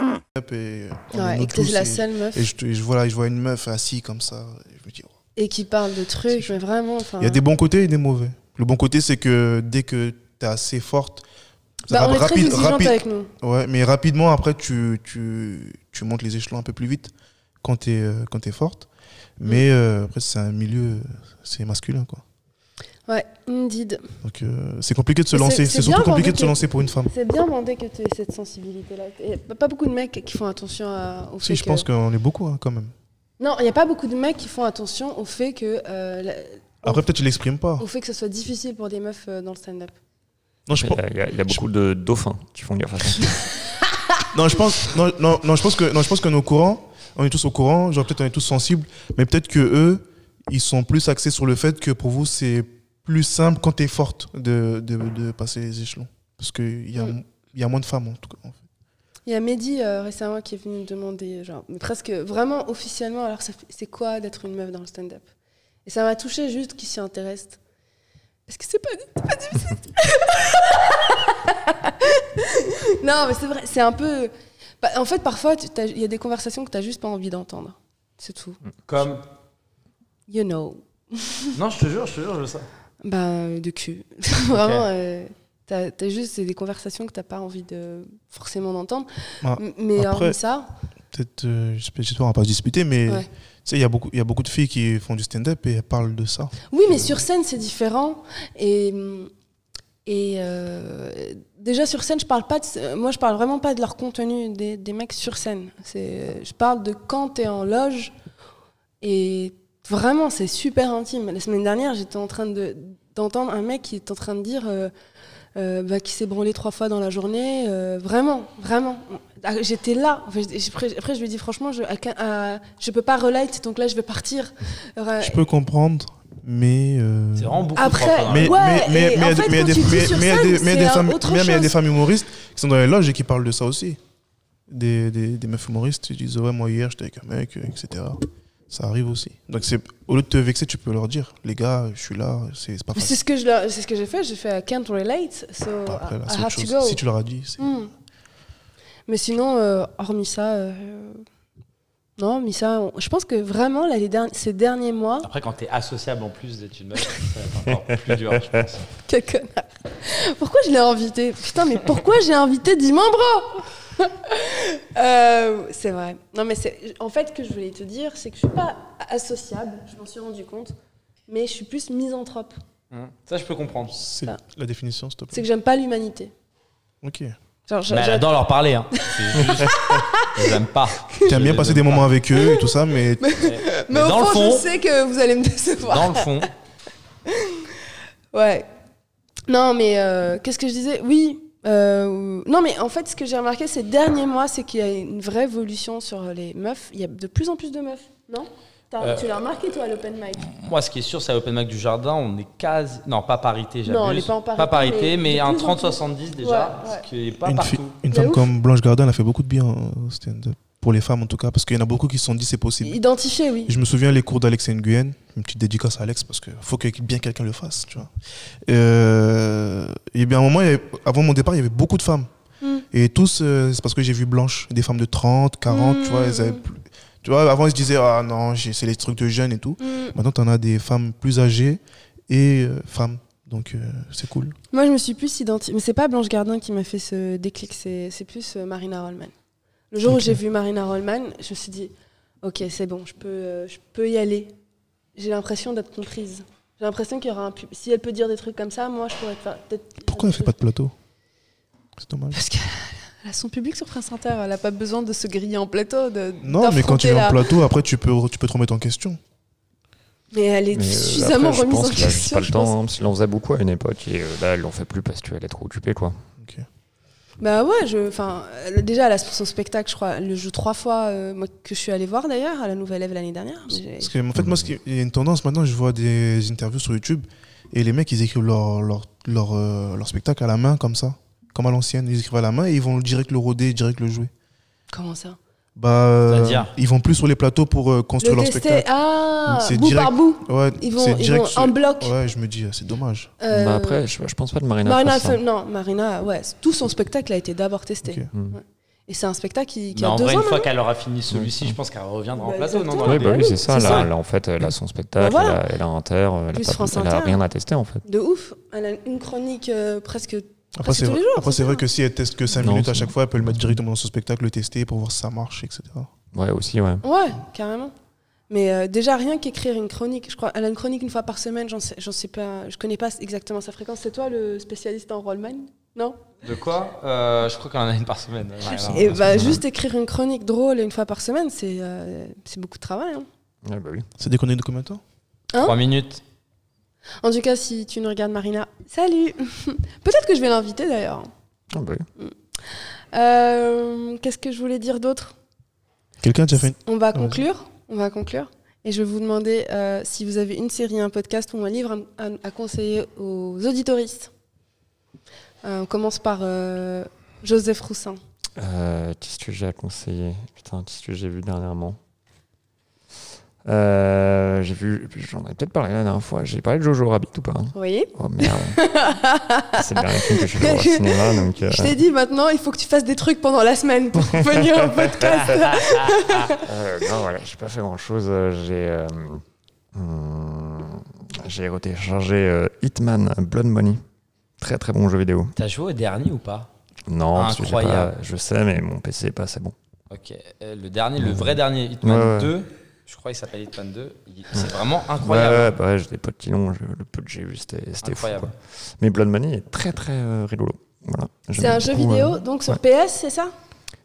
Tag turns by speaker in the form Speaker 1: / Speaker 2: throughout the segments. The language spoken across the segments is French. Speaker 1: canapé.
Speaker 2: Ouais,
Speaker 1: en
Speaker 2: et que t'es
Speaker 1: Nautilus,
Speaker 2: la
Speaker 1: et-
Speaker 2: seule meuf
Speaker 1: Et je, et je- voilà, je vois une meuf assise comme ça. et je me dis, oh.
Speaker 2: et qui parle de trucs,
Speaker 1: chaud.
Speaker 2: mais vraiment. enfin,
Speaker 1: Il y a des bons côtés et des mauvais. Le bon côté, c'est que dès que tu es assez forte,
Speaker 2: bah, on est très
Speaker 1: rapide-
Speaker 2: exigeante
Speaker 1: rapide-
Speaker 2: avec nous.
Speaker 1: ouais, mais rapidement, après, tu, tu, tu montes les échelons un peu plus vite quand tu es, quand es forte.
Speaker 2: Mm.
Speaker 1: Mais euh, après, c'est un milieu, euh, c'est masculin. quoi.
Speaker 2: Ouais, indeed.
Speaker 1: Donc, euh, c'est compliqué de se
Speaker 2: Mais c'est-
Speaker 1: lancer.
Speaker 2: c'est
Speaker 1: C'est surtout
Speaker 2: bien,
Speaker 1: compliqué
Speaker 2: Vendée,
Speaker 1: de se
Speaker 2: que-
Speaker 1: lancer pour une femme.
Speaker 2: C'est bien bandé que tu aies cette sensibilité-là. Et pas- Pas beaucoup de mecs qui font attention à, au fait
Speaker 1: Si, je
Speaker 2: que-
Speaker 1: pense qu'on est beaucoup hein, quand même.
Speaker 2: Non, il n'y a pas beaucoup de mecs qui font attention au fait que, euh, la-
Speaker 1: Après, peut-être, tu l'exprimes pas.
Speaker 2: au fait que ce soit difficile pour des meufs euh, dans le stand-up.
Speaker 1: Non, je
Speaker 3: Il
Speaker 1: pense.
Speaker 3: y a- il y, a- il y a beaucoup de dauphins qui font gaffe à ça.
Speaker 1: Non, je pense, non, non, non, je pense que, non, je pense qu'on est au courant. On est tous au courant. Genre, peut-être on est tous sensibles. Mais peut-être que eux, ils sont plus axés sur le fait que pour vous, c'est plus simple quand t'es forte de, de, de passer les échelons. Parce qu'il y a,
Speaker 2: Mm.
Speaker 1: il y a moins de femmes, en tout cas. en fait.
Speaker 2: Il y a Mehdi euh, récemment qui est venu me demander, genre, mais presque vraiment officiellement, alors ça fait- c'est quoi d'être une meuf dans le stand-up Et ça m'a touché juste qu'il s'y intéresse. Parce que c'est pas, c'est pas difficile. non, mais c'est vrai, c'est un peu. bah, en fait, parfois, tu- t'as- il y a des conversations que t'as juste pas envie d'entendre. C'est tout.
Speaker 4: Comme.
Speaker 2: You know.
Speaker 4: Non, je te jure, je te jure, je veux ça.
Speaker 2: Bah, euh, de cul. Vraiment, euh, t'as t'as juste c'est des conversations que t'as pas envie de forcément d'entendre.
Speaker 1: Ah,
Speaker 2: M- mais
Speaker 1: après-
Speaker 2: hormis ça,
Speaker 1: Peut-être, euh, j'espère- j'espère, on va pas se disputer, mais
Speaker 2: Ouais.
Speaker 1: tu sais, il y, a beaucoup- il y a beaucoup de filles qui font du stand-up et elles parlent de ça.
Speaker 2: Oui, mais sur scène, c'est différent. Et, et euh, déjà, sur scène, je parle pas de, moi, je parle vraiment pas de leur contenu des, des mecs sur scène. C'est, je parle de quand tu es en loge. Et vraiment, c'est super intime. La semaine dernière, j'étais en train de, d'entendre un mec qui est en train de dire euh, euh, bah, qu'il s'est branlé trois fois dans la journée. euh, vraiment, vraiment. Ah, J'étais là. Enfin, j'ai- j'ai- après, je lui ai dit, franchement, je, à quin- à- je peux pas relate, donc là, je vais partir. Euh,
Speaker 1: Je peux comprendre, mais. euh,
Speaker 4: C'est vraiment beaucoup
Speaker 2: Après-
Speaker 4: trop propre, hein.
Speaker 1: Mais
Speaker 2: Ouais,
Speaker 1: mais- mais- mais
Speaker 2: et en
Speaker 1: il y a des-
Speaker 2: fait,
Speaker 1: mais il y a
Speaker 2: quand
Speaker 1: des-
Speaker 2: tu le dis
Speaker 1: mais-
Speaker 2: sur
Speaker 1: mais il y a
Speaker 2: scène,
Speaker 1: des- mais il y a des
Speaker 2: c'est, euh,
Speaker 1: femmes-
Speaker 2: autre
Speaker 1: mais il y a des
Speaker 2: chose.
Speaker 1: femmes humoristes qui sont dans les loges et qui parlent de ça aussi. Des, des, des meufs humoristes qui disent Ouais, moi hier j'étais avec un mec, euh, etc. Ça arrive aussi. Donc c'est au lieu de te vexer, tu peux leur dire Les gars, je suis là, c'est c'est pas
Speaker 2: Mais
Speaker 1: facile.
Speaker 2: C'est ce que je leur- c'est ce que j'ai fait. J'ai fait I can't relate, so
Speaker 1: Après, là,
Speaker 2: I-
Speaker 1: c'est
Speaker 2: I
Speaker 1: autre
Speaker 2: have to
Speaker 1: chose.
Speaker 2: go.
Speaker 1: Si tu leur as dit, c'est.
Speaker 2: Hmm. Mais sinon, euh, hormis ça, euh, non, mais ça, on- je pense que vraiment là, les derni- ces derniers mois,
Speaker 4: Après, quand t'es associable en plus d'être une meuf, ça va être encore plus dur, je pense.
Speaker 2: quel connard. Pourquoi je l'ai invité Putain, mais pourquoi j'ai invité Diman Bro Euh, C'est vrai. Non, mais c'est en fait ce que je voulais te dire, c'est que je suis pas associable. Je m'en suis rendu compte, mais je suis plus misanthrope.
Speaker 4: Hum. Ça, je peux comprendre.
Speaker 1: C'est
Speaker 2: Ça.
Speaker 1: la définition, s'il te
Speaker 2: C'est
Speaker 1: plaît.
Speaker 2: que j'aime pas l'humanité.
Speaker 1: Ok.
Speaker 2: Genre, je-
Speaker 4: Mais elle
Speaker 2: je-
Speaker 4: adore leur parler, hein. C'est juste. Ils aiment pas.
Speaker 1: T'aimes bien passer des moments avec eux et tout ça, mais
Speaker 2: Mais
Speaker 4: Mais
Speaker 2: au
Speaker 4: dans le
Speaker 2: fond,
Speaker 4: fond-
Speaker 2: je sais que vous allez me décevoir.
Speaker 4: Dans le fond,
Speaker 2: Ouais. Non, mais euh, qu'est-ce que je disais Oui. euh, non, mais en fait, ce que j'ai remarqué ces derniers mois, c'est qu'il y a une vraie évolution sur les meufs. Il y a de plus en plus de meufs, non T'as-
Speaker 4: Euh,
Speaker 2: Tu l'as remarqué, toi, à l'open mic
Speaker 4: moi, ce qui est sûr, c'est à Open Mic du Jardin, on est quasi. Non, pas parité, j'abuse.
Speaker 2: Non, on n'est pas en parité,
Speaker 4: Pas
Speaker 2: mais
Speaker 4: parité, mais,
Speaker 2: de
Speaker 4: un
Speaker 2: plus en plus.
Speaker 4: 30-70 déjà,
Speaker 2: Ouais, ouais.
Speaker 4: ce qui est pas
Speaker 1: une, fi-
Speaker 4: partout.
Speaker 1: une
Speaker 2: De
Speaker 1: femme
Speaker 2: ouf.
Speaker 1: comme Blanche Gardin, elle a fait beaucoup de bien au stand-up. Pour les femmes en tout cas, parce qu'il y en a beaucoup qui se sont dit c'est possible.
Speaker 2: Identifié, oui.
Speaker 1: Je me souviens les cours d'Alex Nguyen, une petite dédicace à Alex parce que faut que bien quelqu'un le fasse, tu vois. Euh, et bien à un moment, il y avait- avant mon départ, il y avait beaucoup de femmes.
Speaker 2: Mm.
Speaker 1: Et tous, euh, c'est parce que j'ai vu Blanche, des femmes de 30, 40, tu vois,
Speaker 2: Mm.
Speaker 1: elles avaient plus- tu vois, avant ils se disaient ah non, j'ai- c'est les trucs de jeunes et tout.
Speaker 2: Mm.
Speaker 1: Maintenant, tu en as des femmes plus âgées et euh, femmes. Donc euh, c'est cool.
Speaker 2: Moi, je me suis plus identifiée. Mais c'est pas Blanche Gardin qui m'a fait ce déclic, c'est c'est plus euh, Marina Rollman. Le jour
Speaker 1: Ok.
Speaker 2: où j'ai vu Marina Rollman, je me suis dit Ok, c'est bon, je peux, euh, je peux y aller. J'ai l'impression d'être comprise. J'ai l'impression qu'il y aura un pub. Si elle peut dire des trucs comme ça, moi, je pourrais faire peut-être.
Speaker 1: Pourquoi elle fait pas de plateau C'est dommage.
Speaker 2: Parce qu'elle a son public sur France Inter, elle a pas besoin de se griller en plateau. De,
Speaker 1: Non, mais quand tu
Speaker 2: d'affronter
Speaker 1: es
Speaker 2: la-
Speaker 1: en plateau, après tu peux, tu peux te remettre en question.
Speaker 2: Mais elle est
Speaker 3: Mais, euh,
Speaker 2: suffisamment
Speaker 3: après, je
Speaker 2: remise
Speaker 3: pense
Speaker 2: en
Speaker 3: qu'il a juste
Speaker 2: question.
Speaker 3: pas le
Speaker 2: je pense.
Speaker 3: temps, hein, parce qu'il en faisait beaucoup à une époque, et euh, là, ils l'en fait plus parce qu'elle est trop occupée, quoi.
Speaker 2: Bah ouais, je, enfin, euh, déjà, elle a son spectacle, je crois, elle le joue trois fois, euh, moi, que je suis allée voir d'ailleurs, à la Nouvelle Ève l'année dernière. mais j'ai-
Speaker 1: Parce que, en fait, moi, ce qui- il y a une tendance maintenant, je vois des interviews sur YouTube et les mecs, ils écrivent leur, leur, leur, euh, leur spectacle à la main, comme ça, comme à l'ancienne. Ils écrivent à la main et ils vont direct le roder, direct le jouer.
Speaker 2: Comment ça
Speaker 1: Bah, euh,
Speaker 4: C'est-à-dire
Speaker 1: ils vont plus sur les plateaux pour euh, construire
Speaker 2: Le
Speaker 1: leur
Speaker 2: tester,
Speaker 1: spectacle.
Speaker 2: ah,
Speaker 1: Donc, c'est
Speaker 2: bout
Speaker 1: direct.
Speaker 2: par bout.
Speaker 1: Ouais,
Speaker 2: Ils
Speaker 1: c'est
Speaker 2: vont, ils
Speaker 1: direct
Speaker 2: vont
Speaker 1: sur-
Speaker 2: en bloc.
Speaker 1: Ouais, je me dis, euh, c'est dommage.
Speaker 2: Euh,
Speaker 3: Bah après, je, je pense pas de Marina.
Speaker 2: Marina,
Speaker 3: fasse ça.
Speaker 2: fait- non, Marina, ouais, tout son spectacle a été d'abord testé.
Speaker 1: Ok.
Speaker 3: Mm.
Speaker 2: Et c'est un spectacle qui, qui
Speaker 4: Mais
Speaker 2: a
Speaker 4: Bah, en
Speaker 2: deux ans
Speaker 4: vrai, une fois
Speaker 2: maintenant.
Speaker 4: qu'elle aura fini celui-ci, je pense qu'elle reviendra en
Speaker 2: Bah,
Speaker 4: plateau. Non,
Speaker 2: exactement.
Speaker 4: dans
Speaker 3: Oui,
Speaker 4: les
Speaker 3: bah oui,
Speaker 4: délais.
Speaker 3: c'est ça.
Speaker 2: c'est
Speaker 3: Là,
Speaker 2: ça.
Speaker 3: là, en fait, elle a son spectacle,
Speaker 2: Bah voilà.
Speaker 3: elle, a, elle a Inter, elle
Speaker 2: Plus
Speaker 3: a, pas-
Speaker 2: France
Speaker 3: elle a
Speaker 2: Inter.
Speaker 3: rien à tester en fait.
Speaker 2: De ouf. Elle a une chronique euh, presque.
Speaker 1: Après,
Speaker 2: Parce
Speaker 1: c'est
Speaker 2: que tous
Speaker 1: vrai,
Speaker 2: les jours,
Speaker 1: après, c'est vrai que si elle teste que 5
Speaker 3: Non,
Speaker 1: minutes à
Speaker 3: c'est
Speaker 1: chaque fois, elle peut le mettre directement dans son spectacle, le tester pour voir si ça marche, etc.
Speaker 3: Ouais, aussi, ouais.
Speaker 2: Ouais, carrément. Mais euh, déjà, rien qu'écrire une chronique. Je crois, elle a une chronique une fois par semaine. J'en sais, j'en sais pas. Je connais pas exactement sa fréquence. C'est toi le spécialiste en Rollman Non
Speaker 4: De quoi Euh, Je crois qu'elle en a une par semaine. Ouais, alors,
Speaker 2: Et
Speaker 4: euh,
Speaker 2: bah, juste écrire une chronique drôle une fois par semaine, c'est euh, c'est beaucoup de travail. hein.
Speaker 3: Ouais, bah oui.
Speaker 1: C'est déconné de combien de temps
Speaker 4: Trois minutes.
Speaker 2: En tout cas, si tu nous regardes, Marina, salut Peut-être que je vais l'inviter d'ailleurs.
Speaker 3: Ah, bah oui.
Speaker 2: Euh, Qu'est-ce que je voulais dire d'autre
Speaker 1: Quelqu'un a déjà fait une...
Speaker 2: On va
Speaker 1: vas-y.
Speaker 2: conclure. On va conclure. Et je vais vous demander euh, si vous avez une série, un podcast ou un livre à, à- à conseiller aux auditoristes. Euh, on commence par euh, Joseph Roussin.
Speaker 3: Euh, Qu'est-ce que j'ai à conseiller Putain, qu'est-ce que j'ai vu dernièrement Euh, J'ai vu, j'en ai peut-être parlé la dernière fois. J'ai parlé de Jojo Rabbit ou pas hein
Speaker 2: Vous voyez
Speaker 3: Oh merde. c'est le dernier film que je vais voir au cinéma, donc. euh,
Speaker 2: Je t'ai dit maintenant, il faut que tu fasses des trucs pendant la semaine pour venir au podcast.
Speaker 3: Euh, non, voilà, j'ai pas fait grand chose. J'ai. euh, hum, j'ai retéléchargé euh, Hitman Blood Money. Très très bon jeu vidéo.
Speaker 4: T'as joué au dernier ou pas
Speaker 3: Non, parce que j'ai
Speaker 4: Incroyable.
Speaker 3: pas- je sais, mais mon PC est pas assez bon.
Speaker 4: Ok, euh, le dernier, le vrai dernier, Hitman
Speaker 3: Ouais, ouais.
Speaker 4: 2, je crois qu'il s'appelle Hitman 2, il- c'est vraiment
Speaker 3: Ouais,
Speaker 4: incroyable.
Speaker 3: ouais, bah ouais, j'ai des potes qui l'ont. je- Le peu que j'ai vu, c'était c'était fou.
Speaker 4: Incroyable.
Speaker 3: quoi. Mais Blood Money est très très euh, rigolo. Voilà.
Speaker 2: C'est
Speaker 3: J'aime
Speaker 2: un jeu
Speaker 3: beaucoup,
Speaker 2: vidéo,
Speaker 3: euh,
Speaker 2: donc sur PS, c'est ça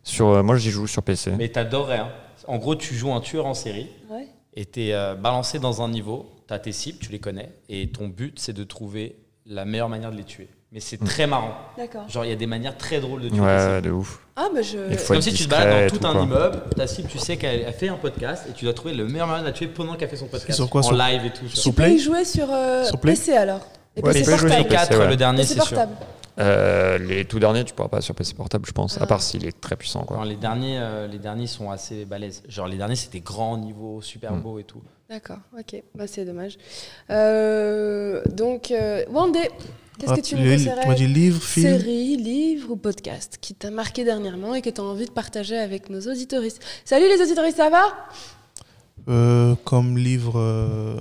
Speaker 3: sur, euh, moi, j'y joue sur PC.
Speaker 4: Mais t'adorais, hein. En gros, tu joues un tueur en série
Speaker 2: Ouais.
Speaker 4: et t'es euh, balancé dans un niveau, t'as tes cibles, tu les connais, et ton but, c'est de trouver la meilleure manière de les tuer. Mais c'est très marrant.
Speaker 2: D'accord.
Speaker 4: Genre, il y a des manières très drôles de
Speaker 3: Mm. Ouais,
Speaker 4: tuer tes cibles.
Speaker 3: ouais, de ouf.
Speaker 2: Ah, bah je.
Speaker 3: Il faut
Speaker 4: C'est comme
Speaker 3: être
Speaker 4: si tu te
Speaker 3: discret
Speaker 4: balades
Speaker 3: et
Speaker 4: dans tout
Speaker 3: tout,
Speaker 4: un
Speaker 3: quoi.
Speaker 4: immeuble, ta cible, tu sais qu'elle a fait un podcast et tu dois trouver le meilleur moyen de la tuer pendant qu'elle fait son podcast.
Speaker 1: sur quoi,
Speaker 4: En
Speaker 1: sur-
Speaker 4: live et tout. genre.
Speaker 1: sur-
Speaker 2: Tu peux y jouer sur, euh,
Speaker 1: Sur Play
Speaker 2: PC alors. Et
Speaker 3: Ouais,
Speaker 2: PC
Speaker 3: tu peux jouer sur
Speaker 2: portable.
Speaker 3: PC,
Speaker 4: T4,
Speaker 3: ouais.
Speaker 4: le dernier,
Speaker 2: PC
Speaker 4: c'est sûr.
Speaker 2: portable.
Speaker 3: Euh, les tout derniers, tu pourras pas sur PC portable, je pense. À part s'il est très puissant, quoi.
Speaker 4: Non, les, derniers, euh, les derniers sont assez balèzes. Genre, les derniers, c'était grand niveau, super
Speaker 1: Hmm.
Speaker 4: beau et tout.
Speaker 2: D'accord, ok. Bah, c'est dommage. Euh, donc, euh, Wandé, qu'est-ce que
Speaker 1: Ah,
Speaker 2: tu nous
Speaker 1: les- Tu m'as dit
Speaker 2: conseillerais
Speaker 1: livre, film.
Speaker 2: Série, livre ou podcast qui t'a marqué dernièrement et que tu as envie de partager avec nos auditoristes. Salut les auditoristes, ça va
Speaker 1: Euh, comme livre, euh,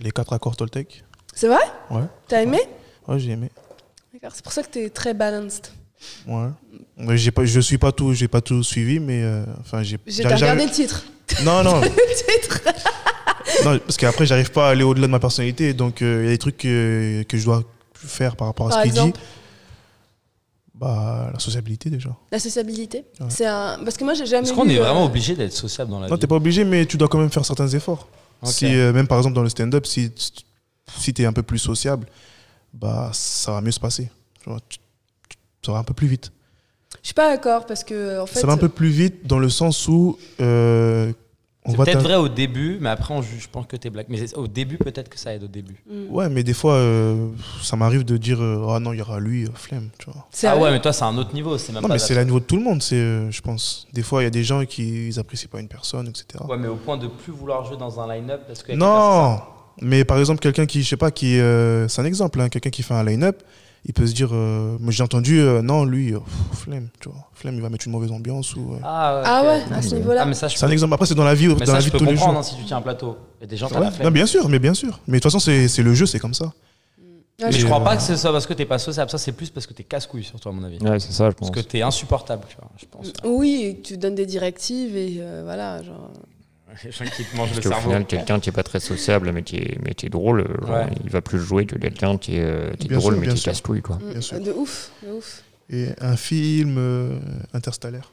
Speaker 1: Les quatre accords Toltec.
Speaker 2: C'est vrai
Speaker 1: Ouais,
Speaker 2: T'as aimé
Speaker 1: ouais j'ai aimé.
Speaker 2: D'accord, c'est pour ça que t'es très balanced.
Speaker 1: Ouais. Mais j'ai pas, je suis pas tout, j'ai pas tout suivi, mais euh, enfin j'ai.
Speaker 2: J'ai
Speaker 1: j'arrive-
Speaker 2: regardé le titre.
Speaker 1: j'arrive- Non, non,
Speaker 2: Le titre
Speaker 1: non, parce qu'après j'arrive pas à aller au-delà de ma personnalité, donc euh, il y a des trucs que, que je dois faire par rapport à
Speaker 2: Par
Speaker 1: ce qu'il dit.
Speaker 2: exemple
Speaker 1: Bah la sociabilité déjà.
Speaker 2: La sociabilité.
Speaker 1: Ouais.
Speaker 2: C'est un... Parce que moi, j'ai jamais
Speaker 4: Est-ce qu'on
Speaker 2: lu,
Speaker 4: est
Speaker 2: euh,
Speaker 4: vraiment obligé d'être sociable dans la
Speaker 1: Non,
Speaker 4: vie
Speaker 1: t'es pas obligé, mais tu dois quand même faire certains efforts.
Speaker 4: Ok.
Speaker 1: Si, euh, même par exemple dans le stand-up, si, si t'es un peu plus sociable, bah ça va mieux se passer. Tu vois, tu- tu- ça va un peu plus vite.
Speaker 2: Je suis pas d'accord parce que euh, en fait.
Speaker 1: ça va un peu plus vite dans le sens où euh, on
Speaker 4: C'est
Speaker 1: va
Speaker 4: peut-être
Speaker 1: t'in-
Speaker 4: vrai au début, mais après, on juge, je pense que t'es blague. Mais c'est- au début, peut-être que ça aide au début.
Speaker 2: Mm.
Speaker 1: Ouais, mais des fois, euh, ça m'arrive de dire euh, ah non, il y aura lui, euh, flemme, tu vois.
Speaker 2: C'est
Speaker 4: Ah
Speaker 2: vrai.
Speaker 4: ouais, Ah mais toi, c'est un autre niveau. C'est même
Speaker 1: Non,
Speaker 4: pas
Speaker 1: mais
Speaker 4: la-
Speaker 1: c'est la niveau de tout le monde, c'est, euh, je pense. Des fois, il y a des gens qui ils apprécient pas une personne, etc.
Speaker 4: Ouais, mais au point de plus vouloir jouer dans un line-up parce que.
Speaker 1: non, mais par exemple, quelqu'un qui, je sais pas, qui, euh, c'est un exemple, hein, quelqu'un qui fait un line-up, il peut se dire, euh, mais j'ai entendu, euh, non, lui, euh, pff, flemme, tu vois, flemme, il va mettre une mauvaise ambiance ou. euh.
Speaker 4: Ah ouais,
Speaker 2: Ah
Speaker 4: ok.
Speaker 2: ouais, à ce niveau-là.
Speaker 4: Ah, mais ça, je
Speaker 1: C'est un
Speaker 4: peux,
Speaker 1: exemple. Après, c'est dans la vie,
Speaker 4: mais
Speaker 1: dans
Speaker 4: ça,
Speaker 1: la
Speaker 4: je
Speaker 1: vie de
Speaker 4: peux
Speaker 1: tous les
Speaker 4: comprendre
Speaker 1: jours.
Speaker 4: hein, si tu tiens un plateau. Il y a des gens qui
Speaker 1: Ouais.
Speaker 4: la flemme.
Speaker 1: Non, bien sûr, mais bien sûr. Mais de toute façon, c'est c'est le jeu, c'est comme ça.
Speaker 2: Ouais,
Speaker 4: Mais
Speaker 2: Ah, je-
Speaker 4: je crois
Speaker 1: euh,
Speaker 4: pas que c'est ça parce que t'es pas sociable. Ça, c'est plus parce que t'es casse-couille, surtout, à mon avis.
Speaker 3: Ouais, c'est ça, je pense.
Speaker 4: Parce que t'es insupportable, tu vois, je pense.
Speaker 2: Oui, et que tu donnes des directives et euh, voilà. Genre...
Speaker 4: Les gens qui te mangent
Speaker 3: Parce qu'au final, quelqu'un qui est pas très sociable, mais qui est, mais qui est drôle, euh, genre,
Speaker 4: Ouais.
Speaker 3: il va plus jouer que quelqu'un qui est, euh, qui est
Speaker 1: Bien
Speaker 3: drôle,
Speaker 1: sûr,
Speaker 3: mais
Speaker 1: bien
Speaker 3: qui
Speaker 1: sûr.
Speaker 3: casse couille, quoi.
Speaker 2: Mm,
Speaker 1: Bien sûr.
Speaker 2: De ouf, de ouf.
Speaker 1: Et un film euh, interstellaire.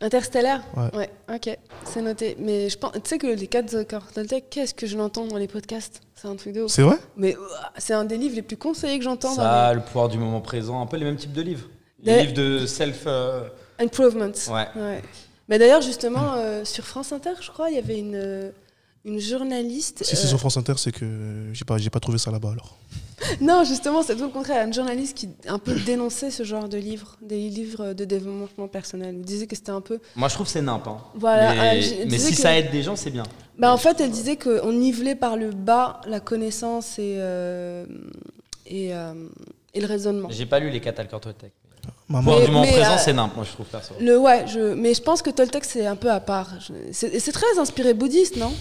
Speaker 2: Interstellaire
Speaker 1: Ouais.
Speaker 2: ok, c'est noté. Mais je pense, tu sais que les 4 accords Toltec, qu'est-ce que je l'entends dans les podcasts C'est un truc de ouf.
Speaker 1: C'est vrai
Speaker 2: Mais ouah, c'est un des livres les plus conseillés que j'entends. dans
Speaker 4: Ça, le pouvoir du moment présent, un peu les mêmes types de livres.
Speaker 2: Mais-
Speaker 4: Les livres de self. euh,
Speaker 2: les- Improvements.
Speaker 4: Ouais.
Speaker 2: Ouais. Mais d'ailleurs, justement, euh, sur France Inter, je crois, il y avait une, euh, une journaliste.
Speaker 1: Si
Speaker 2: euh,
Speaker 1: c'est sur France Inter, c'est que j'ai pas, j'ai pas trouvé ça là-bas alors.
Speaker 2: Non, justement, c'est tout le contraire. Une journaliste qui un peu dénonçait ce genre de livres, des livres de développement personnel. Elle disait que c'était un peu.
Speaker 4: Moi, je trouve que c'est nimp. hein.
Speaker 2: Voilà, ah, je-
Speaker 4: mais mais
Speaker 2: disais
Speaker 4: si
Speaker 2: que-
Speaker 4: ça aide des gens, c'est bien.
Speaker 2: Bah, en fait, elle disait qu'on nivelait par le bas la connaissance et, euh, et, euh, et le raisonnement.
Speaker 4: J'ai pas lu les Catalcortotech.
Speaker 1: Maman.
Speaker 4: Pour
Speaker 2: Mais-
Speaker 4: du moment
Speaker 2: mais,
Speaker 4: présent,
Speaker 2: euh,
Speaker 4: c'est nimp, moi je trouve perso.
Speaker 2: Le, ouais, je, mais je pense que Toltec, c'est un peu à part. Je- C'est c'est très inspiré bouddhiste, non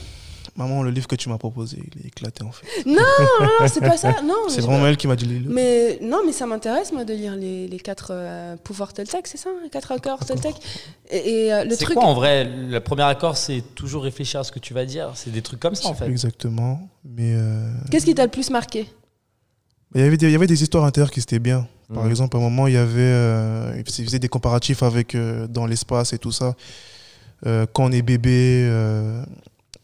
Speaker 1: Maman, le livre que tu m'as proposé, il est éclaté en fait.
Speaker 2: Non, non, Ah, c'est pas ça. Non,
Speaker 1: C'est
Speaker 2: je-
Speaker 1: vraiment elle qui m'a dit le livre.
Speaker 2: Mais non, mais ça m'intéresse moi de lire les, les quatre euh, pouvoirs Toltec, c'est ça, les quatre accords Toltec. Et, et, euh, le
Speaker 4: c'est
Speaker 2: truc,
Speaker 4: quoi en vrai Le premier accord, c'est toujours réfléchir à ce que tu vas dire. C'est des trucs comme ça en fait.
Speaker 1: Exactement. Mais euh,
Speaker 2: qu'est-ce qui t'a le plus marqué
Speaker 1: il y, avait des, il y avait des histoires intérieures qui étaient bien. Par
Speaker 4: Mhm.
Speaker 1: exemple, à un moment, il y avait. euh, il faisait des comparatifs avec euh, dans l'espace et tout ça. Euh, quand on est bébé, euh,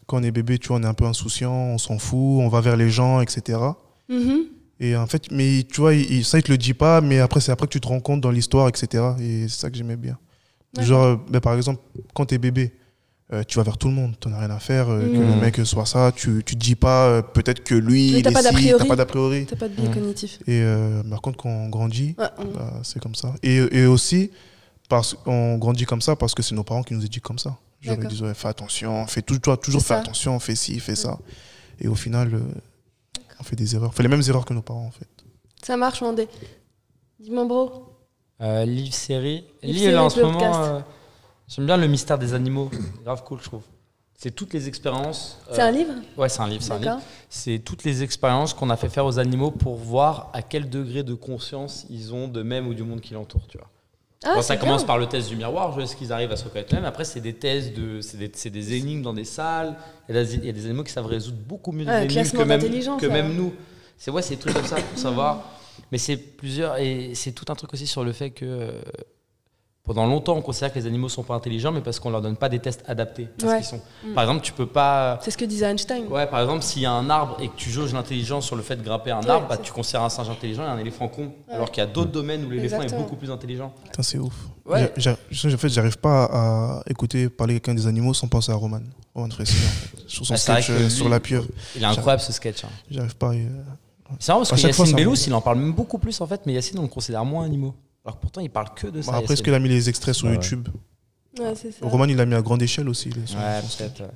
Speaker 1: quand on est bébé, tu vois, on est un peu insouciant, on s'en fout, on va vers les gens, etc.
Speaker 2: Mhm.
Speaker 1: Et en fait, mais tu vois, il- il- ça, il te le dit pas, mais après, c'est après que tu te rends compte dans l'histoire, etc. Et c'est ça que j'aimais bien.
Speaker 2: Ouais.
Speaker 1: Genre, euh, ben, par exemple, quand t'es bébé, euh, tu vas vers tout le monde, t'en as rien à faire, euh, que
Speaker 2: Mhm.
Speaker 1: le mec soit ça, tu, tu te dis pas, euh, peut-être que lui,
Speaker 2: Mais
Speaker 1: il
Speaker 2: t'as
Speaker 1: est
Speaker 2: pas d'a
Speaker 1: ci,
Speaker 2: priori.
Speaker 1: t'as pas d'a priori.
Speaker 2: T'as pas de biais
Speaker 4: Mhm.
Speaker 2: cognitif.
Speaker 1: Et euh, par contre, quand on grandit,
Speaker 2: Ouais, on-
Speaker 1: bah, c'est comme ça. Et, et aussi, parce on grandit comme ça parce que c'est nos parents qui nous éduquent comme ça. Genre, ils
Speaker 2: D'accord.
Speaker 1: disent, ouais, fais attention, fais tout, toi, toujours
Speaker 2: C'est
Speaker 1: fais
Speaker 2: ça. Mm.
Speaker 1: attention, fais ci, fais ça. Et au final, euh, on fait des erreurs. On fait les mêmes erreurs que nos parents, en fait.
Speaker 2: Ça marche, Mandé. Dis-moi, bro.
Speaker 4: Euh, livre série.
Speaker 2: Livre,
Speaker 4: Livre, là, en ce
Speaker 2: série, podcast.
Speaker 4: moment, euh, j'aime bien le mystère des animaux. Grave cool, je trouve. C'est toutes les expériences.
Speaker 2: C'est
Speaker 4: euh,
Speaker 2: un livre
Speaker 4: Ouais, c'est un livre. C'est un livre.
Speaker 2: D'accord.
Speaker 4: C'est toutes les expériences qu'on a fait faire aux animaux pour voir à quel degré de conscience ils ont de même ou du monde qui l'entoure, tu vois.
Speaker 2: Ah,
Speaker 4: Bon,
Speaker 2: c'est
Speaker 4: ça commence
Speaker 2: bien.
Speaker 4: par le test du miroir, je vois ce qu'ils arrivent à se reconnaître eux-mêmes. Après, c'est des tests, de, c'est des, c'est des énigmes dans des salles. Il y, a des, il y a des animaux qui savent résoudre beaucoup mieux
Speaker 2: Ouais,
Speaker 4: des énigmes
Speaker 2: classement
Speaker 4: que même,
Speaker 2: d'intelligence, hein.
Speaker 4: que
Speaker 2: ça.
Speaker 4: même nous. C'est ouais, c'est des trucs comme ça pour savoir. Mais c'est plusieurs et c'est tout un truc aussi sur le fait que euh, pendant longtemps on considère que les animaux sont pas intelligents, mais parce qu'on leur donne pas des tests adaptés. à ce
Speaker 2: Ouais. Mm.
Speaker 4: qu'ils sont. Par exemple, tu peux pas.
Speaker 2: C'est ce que disait Einstein.
Speaker 4: Ouais, par exemple, s'il y a un arbre et que tu jauges l'intelligence sur le fait de grimper un
Speaker 2: Ouais,
Speaker 4: arbre, bah,
Speaker 2: c'est
Speaker 4: tu considères un singe intelligent et un éléphant con. Alors qu'il y a d'autres domaines où l'éléphant est
Speaker 2: Exactement.
Speaker 4: beaucoup plus intelligent.
Speaker 1: Putain, c'est ouf.
Speaker 4: Ouais.
Speaker 1: J'a- j'a- en fait, j'arrive pas à écouter parler quelqu'un des animaux sans penser à Roman. Roman Fraissinet, en fait. Sur son
Speaker 4: Ah, c'est vrai
Speaker 1: sketch
Speaker 4: que
Speaker 1: euh,
Speaker 4: lui-
Speaker 1: sur la pieuvre.
Speaker 4: Il est incroyable ce sketch. hein.
Speaker 1: J'arrive pas à. y- euh,
Speaker 4: C'est marrant parce
Speaker 1: À
Speaker 4: que
Speaker 1: chaque fois,
Speaker 4: Yacine
Speaker 1: ça
Speaker 4: Bellous,
Speaker 1: monte.
Speaker 4: il en parle même beaucoup plus en fait, mais Yacine, on le considère moins animaux. Alors que pourtant, il parle que de ça.
Speaker 1: Bah, après, est-ce
Speaker 4: Yacine.
Speaker 1: qu'il a mis les extraits sur
Speaker 3: Ouais.
Speaker 1: YouTube
Speaker 2: Ouais, c'est ça.
Speaker 1: Roman, il l'a mis à grande échelle aussi. les- son-
Speaker 4: Ouais,
Speaker 1: son-
Speaker 4: peut-être. ouais.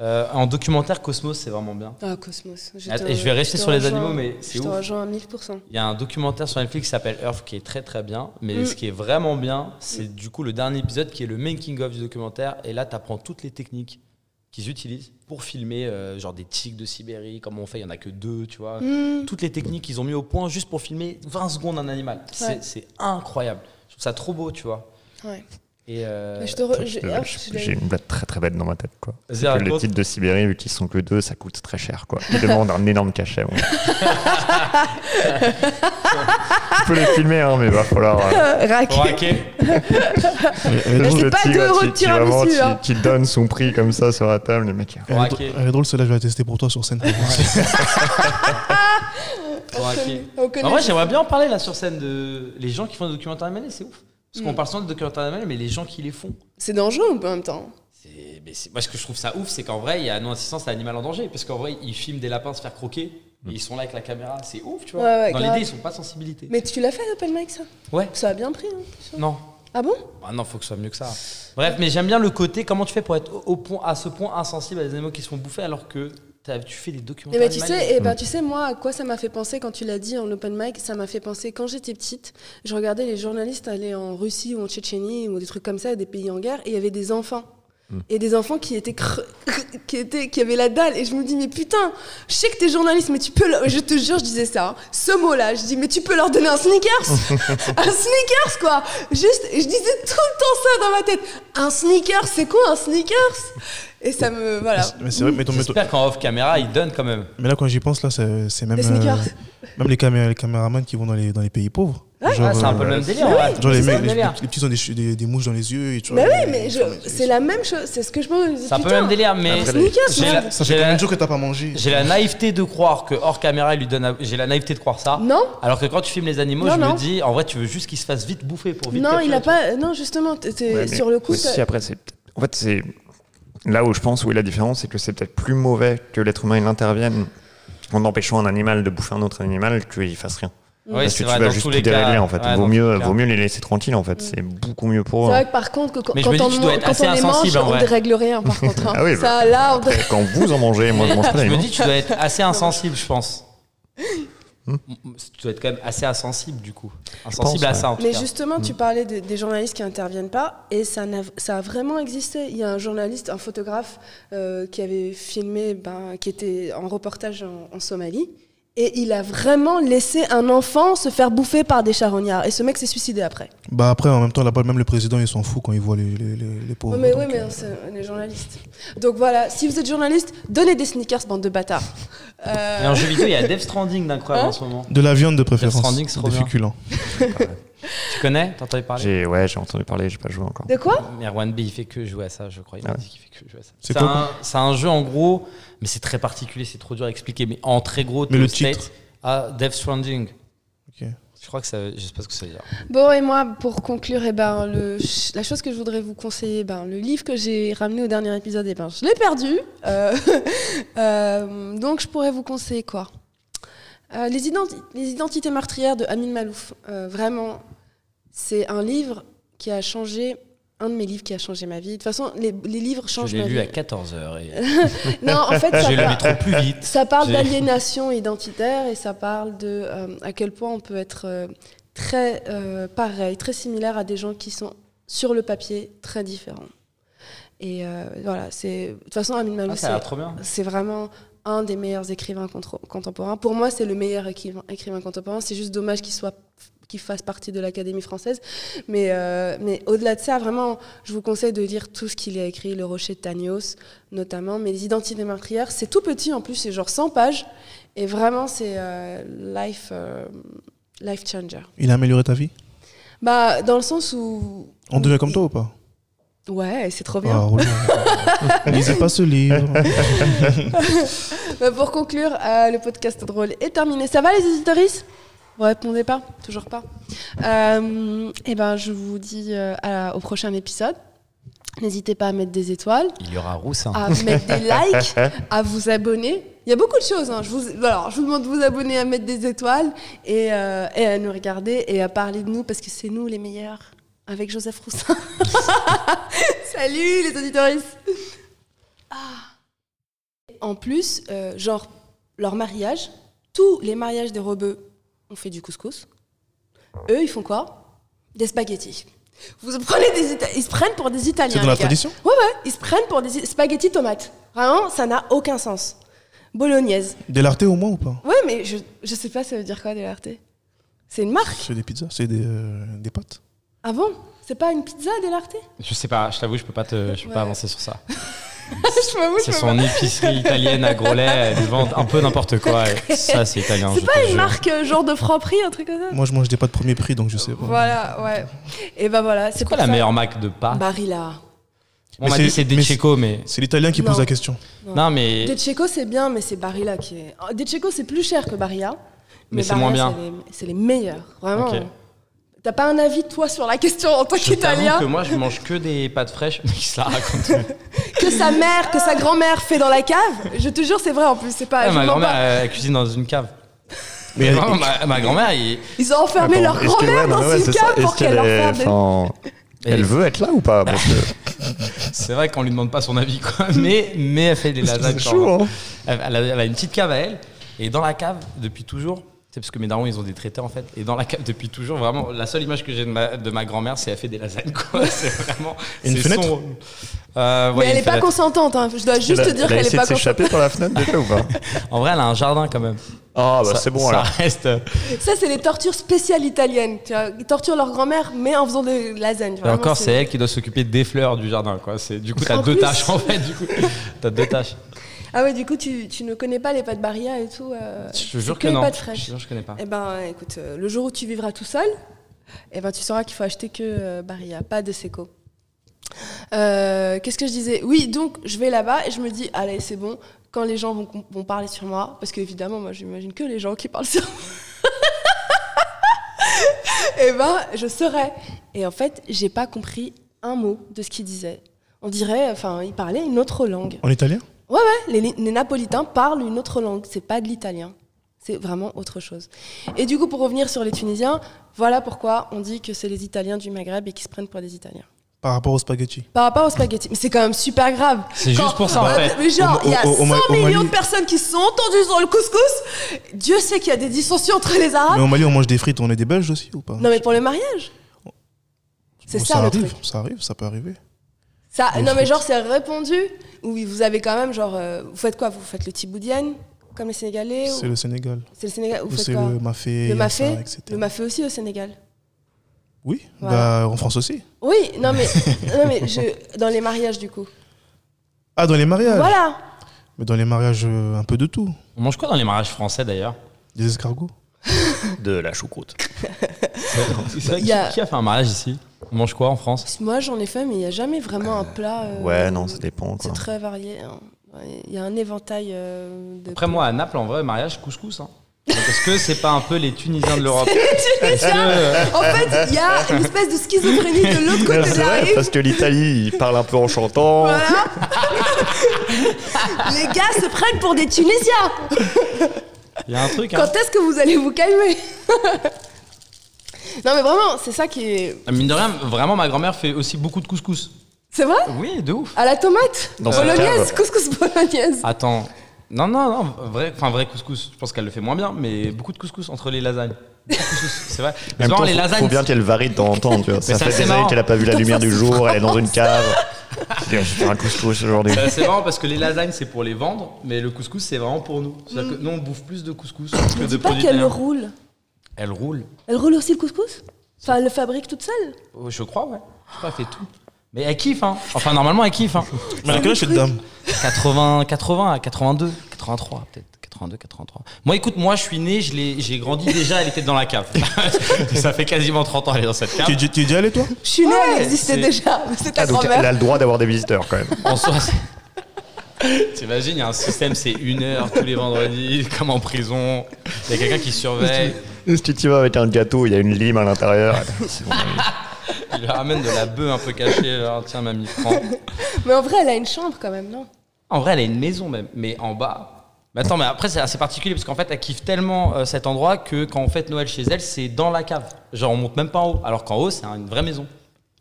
Speaker 4: Euh, en documentaire, Cosmos, c'est vraiment bien.
Speaker 2: Ah, Cosmos.
Speaker 4: Et
Speaker 2: te-
Speaker 4: je vais rester
Speaker 2: te
Speaker 4: sur les
Speaker 2: rejoins.
Speaker 4: animaux, mais c'est
Speaker 2: Je te
Speaker 4: ouf.
Speaker 2: rejoins à 1000%.
Speaker 4: Il y a un documentaire sur Netflix qui s'appelle Earth qui est très très bien, mais
Speaker 2: Mm.
Speaker 4: ce qui est vraiment bien, c'est du coup le dernier épisode qui est le making of du documentaire et là tu apprends toutes les techniques qu'ils utilisent pour filmer euh, genre des tiques de Sibérie, comment on fait, il y en a que deux, tu vois.
Speaker 2: Hmm.
Speaker 4: Toutes les techniques qu'ils ont mis au point juste pour filmer 20 secondes un animal.
Speaker 2: Ouais.
Speaker 4: C'est c'est incroyable. Je trouve ça trop beau, tu vois.
Speaker 2: Ouais.
Speaker 4: Et euh,
Speaker 2: Mais Je te re-
Speaker 3: Je-
Speaker 2: j'ai-
Speaker 3: je-
Speaker 2: hop, je
Speaker 3: je-
Speaker 2: l'ai-
Speaker 3: J'ai une blague très très bête dans ma tête. Quoi.
Speaker 4: vas-y,
Speaker 3: Que le
Speaker 4: raconte.
Speaker 3: titre de Sibérie, vu qu'ils sont que deux, ça coûte très cher. Quoi. Ils demandent un énorme cachet. ouais. je peux les filmer, hein, mais va falloir. euh,
Speaker 2: Raqué.
Speaker 4: Faut raquer.
Speaker 1: Elle est
Speaker 2: c'est
Speaker 1: drôle-
Speaker 3: le
Speaker 2: pas
Speaker 3: tigre
Speaker 2: deux euros
Speaker 3: qui-
Speaker 2: de
Speaker 3: qui
Speaker 2: tiramisu,
Speaker 3: vraiment, qui-
Speaker 2: hein.
Speaker 3: Qui donne son prix comme ça sur la table, les mecs.
Speaker 1: elle est drôle- elle est drôle, celle-là, je vais la tester pour toi sur scène.
Speaker 4: Faut raquer.
Speaker 2: On connaît.
Speaker 4: En vrai, j'aimerais bien en parler là sur scène de les gens qui font des documentaires animaliers, c'est ouf. Parce qu'on
Speaker 2: Mm.
Speaker 4: parle souvent de documentaires animaliers, mais les gens qui les font.
Speaker 2: C'est dangereux ou pas en même temps
Speaker 4: C'est- mais c'est- Moi, ce que je trouve ça ouf, c'est qu'en vrai, il y a non-assistance à l'animal en danger. Parce qu'en vrai, ils filment des lapins se faire croquer. Et ils sont là avec la caméra. C'est ouf, tu vois.
Speaker 2: Ouais, ouais,
Speaker 4: Dans
Speaker 2: grave.
Speaker 4: l'idée, ils sont pas sensibilité.
Speaker 2: Mais tu l'as fait, l'open mic, ça
Speaker 4: Ouais.
Speaker 2: Ça a bien pris. hein, ça.
Speaker 4: Non.
Speaker 2: Ah bon
Speaker 4: Bah non, faut que ce soit mieux que ça. Bref, mais j'aime bien le côté comment tu fais pour être au- au point, à ce point insensible à des animaux qui se font bouffer alors que t'as- tu fais des
Speaker 2: Eh
Speaker 4: documentaires.
Speaker 2: ben, tu
Speaker 4: animaliers.
Speaker 2: sais, eh ben, tu sais, moi, à quoi ça m'a fait penser quand tu l'as dit en open mic Ça m'a fait penser quand j'étais petite, je regardais les journalistes aller en Russie ou en Tchétchénie ou des trucs comme ça, des pays en guerre, et il y avait des enfants. Et des enfants qui étaient, cre- qui étaient qui avaient la dalle. Et je me dis, mais putain, je sais que t'es journaliste, mais tu peux. leur- Je te jure, je disais ça. hein. ce mot-là, je dis, mais tu peux leur donner un sneakers Un sneakers, quoi Juste, et je disais tout le temps ça dans ma tête. Un sneakers, c'est quoi un sneakers Et ça me. Voilà.
Speaker 1: Mais c'est vrai, mais ton- mais ton-
Speaker 4: J'espère qu'en off caméra, ils donnent quand même.
Speaker 1: Mais là, quand j'y pense, là, c'est c'est même. euh,
Speaker 2: Les sneakers.
Speaker 1: même les, camé- les caméramans qui vont dans les, dans les pays pauvres. Genre,
Speaker 4: Ah, c'est un peu le
Speaker 1: euh,
Speaker 4: même délire.
Speaker 2: oui,
Speaker 4: ouais.
Speaker 1: Genre, les,
Speaker 4: C'est
Speaker 1: mecs,
Speaker 4: le
Speaker 1: les,
Speaker 4: délire.
Speaker 1: les petits ont des, che- des, des mouches dans les yeux et tu
Speaker 2: Bah
Speaker 1: vois.
Speaker 2: oui, mais je- c'est la même chose, c'est ce que je me dis.
Speaker 4: C'est un peu le même délire, mais
Speaker 3: Après,
Speaker 2: Sneakers,
Speaker 4: j'ai
Speaker 2: merde.
Speaker 4: la-
Speaker 1: Ça
Speaker 4: j'ai
Speaker 1: fait
Speaker 4: la-
Speaker 1: combien de jours que t'as pas mangé
Speaker 4: J'ai la naïveté de croire que hors caméra, il lui donne. à- J'ai la naïveté de croire ça.
Speaker 2: Non.
Speaker 4: Alors que quand tu filmes les animaux,
Speaker 2: Non,
Speaker 4: je
Speaker 2: non.
Speaker 4: me dis, en vrai, tu veux juste qu'ils se fassent vite bouffer pour vite.
Speaker 2: Non,
Speaker 4: capturer,
Speaker 2: il a
Speaker 4: tu vois.
Speaker 2: pas. Non, justement, t'es- t'es-
Speaker 3: Ouais, mais
Speaker 2: sur le coup.
Speaker 3: aussi,
Speaker 2: t'as-
Speaker 3: après, c'est. En fait, c'est. Là où je pense, où est la différence, c'est que c'est peut-être plus mauvais que l'être humain il intervienne en empêchant un animal de bouffer un autre animal qu'il fasse rien.
Speaker 4: Ouais,
Speaker 3: Parce
Speaker 4: c'est
Speaker 3: que
Speaker 4: vrai,
Speaker 3: tu vas
Speaker 4: dans
Speaker 3: juste
Speaker 4: tous
Speaker 3: tout
Speaker 4: les cas.
Speaker 3: déréguler en fait.
Speaker 4: Ouais,
Speaker 3: vaut,
Speaker 4: dans tous
Speaker 3: mieux,
Speaker 4: les cas.
Speaker 3: vaut mieux les laisser tranquilles en fait. C'est beaucoup
Speaker 2: Mm.
Speaker 3: mieux
Speaker 2: C'est
Speaker 3: pour eux.
Speaker 2: vrai que par contre, que quand,
Speaker 4: Mais je me
Speaker 2: quand
Speaker 4: dis, tu
Speaker 2: on,
Speaker 4: dois
Speaker 2: man-
Speaker 4: être
Speaker 2: quand
Speaker 4: assez
Speaker 2: on les mange,
Speaker 4: insensible, en
Speaker 2: on
Speaker 4: vrai.
Speaker 2: dérègle rien par contre. hein.
Speaker 3: Ah oui,
Speaker 2: ça, là, on dé-
Speaker 3: Après, quand vous en mangez, moi je mange pas
Speaker 4: Je me
Speaker 3: d'ailleurs.
Speaker 4: dis, tu dois être assez insensible, je pense.
Speaker 3: Hmm.
Speaker 4: Tu dois être quand même assez insensible du coup. Insensible
Speaker 3: pense,
Speaker 4: à ça en tout
Speaker 2: Mais
Speaker 4: cas.
Speaker 2: justement, tu parlais de- des journalistes qui interviennent pas, et ça, n'a- ça a vraiment existé. Il y a un journaliste, un photographe, euh, qui avait filmé, ben, qui était en reportage en, en Somalie, et il a vraiment laissé un enfant se faire bouffer par des charognards. Et ce mec s'est suicidé après.
Speaker 1: Bah après, en même temps, là-bas, même le président, il s'en fout quand il voit les, les, les, les
Speaker 4: Oh,
Speaker 1: pauvres.
Speaker 2: Oui, mais,
Speaker 1: donc,
Speaker 2: oui, mais
Speaker 1: euh,
Speaker 2: c'est les journalistes. Donc voilà, si vous êtes journaliste, donnez des sneakers, bande de bâtards. Euh,
Speaker 4: Et en jeu vidéo, il y a Death Stranding d'incroyable
Speaker 2: Hein
Speaker 4: en ce moment.
Speaker 1: De la viande de préférence. hein.
Speaker 4: Stranding, c'est trop
Speaker 1: Des
Speaker 4: bien.
Speaker 1: féculents.
Speaker 4: Tu connais T'as entendu parler
Speaker 3: J'ai ouais, j'ai entendu parler, j'ai pas joué encore.
Speaker 2: de quoi
Speaker 4: Merwan B, il fait que jouer à ça, je crois. Il m'a
Speaker 3: Ah ouais.
Speaker 4: dit qu'il fait que jouer à ça.
Speaker 1: C'est
Speaker 4: C'est
Speaker 1: quoi
Speaker 4: un, c'est un jeu en gros, mais c'est très particulier, c'est trop dur à expliquer. Mais en très gros,
Speaker 1: Mais le
Speaker 4: t'es aux
Speaker 1: titre
Speaker 4: States. Ah, Death Stranding.
Speaker 1: Ok.
Speaker 4: Je crois que ça. Je sais pas ce que ça veut dire.
Speaker 2: Bon, et moi, pour conclure, eh ben, le, ch- la chose que je voudrais vous conseiller, ben, le livre que j'ai ramené au dernier épisode, eh ben, je l'ai perdu. Euh, euh, donc, je pourrais vous conseiller quoi Euh, les, identi- les Identités meurtrières de Amin Malouf. Euh, vraiment, c'est un livre qui a changé, un de mes livres qui a changé ma vie. De toute façon, les, les livres changent
Speaker 4: Je
Speaker 2: ma
Speaker 4: l'ai
Speaker 2: vie.
Speaker 4: lu à 14h et
Speaker 2: Non, en fait, ça
Speaker 4: j'ai lu
Speaker 2: part-
Speaker 4: trop plus vite.
Speaker 2: ça parle
Speaker 4: J'ai-
Speaker 2: d'aliénation identitaire et ça parle de euh, à quel point on peut être euh, très euh, pareil, très similaire à des gens qui sont sur le papier très différents. Et euh, voilà, c'est de toute façon Amin
Speaker 4: Ah,
Speaker 2: Malouf,
Speaker 4: ça a l'air trop bien.
Speaker 2: c'est- c'est vraiment un des meilleurs écrivains contro- contemporains. Pour moi, c'est le meilleur écrivain, écrivain contemporain. C'est juste dommage qu'il soit qu'il fasse partie de l'Académie française. Mais, euh, mais au-delà de ça, vraiment, je vous conseille de lire tout ce qu'il a écrit, Le Rocher de Tanios, notamment, mais les identités meurtrières. C'est tout petit en plus, c'est genre 100 pages. Et vraiment, c'est euh, life, euh, life changer.
Speaker 1: Il a amélioré ta vie
Speaker 2: Bah, dans le sens où.
Speaker 1: On devient comme toi ou pas
Speaker 2: Ouais, c'est trop bien.
Speaker 1: Ah, roulement. Lisez pas ce livre.
Speaker 2: Bah, pour conclure, euh, le podcast drôle est terminé. Ça va les éditoristes Vous répondez pas Toujours pas Et ben, je vous dis euh, à- au prochain épisode. N'hésitez pas à mettre des étoiles.
Speaker 4: Il y aura Roussin.
Speaker 2: à mettre des likes, à vous abonner. Il y a beaucoup de choses. hein. Je, vous, alors, je vous demande de vous abonner, à mettre des étoiles et, euh, et à nous regarder et à parler de nous parce que c'est nous les meilleurs avec Joseph Roussin. Salut les auditoristes Ah. En plus, euh, genre, leur mariage, tous les mariages des rebeux ont fait du couscous. Eux, ils font quoi Des spaghettis. Vous prenez des Ita- ils se prennent pour des Italiens.
Speaker 1: C'est dans la
Speaker 2: les gars.
Speaker 1: tradition
Speaker 2: Ouais, ouais, ils se prennent pour des spaghettis tomates. Vraiment, ça n'a aucun sens. Bolognaise.
Speaker 1: Des lartés au moins ou pas
Speaker 2: Ouais, mais je, je sais pas, ça veut dire quoi, Delarte C'est une marque
Speaker 1: C'est des pizzas, c'est des, euh, des pâtes.
Speaker 2: Ah bon C'est pas une pizza, Delarte
Speaker 4: Je sais pas, je t'avoue, je peux pas te, je peux
Speaker 2: Ouais.
Speaker 4: pas avancer sur ça.
Speaker 2: Je m'avoue, je
Speaker 4: C'est
Speaker 2: peux
Speaker 4: son épicerie italienne à Groslay, elle vend un peu n'importe quoi. et ça, c'est italien.
Speaker 2: pas. C'est
Speaker 4: je
Speaker 2: pas
Speaker 4: te
Speaker 2: une
Speaker 4: jure.
Speaker 2: marque euh, genre de franprix, un truc comme ça
Speaker 1: Moi, je mange des pâtes premier prix, donc je sais pas.
Speaker 2: Voilà, ouais. Et ben voilà, c'est
Speaker 4: C'est quoi
Speaker 2: pour
Speaker 4: la
Speaker 2: ça. Bah.
Speaker 4: meilleure marque de pâtes
Speaker 2: Barilla.
Speaker 4: On
Speaker 1: Mais
Speaker 4: m'a
Speaker 1: c'est-
Speaker 4: dit c'est des
Speaker 1: mais
Speaker 4: Checo, mais.
Speaker 1: C'est l'italien qui
Speaker 2: Non.
Speaker 1: pose la question.
Speaker 4: Non, mais.
Speaker 2: De Checo, c'est bien, mais c'est Barilla qui est. De Checo, c'est plus cher que Barilla.
Speaker 4: Mais c'est moins
Speaker 2: Barilla,
Speaker 4: bien.
Speaker 2: c'est les- C'est les, meilleurs, vraiment.
Speaker 4: Ok.
Speaker 2: T'as pas un avis, toi, sur la question en tant
Speaker 4: Je t'avoue
Speaker 2: qu'Italien
Speaker 4: que moi je mange que des pâtes fraîches, mais qui se la raconte.
Speaker 2: que sa mère, que sa grand-mère fait dans la cave. Je te jure, c'est vrai en plus, c'est pas.
Speaker 4: Ouais,
Speaker 2: Ah, je
Speaker 4: Ah, ma
Speaker 2: mens
Speaker 4: grand-mère
Speaker 2: pas.
Speaker 4: elle cuisine dans une cave. Mais ma, ma grand-mère, il-
Speaker 2: Ils ont enfermé
Speaker 3: Attends,
Speaker 2: leur
Speaker 3: Ah, est-ce que-
Speaker 2: grand-mère
Speaker 3: ouais, non,
Speaker 2: dans
Speaker 3: ouais,
Speaker 2: une
Speaker 3: c'est
Speaker 2: cave
Speaker 3: ça.
Speaker 2: pour
Speaker 3: Est-ce
Speaker 2: qu'elle leur
Speaker 3: est-
Speaker 2: fasse des.
Speaker 3: enfin, Elle veut être là ou pas Parce que
Speaker 4: c'est vrai qu'on lui demande pas son avis, quoi. Mais, mais elle fait des
Speaker 3: c'est
Speaker 4: lasagnes.
Speaker 3: chaud,
Speaker 4: genre.
Speaker 3: hein.
Speaker 4: Elle, elle a, elle a une petite cave à elle. Et dans la cave, depuis toujours, c'est parce que mes darons, ils ont des traités en fait. Et dans la cave, depuis toujours, vraiment, la seule image que j'ai de ma, de ma grand-mère, c'est elle fait des lasagnes, quoi. C'est vraiment.
Speaker 1: Une
Speaker 4: c'est
Speaker 1: fenêtre
Speaker 4: son rôle. Euh, ouais,
Speaker 2: Mais elle
Speaker 4: une
Speaker 2: est pas
Speaker 4: fenêtre.
Speaker 2: consentante, hein. je dois
Speaker 3: Elle
Speaker 2: juste
Speaker 3: a-
Speaker 2: te dire
Speaker 3: elle a
Speaker 2: qu'elle est
Speaker 3: essayé
Speaker 2: pas
Speaker 3: de
Speaker 2: consentante.
Speaker 3: s'échapper par la fenêtre déjà ou pas
Speaker 4: En vrai, elle a un jardin quand même.
Speaker 3: Ah bah
Speaker 4: Ça-
Speaker 3: c'est bon
Speaker 4: Ça
Speaker 3: alors.
Speaker 4: reste. euh,
Speaker 2: Ça, c'est les tortures spéciales italiennes. tu vois. Ils torturent leur grand-mère, mais en faisant des lasagnes.
Speaker 4: Et
Speaker 2: vraiment,
Speaker 4: encore, c'est elle qui doit s'occuper des fleurs du jardin, quoi. C'est du coup, t'as
Speaker 2: En
Speaker 4: deux
Speaker 2: plus.
Speaker 4: tâches en fait. Du coup, t'as deux tâches.
Speaker 2: Ah ouais, du coup, tu, tu ne connais pas les pâtes barilla et tout. euh,
Speaker 4: Je te
Speaker 2: c'est
Speaker 4: jure que,
Speaker 2: que les
Speaker 4: non.
Speaker 2: pâtes
Speaker 4: Je te
Speaker 2: fraîches.
Speaker 4: jure, je connais pas.
Speaker 2: Eh ben, écoute, euh, le jour où tu vivras tout seul, eh ben, tu sauras qu'il faut acheter que euh, Barilla, pas de Seco. Euh, Qu'est-ce que je disais Oui, donc je vais là-bas et je me dis, allez, c'est bon, quand les gens vont, com- vont parler sur moi, parce qu'évidemment, moi, j'imagine que les gens qui parlent sur moi. eh ben, je saurai. Et en fait, j'ai pas compris un mot de ce qu'il disait. On dirait, enfin, il parlait une autre langue.
Speaker 1: En italien
Speaker 2: Les, les Napolitains parlent une autre langue, c'est pas de l'italien. C'est vraiment autre chose. Et du coup, pour revenir sur les Tunisiens, voilà pourquoi on dit que c'est les Italiens du Maghreb et qui se prennent pour des Italiens.
Speaker 1: par rapport aux spaghettis.
Speaker 2: Par rapport aux spaghettis. Mais c'est quand même super grave.
Speaker 4: C'est
Speaker 2: Quand-
Speaker 4: juste pour ça, en
Speaker 2: euh,
Speaker 4: fait.
Speaker 2: Mais genre,
Speaker 1: Au-
Speaker 2: il y a
Speaker 1: au-
Speaker 2: 100
Speaker 1: au- au Ma- au
Speaker 2: millions
Speaker 1: Mali-
Speaker 2: de personnes qui se sont entendues sur le couscous. Dieu sait qu'il y a des dissensions entre les Arabes.
Speaker 1: Mais au Mali, on mange des frites, on est des Belges aussi ou pas
Speaker 2: Ah. Non, mais pour le mariage. C'est
Speaker 1: Bon,
Speaker 2: ça, le
Speaker 1: arrive,
Speaker 2: truc.
Speaker 1: Ça arrive, ça peut arriver.
Speaker 2: Ça,
Speaker 1: Les
Speaker 2: non, mais
Speaker 1: frites.
Speaker 2: genre, c'est répandu. Oui, vous avez quand même, genre, euh, vous faites quoi Vous faites le tiboudienne, comme les Sénégalais ou-
Speaker 1: C'est le Sénégal.
Speaker 2: C'est le Sénégal. Vous
Speaker 1: Ou
Speaker 2: faites
Speaker 1: c'est
Speaker 2: quoi
Speaker 1: le mafé,
Speaker 2: Le
Speaker 1: yassa,
Speaker 2: mafé
Speaker 1: etc.
Speaker 2: Le mafé aussi au Sénégal.
Speaker 1: Oui,
Speaker 2: Voilà.
Speaker 1: bah, en France aussi.
Speaker 2: Oui, non, mais, non, mais je, dans les mariages, du coup.
Speaker 1: Ah, dans les mariages
Speaker 2: Voilà.
Speaker 1: Mais dans les mariages, euh, un peu de tout.
Speaker 4: On mange quoi dans les mariages français d'ailleurs
Speaker 1: Des escargots.
Speaker 3: De la choucroute.
Speaker 4: C'est vrai,
Speaker 2: Il y a-
Speaker 4: qui, qui a fait un mariage ici On mange quoi en France
Speaker 2: Moi, j'en ai fait, mais il n'y a jamais vraiment un plat. euh,
Speaker 3: Ouais, non, ça dépend.
Speaker 2: C'est
Speaker 3: Quoi.
Speaker 2: très varié. hein. Ouais, Il y a un éventail euh, de.
Speaker 4: Après, moi, à Naples, en vrai, mariage, couscous. Hein. Est-ce que c'est pas un peu les Tunisiens de l'Europe Est-ce que, euh,
Speaker 2: En fait, il y a une espèce de schizophrénie de l'autre
Speaker 3: Ouais,
Speaker 2: côté de
Speaker 3: c'est
Speaker 2: la
Speaker 3: vrai,
Speaker 2: rive.
Speaker 3: parce que l'Italie, il parle un peu en chantant.
Speaker 2: Voilà. Les gars se prennent pour des Tunisiens.
Speaker 4: Il y a un truc. Hein.
Speaker 2: Quand est-ce que vous allez vous calmer Non, mais vraiment, c'est ça qui est.
Speaker 4: Euh, Mine de rien, vraiment, ma grand-mère fait aussi beaucoup de couscous.
Speaker 2: C'est vrai
Speaker 4: Oui, de ouf.
Speaker 2: À la tomate
Speaker 3: Dans sa
Speaker 2: Bolognaise,
Speaker 3: cave.
Speaker 2: couscous bolognaise.
Speaker 4: Attends. Non, non, non, vrai, enfin, vrai couscous. Je pense qu'elle le fait moins bien, mais beaucoup de couscous entre les lasagnes. Beaucoup de couscous, c'est vrai. Mais
Speaker 3: En même
Speaker 4: vraiment,
Speaker 3: temps,
Speaker 4: les
Speaker 3: faut-
Speaker 4: lasagnes.
Speaker 3: faut bien qu'elle varie de temps en temps, tu vois. Ça
Speaker 4: ça,
Speaker 3: fait
Speaker 4: c'est
Speaker 3: des
Speaker 4: marrant.
Speaker 3: années qu'elle a pas vu la lumière du jour, elle est dans une cave. Je vais faire un couscous aujourd'hui.
Speaker 4: Euh, c'est marrant parce que les lasagnes c'est pour les vendre, mais le couscous c'est vraiment pour nous. C'est-à-dire que nous on bouffe plus de couscous que
Speaker 2: Je
Speaker 4: de
Speaker 2: Mm. dis pas
Speaker 4: produits
Speaker 2: qu'elle le
Speaker 4: italiens.
Speaker 2: roule.
Speaker 4: Elle roule.
Speaker 2: Elle roule aussi le couscous Enfin, elle le fabrique toute seule
Speaker 4: Oh, Je crois, ouais. Je crois, elle fait tout. Mais elle kiffe, hein. Enfin, normalement, elle kiffe, hein.
Speaker 1: Mais à quel âge cette dame
Speaker 4: 80, 80, 82, 83, peut-être. 82, 83. Moi, écoute, moi, je suis né, je l'ai- j'ai grandi déjà, elle était dans la cave. Ça fait quasiment 30 ans, elle est dans cette cave.
Speaker 1: Tu es- tu es déjà allé, toi
Speaker 2: Je suis née, elle existait
Speaker 4: c'est-
Speaker 2: déjà. mais C'est ta
Speaker 3: Ah, donc
Speaker 2: grand-mère.
Speaker 3: elle a le droit d'avoir des visiteurs quand même.
Speaker 4: En soi, c'est- T'imagines, il y a un système, c'est une heure tous les vendredis, comme en prison. Il y a quelqu'un qui surveille,
Speaker 3: Si tu y vas avec un gâteau, il y a une lime à l'intérieur. C'est bon.
Speaker 4: il lui ramène de la bœuf un peu cachée. genre, Tiens, mamie, prends.
Speaker 2: Mais en vrai, elle a une chambre quand même, non
Speaker 4: En vrai, elle a une maison même, mais en bas. Mais attends, mais après, c'est assez particulier parce qu'en fait, elle kiffe tellement euh, cet endroit que quand on fête Noël chez elle, c'est dans la cave. Genre, on monte même pas en haut, alors qu'en haut, c'est une vraie maison.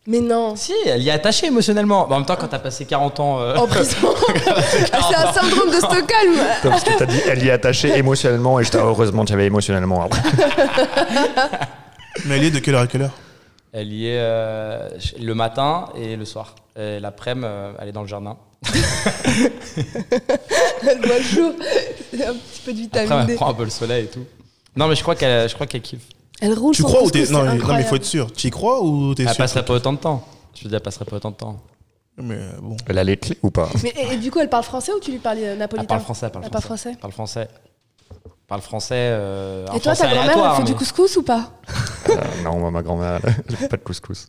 Speaker 2: Mais non.
Speaker 4: Si, elle y est attachée émotionnellement. Mais en même temps, quand t'as passé 40 ans. euh,
Speaker 2: En prison. Ah, C'est un syndrome de Stockholm.
Speaker 3: Parce que t'as dit, elle y est attachée émotionnellement et j'étais ah, heureusement qu'il y avait émotionnellement. après.
Speaker 1: Mais elle y est de quelle heure à quelle heure
Speaker 4: Elle y est euh, le matin et le soir. Et L'après-midi, euh, elle est dans le jardin.
Speaker 2: Elle voit le jour. C'est un petit peu de
Speaker 4: Après,
Speaker 2: vitamine
Speaker 4: elle
Speaker 2: D.
Speaker 4: prend un peu le soleil et tout. Non, mais je crois qu'elle je crois qu'elle kiffe.
Speaker 2: Elle roule
Speaker 1: Tu
Speaker 2: son
Speaker 1: crois ou
Speaker 2: couscous,
Speaker 1: t'es. Non,
Speaker 2: c'est
Speaker 1: mais- non, mais il faut
Speaker 2: incroyable.
Speaker 1: être sûr. Tu y crois ou t'es
Speaker 4: Elle
Speaker 1: sûr
Speaker 4: passerait pas autant de temps. Je veux dire, elle passerait pas autant de temps.
Speaker 1: Mais euh, bon.
Speaker 3: Elle a les clés ou pas
Speaker 2: Mais et, et du coup, elle parle français ou tu lui parles euh, napolitain
Speaker 4: Elle parle français, elle parle
Speaker 2: Elle parle
Speaker 4: français.
Speaker 2: français.
Speaker 4: Elle parle français. Elle Parle français. euh, un
Speaker 2: Et toi,
Speaker 4: français
Speaker 2: ta grand-mère, elle
Speaker 4: aléatoire,
Speaker 2: fait du
Speaker 4: mais-
Speaker 2: couscous ou pas
Speaker 3: Euh, Non, moi, ma grand-mère, elle fait pas de couscous.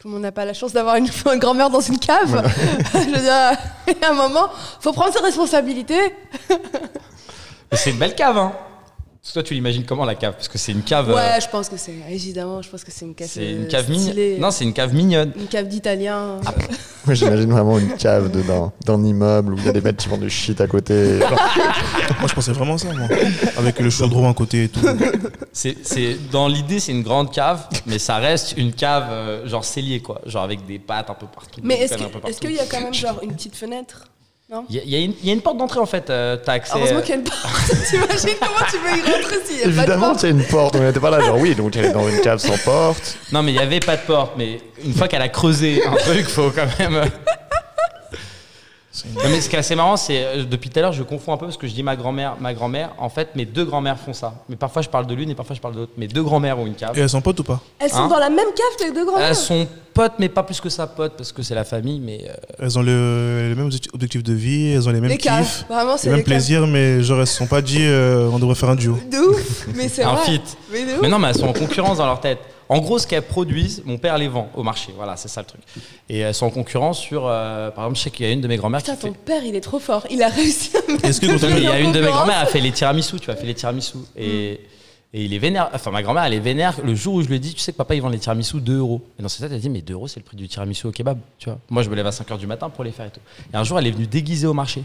Speaker 2: Tout le monde n'a pas la chance d'avoir une, une grand-mère dans une cave. Je veux dire, à un moment, faut prendre ses responsabilités.
Speaker 4: Mais c'est une belle cave, hein. Parce que toi, tu l'imagines comment la cave Parce que c'est une cave. euh,
Speaker 2: Ouais, je pense que c'est évidemment, je pense que c'est une cave.
Speaker 4: c'est une
Speaker 2: euh,
Speaker 4: cave mignonne.
Speaker 2: stylée.
Speaker 4: Non, Ah, c'est une cave mignonne.
Speaker 2: une cave d'italien.
Speaker 3: Moi, J'imagine vraiment une cave dedans, d'un immeuble où il y a des mecs qui vendent du shit à côté.
Speaker 1: Moi, je pensais vraiment ça, moi. Avec le chaudron à côté et tout.
Speaker 4: C'est, c'est- dans l'idée, c'est une grande cave, mais ça reste une cave euh, genre cellier, quoi. Genre avec des pattes un peu partout.
Speaker 2: Mais
Speaker 4: des
Speaker 2: est-ce
Speaker 4: fenêtres un
Speaker 2: que-
Speaker 4: peu
Speaker 2: est-ce qu'il
Speaker 4: partout.
Speaker 2: y a quand même genre une petite fenêtre Non
Speaker 4: Il y a- il y, a une- il y a une porte d'entrée en fait, euh, t'as accès.
Speaker 2: Heureusement qu'il y a une porte. T'imagines comment tu veux y rentrer s'il y a
Speaker 3: Évidemment
Speaker 2: pas de porte
Speaker 3: qu'il y a une porte, on n'était pas là, genre oui, donc elle est dans une cave sans porte.
Speaker 4: Non, mais il n'y avait pas de porte, mais une fois qu'elle a creusé un truc, faut quand même. euh. Non, mais ce qui est assez marrant, c'est euh, depuis tout à l'heure, je confonds un peu parce que je dis ma grand-mère, ma grand-mère. En fait, mes deux grand-mères font ça. Mais parfois, je parle de l'une et parfois, je parle de l'autre. Mes deux grand-mères ont une cave.
Speaker 1: Et elles sont potes ou pas
Speaker 2: Elles sont
Speaker 4: Hein
Speaker 2: dans la même cave, les deux grands-mères.
Speaker 4: Elles sont potes, Euh, mais pas plus que ça, potes, parce que c'est la famille. Mais euh,
Speaker 1: Elles ont le- les mêmes objecti- objectifs de vie, elles ont les mêmes
Speaker 2: Les caves,
Speaker 1: kiffs,
Speaker 2: vraiment,
Speaker 1: les
Speaker 2: c'est
Speaker 1: mêmes
Speaker 2: les caves.
Speaker 1: plaisirs, mais genre, elles se sont pas dit euh, on devrait faire un duo.
Speaker 2: De ouf, mais c'est
Speaker 4: Un
Speaker 2: vrai.
Speaker 4: feat.
Speaker 2: Mais de
Speaker 4: Mais
Speaker 2: ouf.
Speaker 4: non, mais elles sont en concurrence dans leur tête. En gros, ce qu'elles produisent, mon père les vend au marché. Voilà, c'est ça le truc. Et elles sont en concurrence sur. euh, par exemple, je sais qu'il y a une de mes grand-mères qui
Speaker 2: Putain, ton
Speaker 4: fait.
Speaker 2: père, il est trop fort. Il a réussi à mettre
Speaker 1: Est-ce que
Speaker 2: deux
Speaker 1: quand t'as-
Speaker 2: filles
Speaker 4: Il y
Speaker 2: en
Speaker 4: a une de mes
Speaker 2: concurrence.
Speaker 4: grand-mères, elle fait les tiramisu, tu vois, elle fait les tiramisu. Et, et il est vénère. Enfin, ma grand-mère, elle est vénère. Le jour où je lui ai dit, tu sais que papa, il vend les tiramisu 2 euros. Et dans cette tête, elle dit, mais 2 euros, c'est le prix du tiramisu au kebab, tu vois. Moi, je me lève à 5 heures du matin pour les faire et tout. Et un jour, elle est venue déguisée au marché.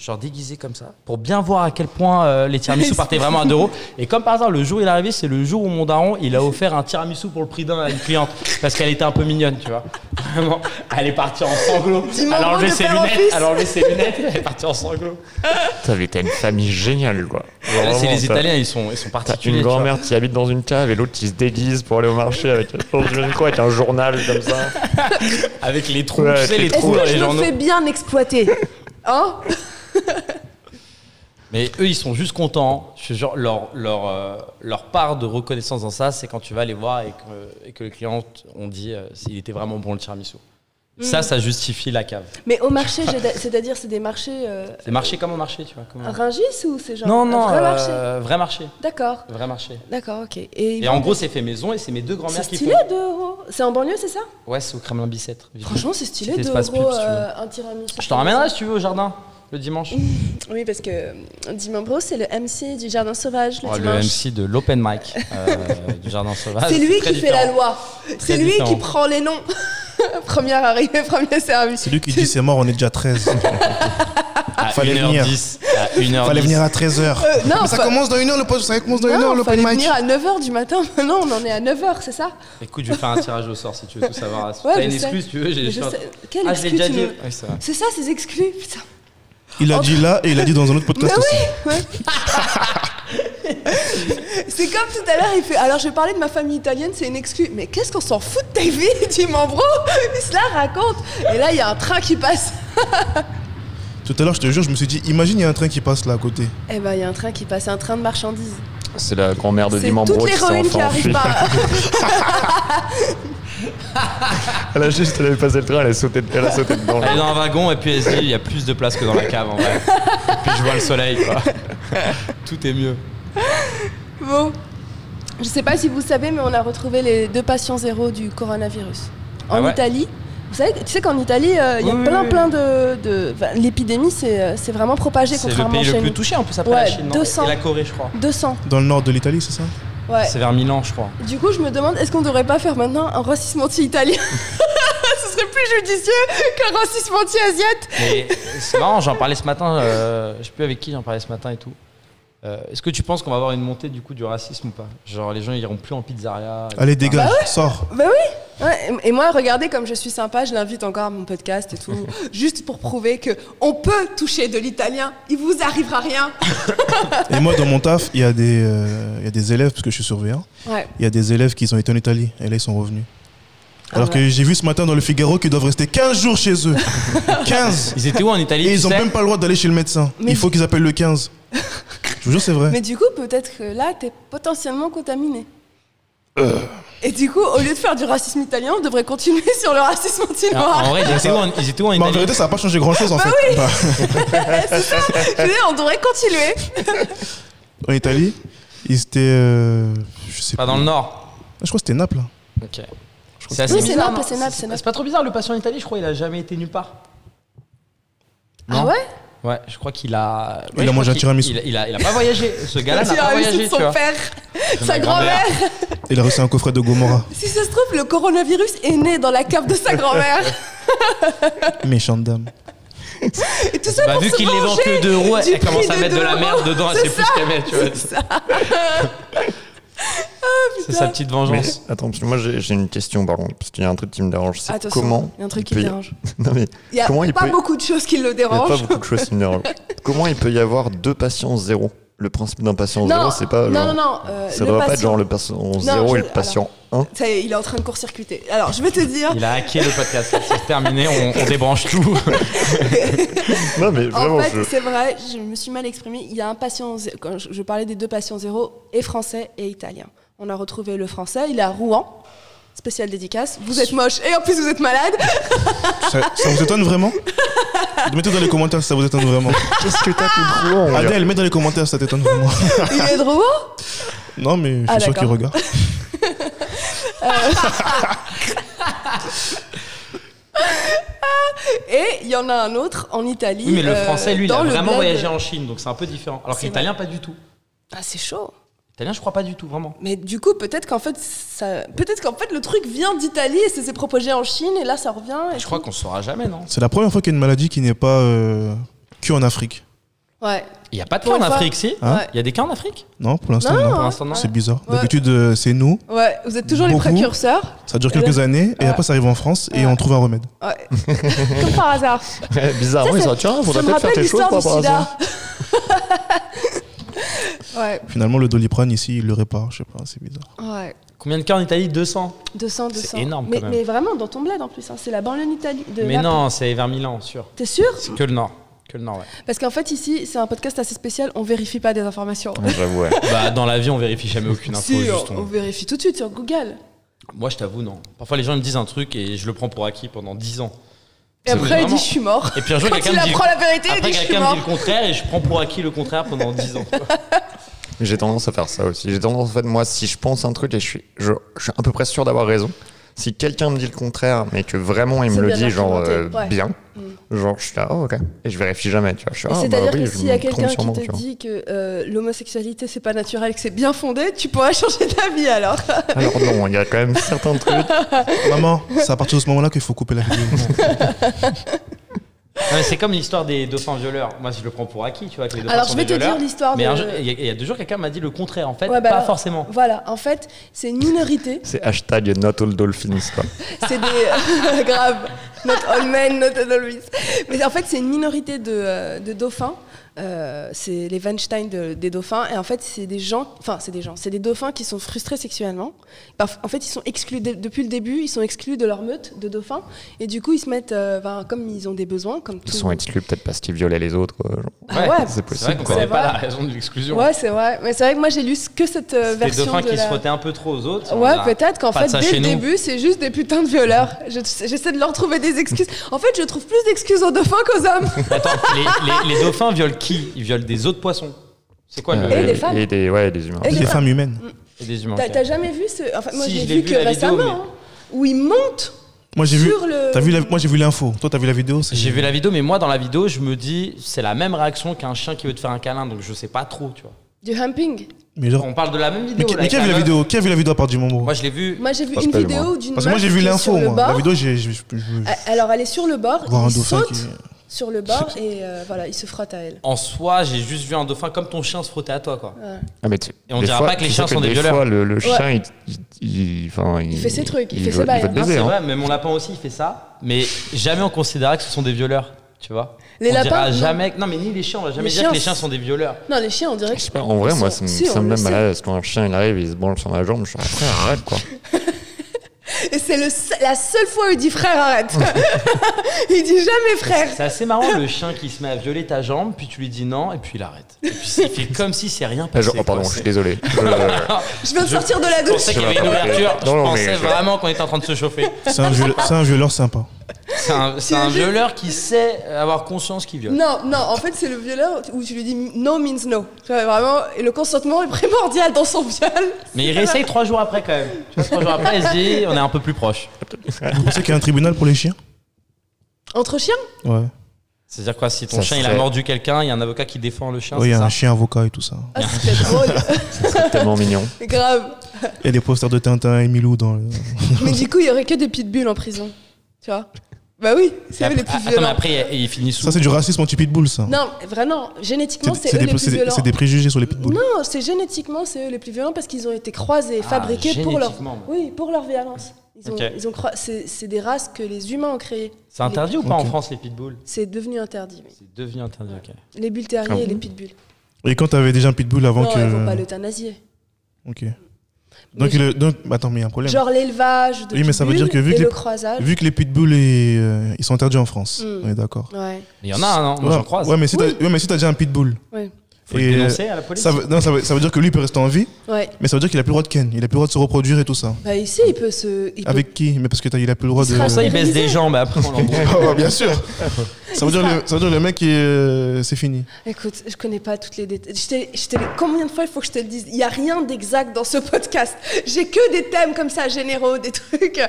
Speaker 4: Genre déguisée comme ça, pour bien voir à quel point euh, les tiramisu partaient vraiment à 2 euros. Et comme par hasard, le jour où il est arrivé, c'est le jour où mon daron, il a offert un tiramisu pour le prix d'un à une cliente. Parce qu'elle était un peu mignonne, tu vois. Vraiment, elle est partie en sanglots. Elle
Speaker 2: Dis-moi
Speaker 4: a
Speaker 2: où
Speaker 4: enlevé
Speaker 2: de
Speaker 4: ses
Speaker 2: faire
Speaker 4: lunettes,
Speaker 2: office.
Speaker 4: elle a enlevé ses lunettes, elle est partie en sanglots.
Speaker 3: Putain, mais t'as une famille géniale, quoi.
Speaker 4: Ah, Là,
Speaker 3: Vraiment,
Speaker 4: c'est les
Speaker 3: t'as-
Speaker 4: Italiens, ils sont, ils sont
Speaker 3: T'as
Speaker 4: particuliers.
Speaker 3: une
Speaker 4: tu vois.
Speaker 3: grand-mère qui habite dans une cave et l'autre qui se déguise pour aller au marché avec, dans une- quoi, avec un journal comme ça.
Speaker 4: Avec les trous,
Speaker 3: Ouais,
Speaker 4: tu sais,
Speaker 3: avec
Speaker 4: les
Speaker 3: les
Speaker 4: trous
Speaker 3: trous.
Speaker 4: dans
Speaker 2: Est-ce
Speaker 4: les
Speaker 2: que je me
Speaker 4: journaux.
Speaker 2: fais bien exploiter Hein
Speaker 4: Mais eux, ils sont juste contents. Je suis genre, leur, leur, euh, leur part de reconnaissance dans ça, c'est quand tu vas les voir et que, et que le client, t- on dit, euh, il était vraiment bon le tiramisu.
Speaker 2: Mm.
Speaker 4: Ça, ça justifie la cave.
Speaker 2: Mais au marché, j'ai- c'est-à-dire, c'est des marchés euh,
Speaker 4: C'est marché comme au marché, tu vois. comme-
Speaker 2: Ringis ou c'est genre
Speaker 4: Ah. Non,
Speaker 2: un
Speaker 4: non,
Speaker 2: vrai
Speaker 4: euh,
Speaker 2: marché
Speaker 4: vrai marché.
Speaker 2: D'accord,
Speaker 4: Vrai marché.
Speaker 2: d'accord, ok. Et,
Speaker 4: Et en gros, c'est fait maison et c'est mes deux
Speaker 2: c'est
Speaker 4: grand-mères qui font.
Speaker 2: stylé 2 euros. C'est en banlieue, c'est ça
Speaker 4: Ouais, c'est au Kremlin Bicêtre.
Speaker 2: Franchement, c'est stylé
Speaker 4: Petit
Speaker 2: 2 euros
Speaker 4: espace pub, si tu veux.
Speaker 2: euh, un tiramisu.
Speaker 4: Je t'en ramènerai si tu veux au jardin le dimanche.
Speaker 2: Oui, parce que euh, Dimambro, c'est le MC du Jardin Sauvage le
Speaker 4: Ouais, Oh, le
Speaker 2: dimanche.
Speaker 4: MC de l'Open Mic euh, du Jardin Sauvage.
Speaker 2: C'est lui
Speaker 4: très
Speaker 2: qui fait la
Speaker 4: différent.
Speaker 2: loi. C'est lui
Speaker 4: différent.
Speaker 2: qui prend les noms. Première arrivée, premier servi.
Speaker 1: C'est lui qui dit c'est mort, on est déjà 13.
Speaker 4: À
Speaker 1: Fallait
Speaker 4: 1h10. À 1h10.
Speaker 1: Fallait venir à 13h.
Speaker 2: Euh, non,
Speaker 1: Mais ça
Speaker 2: fa-
Speaker 1: commence dans une heure, le poste, ça commence dans une
Speaker 2: Non,
Speaker 1: heure,
Speaker 2: non,
Speaker 1: le
Speaker 2: fallait
Speaker 1: mic.
Speaker 2: venir à 9h du matin. Maintenant, on en est à 9h, c'est ça
Speaker 4: Écoute, je vais faire un tirage au sort si tu veux tout savoir.
Speaker 2: Ouais,
Speaker 4: T'as
Speaker 2: je
Speaker 4: une
Speaker 2: sais.
Speaker 4: excuse, tu veux j'ai-
Speaker 2: Je
Speaker 4: j'ai-
Speaker 2: sais- Quel
Speaker 4: Ah, je l'ai
Speaker 2: exclu
Speaker 4: déjà
Speaker 2: tu
Speaker 4: dit.
Speaker 2: me-
Speaker 4: Ouais, c'est vrai.
Speaker 2: C'est ça, ces exclus, putain.
Speaker 1: Il a dit là et il a dit dans un autre
Speaker 2: Mais
Speaker 1: podcast aussi.
Speaker 2: oui ouais. C'est comme tout à l'heure, il fait Alors je vais parler de ma famille italienne, c'est une excuse. Mais qu'est-ce qu'on s'en fout de ta vie Dis bro Il se la raconte Et là, il y a un train qui passe.
Speaker 1: Tout à l'heure, je te jure, je me suis dit, imagine, il y a un train qui passe là à côté.
Speaker 2: Eh ben, il y a un train qui passe, un train de marchandises.
Speaker 3: C'est la grand-mère de
Speaker 2: C'est
Speaker 3: Dimambro
Speaker 2: toute
Speaker 3: qui s'est
Speaker 2: l'héroïne qui
Speaker 3: enfin
Speaker 2: arrive
Speaker 3: enfuie.
Speaker 2: pas.
Speaker 3: Elle a juste, elle avait passé le train, elle a sauté, elle a sauté dedans.
Speaker 4: Elle est dans un wagon et puis elle se dit il y a plus de place que dans la cave en vrai. Et puis je vois le soleil quoi. Tout est mieux.
Speaker 2: Bon. Je sais pas si vous savez, mais on a retrouvé les deux patients zéro du coronavirus. En
Speaker 4: Ah ouais
Speaker 2: Italie. Vous savez, tu sais qu'en Italie, euh, il y a
Speaker 4: Oui,
Speaker 2: plein,
Speaker 4: oui,
Speaker 2: plein de. de- enfin, L'épidémie, c'est euh, c'est vraiment propagé,
Speaker 4: C'est le
Speaker 2: contrairement
Speaker 4: pays
Speaker 2: chez
Speaker 4: le plus
Speaker 2: nous.
Speaker 4: touché en plus après
Speaker 2: Ouais,
Speaker 4: la Chine. non
Speaker 2: 200.
Speaker 4: Et la Corée je crois.
Speaker 2: 200.
Speaker 1: Dans le nord de l'Italie, c'est ça
Speaker 2: Ouais.
Speaker 4: C'est vers Milan je crois.
Speaker 2: Du coup, je me demande, est-ce qu'on devrait pas faire maintenant un racisme anti-italien Ce serait plus judicieux qu'un racisme anti-asiate.
Speaker 4: Mais c'est marrant, j'en parlais ce matin, euh, je sais plus avec qui j'en parlais ce matin et tout. Euh, Est-ce que tu penses qu'on va avoir une montée du coup du racisme ou pas Genre les gens ils iront plus en pizzeria. etc.
Speaker 1: Allez, dégage, sors.
Speaker 2: Bah oui Ouais, Et et moi, regardez comme je suis sympa, je l'invite encore à mon podcast et tout, juste pour prouver que on peut toucher de l'italien, il vous arrivera rien.
Speaker 1: Et moi, dans mon taf, il y, a des, euh, il y a des élèves, parce que je suis surveillant,
Speaker 2: Ouais.
Speaker 1: il y a des élèves qui ont été en Italie et là, ils sont revenus. Alors
Speaker 2: Ah
Speaker 1: que j'ai vu ce matin dans le Figaro qu'ils doivent rester 15 jours chez eux. 15
Speaker 4: Ils étaient où en Italie
Speaker 1: Et
Speaker 4: tu
Speaker 1: ils ont
Speaker 4: sais
Speaker 1: même pas le droit d'aller chez le médecin.
Speaker 2: Mais-
Speaker 1: Il faut qu'ils appellent le 15. Je vous jure, c'est vrai.
Speaker 2: Mais du coup, peut-être que là, t'es potentiellement contaminé.
Speaker 4: Euh.
Speaker 2: Et du coup, au lieu de faire du racisme italien, on devrait continuer sur le racisme
Speaker 4: En, Ah, en
Speaker 2: anti-noir.
Speaker 4: vrai, ils étaient, où en, ils étaient où en
Speaker 1: Mais en
Speaker 4: Italie
Speaker 1: vérité, ça n'a pas changé grand-chose en fait. Bah,
Speaker 2: C'est ça, je veux dire, on devrait continuer.
Speaker 1: en Italie, ils étaient. euh, je sais
Speaker 4: Pas
Speaker 1: pas.
Speaker 4: dans le nord.
Speaker 1: Je crois que c'était Naples. hein.
Speaker 4: Ok.
Speaker 1: crois
Speaker 4: C'est assez
Speaker 2: Oui, c'est
Speaker 4: bizarre,
Speaker 2: Naples,
Speaker 4: non
Speaker 2: c'est Naples, c'est Naples.
Speaker 4: C'est pas trop bizarre, le patient en Italie, je crois, il a jamais été nulle part.
Speaker 2: Ah ouais
Speaker 4: Ouais, je crois qu'il a.
Speaker 1: Il a
Speaker 4: je
Speaker 1: mangé
Speaker 4: crois
Speaker 1: un
Speaker 4: qu'il-
Speaker 1: tiramisu.
Speaker 4: Il, il a, il a pas voyagé. Ce gars-là n'a
Speaker 2: Il a
Speaker 4: pas
Speaker 2: réussi de
Speaker 4: voyagé, tu
Speaker 2: son
Speaker 4: vois.
Speaker 2: père,
Speaker 4: De
Speaker 2: sa
Speaker 4: ma
Speaker 2: grand-mère.
Speaker 1: Il a reçu un coffret de Gomorrah.
Speaker 2: Si ça se trouve, le coronavirus est né dans la cave de sa grand-mère.
Speaker 1: Méchante dame.
Speaker 2: Et tout ça
Speaker 4: Bah,
Speaker 2: pour
Speaker 4: vu
Speaker 2: se
Speaker 4: qu'il les vend
Speaker 2: venger
Speaker 4: que 2 euros,
Speaker 2: du
Speaker 4: elle commence
Speaker 2: prix
Speaker 4: à
Speaker 2: des
Speaker 4: mettre de
Speaker 2: deux
Speaker 4: la
Speaker 2: euros.
Speaker 4: merde dedans, elle
Speaker 2: C'est
Speaker 4: sait plus
Speaker 2: ça,
Speaker 4: ce qu'elle met, tu vois.
Speaker 2: c'est ça.
Speaker 4: C'est sa petite vengeance.
Speaker 3: Mais attends, parce que moi j'ai j'ai une question, pardon, parce qu'il y a un truc qui me dérange. C'est
Speaker 2: Attention,
Speaker 3: comment
Speaker 2: il y a un truc qui
Speaker 3: peut
Speaker 2: me dérange.
Speaker 3: Non mais
Speaker 2: Il y a
Speaker 3: comment il
Speaker 2: pas
Speaker 3: peut
Speaker 2: beaucoup de choses qui le
Speaker 3: il y a pas
Speaker 2: dérangent.
Speaker 3: beaucoup de choses qui me dérangent. Comment il peut y avoir deux patients zéro Le principe d'un patient zéro, c'est pas
Speaker 2: non, non,
Speaker 3: genre-
Speaker 2: non, euh,
Speaker 3: ça
Speaker 2: le
Speaker 3: doit pas être
Speaker 2: patient-
Speaker 3: genre le patient zéro
Speaker 2: je-
Speaker 3: et le patient 1.
Speaker 2: Ça y est, il est en train de court-circuiter. Alors, je vais te dire,
Speaker 4: Il a hacké le podcast. C'est terminé, on, on débranche tout.
Speaker 3: Non mais
Speaker 2: en
Speaker 3: vraiment,
Speaker 2: fait,
Speaker 3: je...
Speaker 2: c'est vrai, je me suis mal exprimée. Il y a un patient, zé- quand je, je parlais des deux patients zéro, et français et italien. On a retrouvé le français, il est à Rouen. Spécial dédicace, vous êtes moche et en plus vous êtes malade.
Speaker 1: Ça, ça vous étonne vraiment Mettez dans les commentaires si ça vous étonne vraiment.
Speaker 3: qu'est-ce que t'as pu gros
Speaker 2: Ah,
Speaker 1: Adèle, mets dans les commentaires si ça t'étonne vraiment.
Speaker 2: Il est de Rouen
Speaker 1: Non, mais je suis
Speaker 2: Ah,
Speaker 1: sûr qu'il
Speaker 2: d'accord.
Speaker 1: regarde.
Speaker 2: Et il y en a un autre en Italie.
Speaker 4: Oui, mais le
Speaker 2: euh,
Speaker 4: français, lui, il
Speaker 2: dans
Speaker 4: a
Speaker 2: le
Speaker 4: vraiment
Speaker 2: bled.
Speaker 4: voyagé en Chine, donc c'est un peu différent. Alors que
Speaker 2: C'est
Speaker 4: l'italien, pas du tout.
Speaker 2: Ah, c'est chaud.
Speaker 4: L'italien, je crois pas du tout, vraiment.
Speaker 2: Mais du coup, peut-être qu'en fait, ça... peut-être qu'en fait, le truc vient d'Italie et ça s'est propagé en Chine et là, ça revient. et
Speaker 4: Je crois
Speaker 2: tout.
Speaker 4: qu'on saura jamais, non
Speaker 1: C'est la première fois qu'il y a une maladie qui n'est pas euh, que en Afrique.
Speaker 2: Ouais.
Speaker 4: Il n'y a pas de
Speaker 2: Pour
Speaker 4: cas en
Speaker 2: une fois.
Speaker 4: Afrique, si
Speaker 3: Ah,
Speaker 1: Hein
Speaker 2: ouais.
Speaker 4: Il y a des cas en Afrique
Speaker 1: Non, pour l'instant,
Speaker 2: Non.
Speaker 1: non.
Speaker 4: Pour l'instant, non.
Speaker 1: C'est bizarre.
Speaker 2: Ouais.
Speaker 1: D'habitude, euh, c'est nous,
Speaker 2: Ouais, vous êtes toujours les
Speaker 1: Beaucoup.
Speaker 2: précurseurs.
Speaker 1: ça dure
Speaker 2: Et
Speaker 1: quelques
Speaker 2: là-
Speaker 1: années, et
Speaker 2: Ouais.
Speaker 1: après, ça arrive en France, et
Speaker 2: Ouais.
Speaker 1: on trouve un remède.
Speaker 2: Ouais. Comme par hasard.
Speaker 3: Bizarrement,
Speaker 2: Ça,
Speaker 3: ils
Speaker 2: ça-
Speaker 3: ont dit, Ah tiens,
Speaker 2: Ça
Speaker 3: faudrait
Speaker 2: me
Speaker 3: peut-être faire
Speaker 2: rappelle
Speaker 3: tes choses
Speaker 2: l'histoire du
Speaker 3: par rapport à ça.
Speaker 2: sida. ouais,
Speaker 1: Finalement, le doliprane ici, il le répare, je sais pas, c'est bizarre.
Speaker 2: ouais.
Speaker 4: Combien de cas en Italie 200.
Speaker 2: 200,
Speaker 4: C'est
Speaker 2: 200.
Speaker 4: énorme, quand
Speaker 2: mais,
Speaker 4: même.
Speaker 2: mais vraiment, dans ton bled en plus. hein. C'est la banlieue d'Italie. de
Speaker 4: Mais
Speaker 2: Naples.
Speaker 4: non, c'est vers Milan, sûr.
Speaker 2: T'es sûr
Speaker 4: C'est que le Nord. Que le Nord, ouais.
Speaker 2: Parce qu'en fait, ici, c'est un podcast assez spécial. On vérifie pas des informations.
Speaker 3: Ouais, J'avoue, ouais.
Speaker 4: bah, dans la vie, on vérifie jamais aucune info.
Speaker 2: Si,
Speaker 4: juste
Speaker 2: on,
Speaker 4: on-
Speaker 2: on vérifie tout de suite sur Google.
Speaker 4: Moi, je t'avoue, non. Parfois, les gens ils me disent un truc et je le prends pour acquis pendant 10 ans.
Speaker 2: Et
Speaker 4: C'est
Speaker 2: après, il
Speaker 4: vraiment-
Speaker 2: dit Je suis mort.
Speaker 4: Et puis un jour,
Speaker 2: Quand
Speaker 4: quelqu'un
Speaker 2: il
Speaker 4: me dit.
Speaker 2: apprend la vérité, il
Speaker 4: Après,
Speaker 2: dit Je suis
Speaker 4: quelqu'un me dit le
Speaker 2: mort.
Speaker 4: contraire et je prends pour acquis le contraire pendant 10 ans.
Speaker 3: Mais J'ai tendance à faire ça aussi. J'ai tendance, en fait, moi, si je pense un truc et je suis, je, je suis à peu près sûr d'avoir raison, si quelqu'un me dit le contraire, mais que vraiment il
Speaker 2: C'est
Speaker 3: me le
Speaker 2: bien
Speaker 3: dit, genre,
Speaker 2: documenté,
Speaker 3: euh,
Speaker 2: ouais.
Speaker 3: bien,
Speaker 2: Mm.
Speaker 3: genre, je suis là, oh, ok. Et je vérifie jamais, tu vois. Je suis,
Speaker 2: Et
Speaker 3: ah, bah
Speaker 2: C'est-à-dire
Speaker 3: oui,
Speaker 2: que
Speaker 3: je
Speaker 2: s'il
Speaker 3: me
Speaker 2: y a
Speaker 3: trompe
Speaker 2: quelqu'un qui
Speaker 3: sûrement, tu
Speaker 2: te
Speaker 3: vois.
Speaker 2: dit que euh, l'homosexualité c'est pas naturel, que c'est bien fondé, tu pourras changer ta vie alors.
Speaker 3: Alors non, il y a quand même certains trucs.
Speaker 1: Maman, c'est à partir de ce moment-là qu'il faut couper la vidéo.
Speaker 4: Non, mais c'est comme l'histoire des dauphins violeurs. Moi, je le prends pour acquis, tu vois. Que les dauphins
Speaker 2: Alors
Speaker 4: sont
Speaker 2: je vais
Speaker 4: des
Speaker 2: te dire
Speaker 4: violeurs.
Speaker 2: l'histoire de.
Speaker 4: Mais un jour- il y, a- il y a deux jours, quelqu'un m'a dit le contraire, en fait.
Speaker 2: Ouais, bah
Speaker 4: pas
Speaker 2: alors-
Speaker 4: forcément.
Speaker 2: Voilà, en fait, c'est une minorité.
Speaker 3: C'est hashtag not all dolphins, quoi.
Speaker 2: c'est des. grave. Not all men, not all always. Mais en fait, c'est une minorité de, euh, de dauphins. Euh, c'est les Weinstein de- des dauphins. Et en fait, c'est des gens. Enfin, c'est des gens. C'est des dauphins qui sont frustrés sexuellement. Parf- En fait, ils sont exclus. dès- depuis le début, ils sont exclus de leur meute de dauphins. Et du coup, ils se mettent. euh, ben, comme ils ont des besoins, comme
Speaker 3: Ils
Speaker 2: tout.
Speaker 3: sont exclus peut-être parce qu'ils violaient les autres. quoi, genre.
Speaker 2: Ah ouais.
Speaker 3: C'est
Speaker 4: C'est vrai
Speaker 3: possible.
Speaker 4: qu'on
Speaker 3: quoi.
Speaker 4: connaît
Speaker 2: C'est
Speaker 4: pas
Speaker 2: vrai.
Speaker 4: la raison de l'exclusion.
Speaker 2: Ouais, c'est vrai. Mais c'est vrai que moi, j'ai lu que cette euh,
Speaker 4: C'est des
Speaker 2: version.
Speaker 4: dauphins
Speaker 2: de
Speaker 4: qui
Speaker 2: la-
Speaker 4: se frottaient un peu trop aux autres. euh, on
Speaker 2: Ouais,
Speaker 4: a-
Speaker 2: peut-être qu'en
Speaker 4: pas
Speaker 2: fait,
Speaker 4: de ça
Speaker 2: dès
Speaker 4: chez
Speaker 2: le
Speaker 4: nous.
Speaker 2: début, c'est juste des putains de violeurs. Je- J'essaie de leur trouver des excuses. En fait, je trouve plus d'excuses aux dauphins qu'aux hommes.
Speaker 4: Attends, les, les- les dauphins violent qui Ils violent des autres poissons. C'est quoi
Speaker 3: Euh,
Speaker 4: le.
Speaker 2: Et des femmes.
Speaker 3: Et des, ouais, des humains.
Speaker 2: Et
Speaker 1: Des
Speaker 2: les-
Speaker 1: femmes humaines.
Speaker 4: et des humains.
Speaker 2: T'as
Speaker 4: ok.
Speaker 2: t'as jamais vu ce. Enfin, moi,
Speaker 4: Si,
Speaker 2: je
Speaker 4: je
Speaker 2: l'ai
Speaker 4: l'ai
Speaker 2: vu,
Speaker 4: vu
Speaker 2: que
Speaker 4: la vidéo,
Speaker 2: récemment.
Speaker 4: mais-
Speaker 2: hein, où ils montent
Speaker 1: Moi, j'ai vu.
Speaker 2: sur le.
Speaker 1: T'as vu la- Moi, j'ai vu l'info. Toi, t'as vu la vidéo c'est-
Speaker 4: J'ai vu la vidéo, mais moi, dans la vidéo, je me dis, c'est la même réaction qu'un chien qui veut te faire un câlin, donc je sais pas trop, tu vois.
Speaker 2: Du humping.
Speaker 1: Mais genre.
Speaker 4: On parle de la même
Speaker 1: Mais
Speaker 4: vidéo.
Speaker 1: qui
Speaker 4: là,
Speaker 1: mais qui a
Speaker 4: avec
Speaker 1: vu la
Speaker 4: meuf.
Speaker 1: vidéo Qui a vu la vidéo à part du moment
Speaker 4: Moi, je l'ai vu.
Speaker 2: Moi, j'ai vu
Speaker 1: Ah,
Speaker 3: Parce
Speaker 2: une
Speaker 3: que
Speaker 2: vidéo d'une.
Speaker 1: Parce que moi,
Speaker 2: meuf
Speaker 1: j'ai vu
Speaker 2: qui est
Speaker 1: l'info,
Speaker 2: sur le
Speaker 1: moi.
Speaker 2: bord.
Speaker 1: La vidéo, j'ai. je- je- je-
Speaker 2: A- Alors, elle est sur le bord,
Speaker 1: Voir un
Speaker 2: il
Speaker 1: dauphin
Speaker 2: saute
Speaker 1: qui-
Speaker 2: sur le bord et euh, voilà, il se frotte à elle.
Speaker 4: En soi, j'ai juste vu un dauphin comme ton chien se frotter à toi, quoi.
Speaker 3: Ah, mais tu-
Speaker 4: Et on
Speaker 3: des
Speaker 4: dira
Speaker 3: fois-
Speaker 4: pas que les
Speaker 3: tu sais
Speaker 4: chiens sont des
Speaker 3: Des
Speaker 4: violeurs.
Speaker 3: fois, le, le chien, il, il, il- enfin, il-
Speaker 2: fait ses trucs, il fait ses
Speaker 3: veut-
Speaker 2: bails,
Speaker 3: Il veut te
Speaker 2: hein.
Speaker 4: Non,
Speaker 3: baiser,
Speaker 4: Ah, c'est
Speaker 3: hein.
Speaker 4: vrai, mais mon lapin aussi, il fait ça. Mais jamais on considéra que ce sont des violeurs, tu vois.
Speaker 2: Les
Speaker 4: on
Speaker 2: lapins,
Speaker 4: dira
Speaker 2: non.
Speaker 4: jamais. que- Non, mais ni les chiens, on va jamais
Speaker 2: Les
Speaker 4: dire
Speaker 2: chiens,
Speaker 4: que les chiens
Speaker 2: c'est-
Speaker 4: sont des violeurs.
Speaker 2: Non, les chiens, on dirait
Speaker 3: Je
Speaker 2: que.
Speaker 3: sais pas, en vrai,
Speaker 2: Ils
Speaker 3: moi,
Speaker 2: sont-
Speaker 3: ça me,
Speaker 2: si,
Speaker 3: ça
Speaker 2: on
Speaker 3: me
Speaker 2: le
Speaker 3: met mal
Speaker 2: sait.
Speaker 3: à l'aise quand un chien il arrive, il se branle sur ma jambe. Je suis là, frère, arrête quoi.
Speaker 2: Et c'est le se- la seule fois où il dit frère, arrête. il dit jamais frère.
Speaker 4: C'est assez marrant le chien qui se met à violer ta jambe, puis tu lui dis non, et puis il arrête. Et puis il fait comme si c'est rien
Speaker 3: Ah,
Speaker 4: passé.
Speaker 3: genre, oh, pardon,
Speaker 4: quoi.
Speaker 3: je suis désolé. Je-
Speaker 2: Je viens de sortir de la
Speaker 4: Je
Speaker 2: douche.
Speaker 4: pensais qu'il y avait une
Speaker 3: Je vais
Speaker 4: ouverture,
Speaker 3: arrêter.
Speaker 4: je
Speaker 3: Non, mais
Speaker 4: pensais
Speaker 3: je-
Speaker 4: vraiment qu'on était en train de se chauffer.
Speaker 1: C'est un viol- c'est un violeur sympa.
Speaker 4: C'est un, c'est un violeur qui sait avoir conscience qu'il viole.
Speaker 2: Non, non, en fait, c'est le violeur où tu lui dis no means no. Tu vois, vraiment, et le consentement est primordial dans son viol.
Speaker 4: Mais il réessaye trois jours après quand même. Tu vois, trois jours après, il se dit on est un peu plus proche.
Speaker 1: Vous pensez qu'il y a un tribunal pour les chiens
Speaker 2: Entre chiens
Speaker 1: Ouais.
Speaker 4: C'est-à-dire quoi Si ton
Speaker 3: Ça
Speaker 4: chien il a
Speaker 3: serait-
Speaker 4: mordu quelqu'un, il y a un avocat qui défend le chien,
Speaker 1: Ouais, il y
Speaker 4: c'est
Speaker 1: a
Speaker 4: ça
Speaker 1: un chien avocat et tout ça.
Speaker 2: Ah, c'est drôle.
Speaker 3: C'est tellement mignon.
Speaker 2: C'est grave.
Speaker 1: Il y a des posters de Tintin et Milou dans le.
Speaker 2: Mais du coup, il y aurait que des pitbulls en prison. Tu vois Bah oui,
Speaker 4: Et
Speaker 2: c'est eux
Speaker 4: après- ah,
Speaker 2: les plus
Speaker 4: Attends, mais
Speaker 2: violents.
Speaker 4: après, il il finit sous.
Speaker 1: Ça, c'est du racisme anti-pitbull, ça.
Speaker 2: Non, vraiment, génétiquement, c'est eux
Speaker 1: des,
Speaker 2: les plus
Speaker 1: c'est des-
Speaker 2: violents.
Speaker 1: c'est des préjugés sur les pitbulls.
Speaker 2: Non, c'est génétiquement, c'est eux les plus violents parce qu'ils ont été croisés,
Speaker 4: Ah,
Speaker 2: fabriqués pour leur,
Speaker 4: génétiquement.
Speaker 2: oui, pour leur violence. Ils ont,
Speaker 4: Ok.
Speaker 2: ils ont croi- c'est c'est des races que les humains ont créées.
Speaker 4: C'est interdit ou pas en
Speaker 1: Ok.
Speaker 4: France les pitbulls
Speaker 2: C'est devenu interdit. oui.
Speaker 4: C'est devenu interdit, ok.
Speaker 2: Les bulles terriers
Speaker 3: Ah
Speaker 2: et les
Speaker 3: bon
Speaker 2: pitbulls.
Speaker 1: Et quand t'avais déjà un pitbull avant
Speaker 2: non,
Speaker 1: que.
Speaker 2: ils vont pas l'euthanasier.
Speaker 1: Ok. Donc,
Speaker 2: Mais-
Speaker 1: le- donc, bah, attends, mais il y a un problème.
Speaker 2: Genre l'élevage de
Speaker 1: Oui, mais ça veut dire que vu
Speaker 2: pitbulls
Speaker 1: que
Speaker 2: et
Speaker 1: les-
Speaker 2: le croisage.
Speaker 1: Vu que les pitbulls, et, euh, ils sont interdits en France.
Speaker 2: Hmm.
Speaker 1: On est d'accord.
Speaker 2: Ouais.
Speaker 4: Il y en a un, non Moi
Speaker 1: ouais,
Speaker 4: j'en croise.
Speaker 1: ouais, mais si t'as ouais, mais si t'as déjà un pitbull.
Speaker 2: Ouais.
Speaker 4: Faut
Speaker 1: Et,
Speaker 4: le dénoncer à la
Speaker 1: euh,
Speaker 4: police.
Speaker 1: ça, veut, non, ça, veut, ça veut dire que lui il peut rester en vie,
Speaker 2: Ouais.
Speaker 1: mais ça veut dire qu'il a plus le droit de ken, il a plus le droit de se reproduire et tout ça.
Speaker 2: Bah ici, il peut se il peut-
Speaker 1: Avec qui Mais parce que t'as- il a plus le droit
Speaker 2: Il
Speaker 1: de.
Speaker 2: sera
Speaker 4: Pour ça, il baisse des jambes après on l'embrouille.
Speaker 1: Ah ouais, bien sûr. Ça veut, dire le, ça veut dire le mec, il, euh, c'est fini.
Speaker 2: Écoute, je connais pas toutes les détails. Je t'ai- je t'ai- Combien de fois il faut que je te le dise Il y a rien d'exact dans ce podcast. J'ai que des thèmes comme ça généraux, des trucs.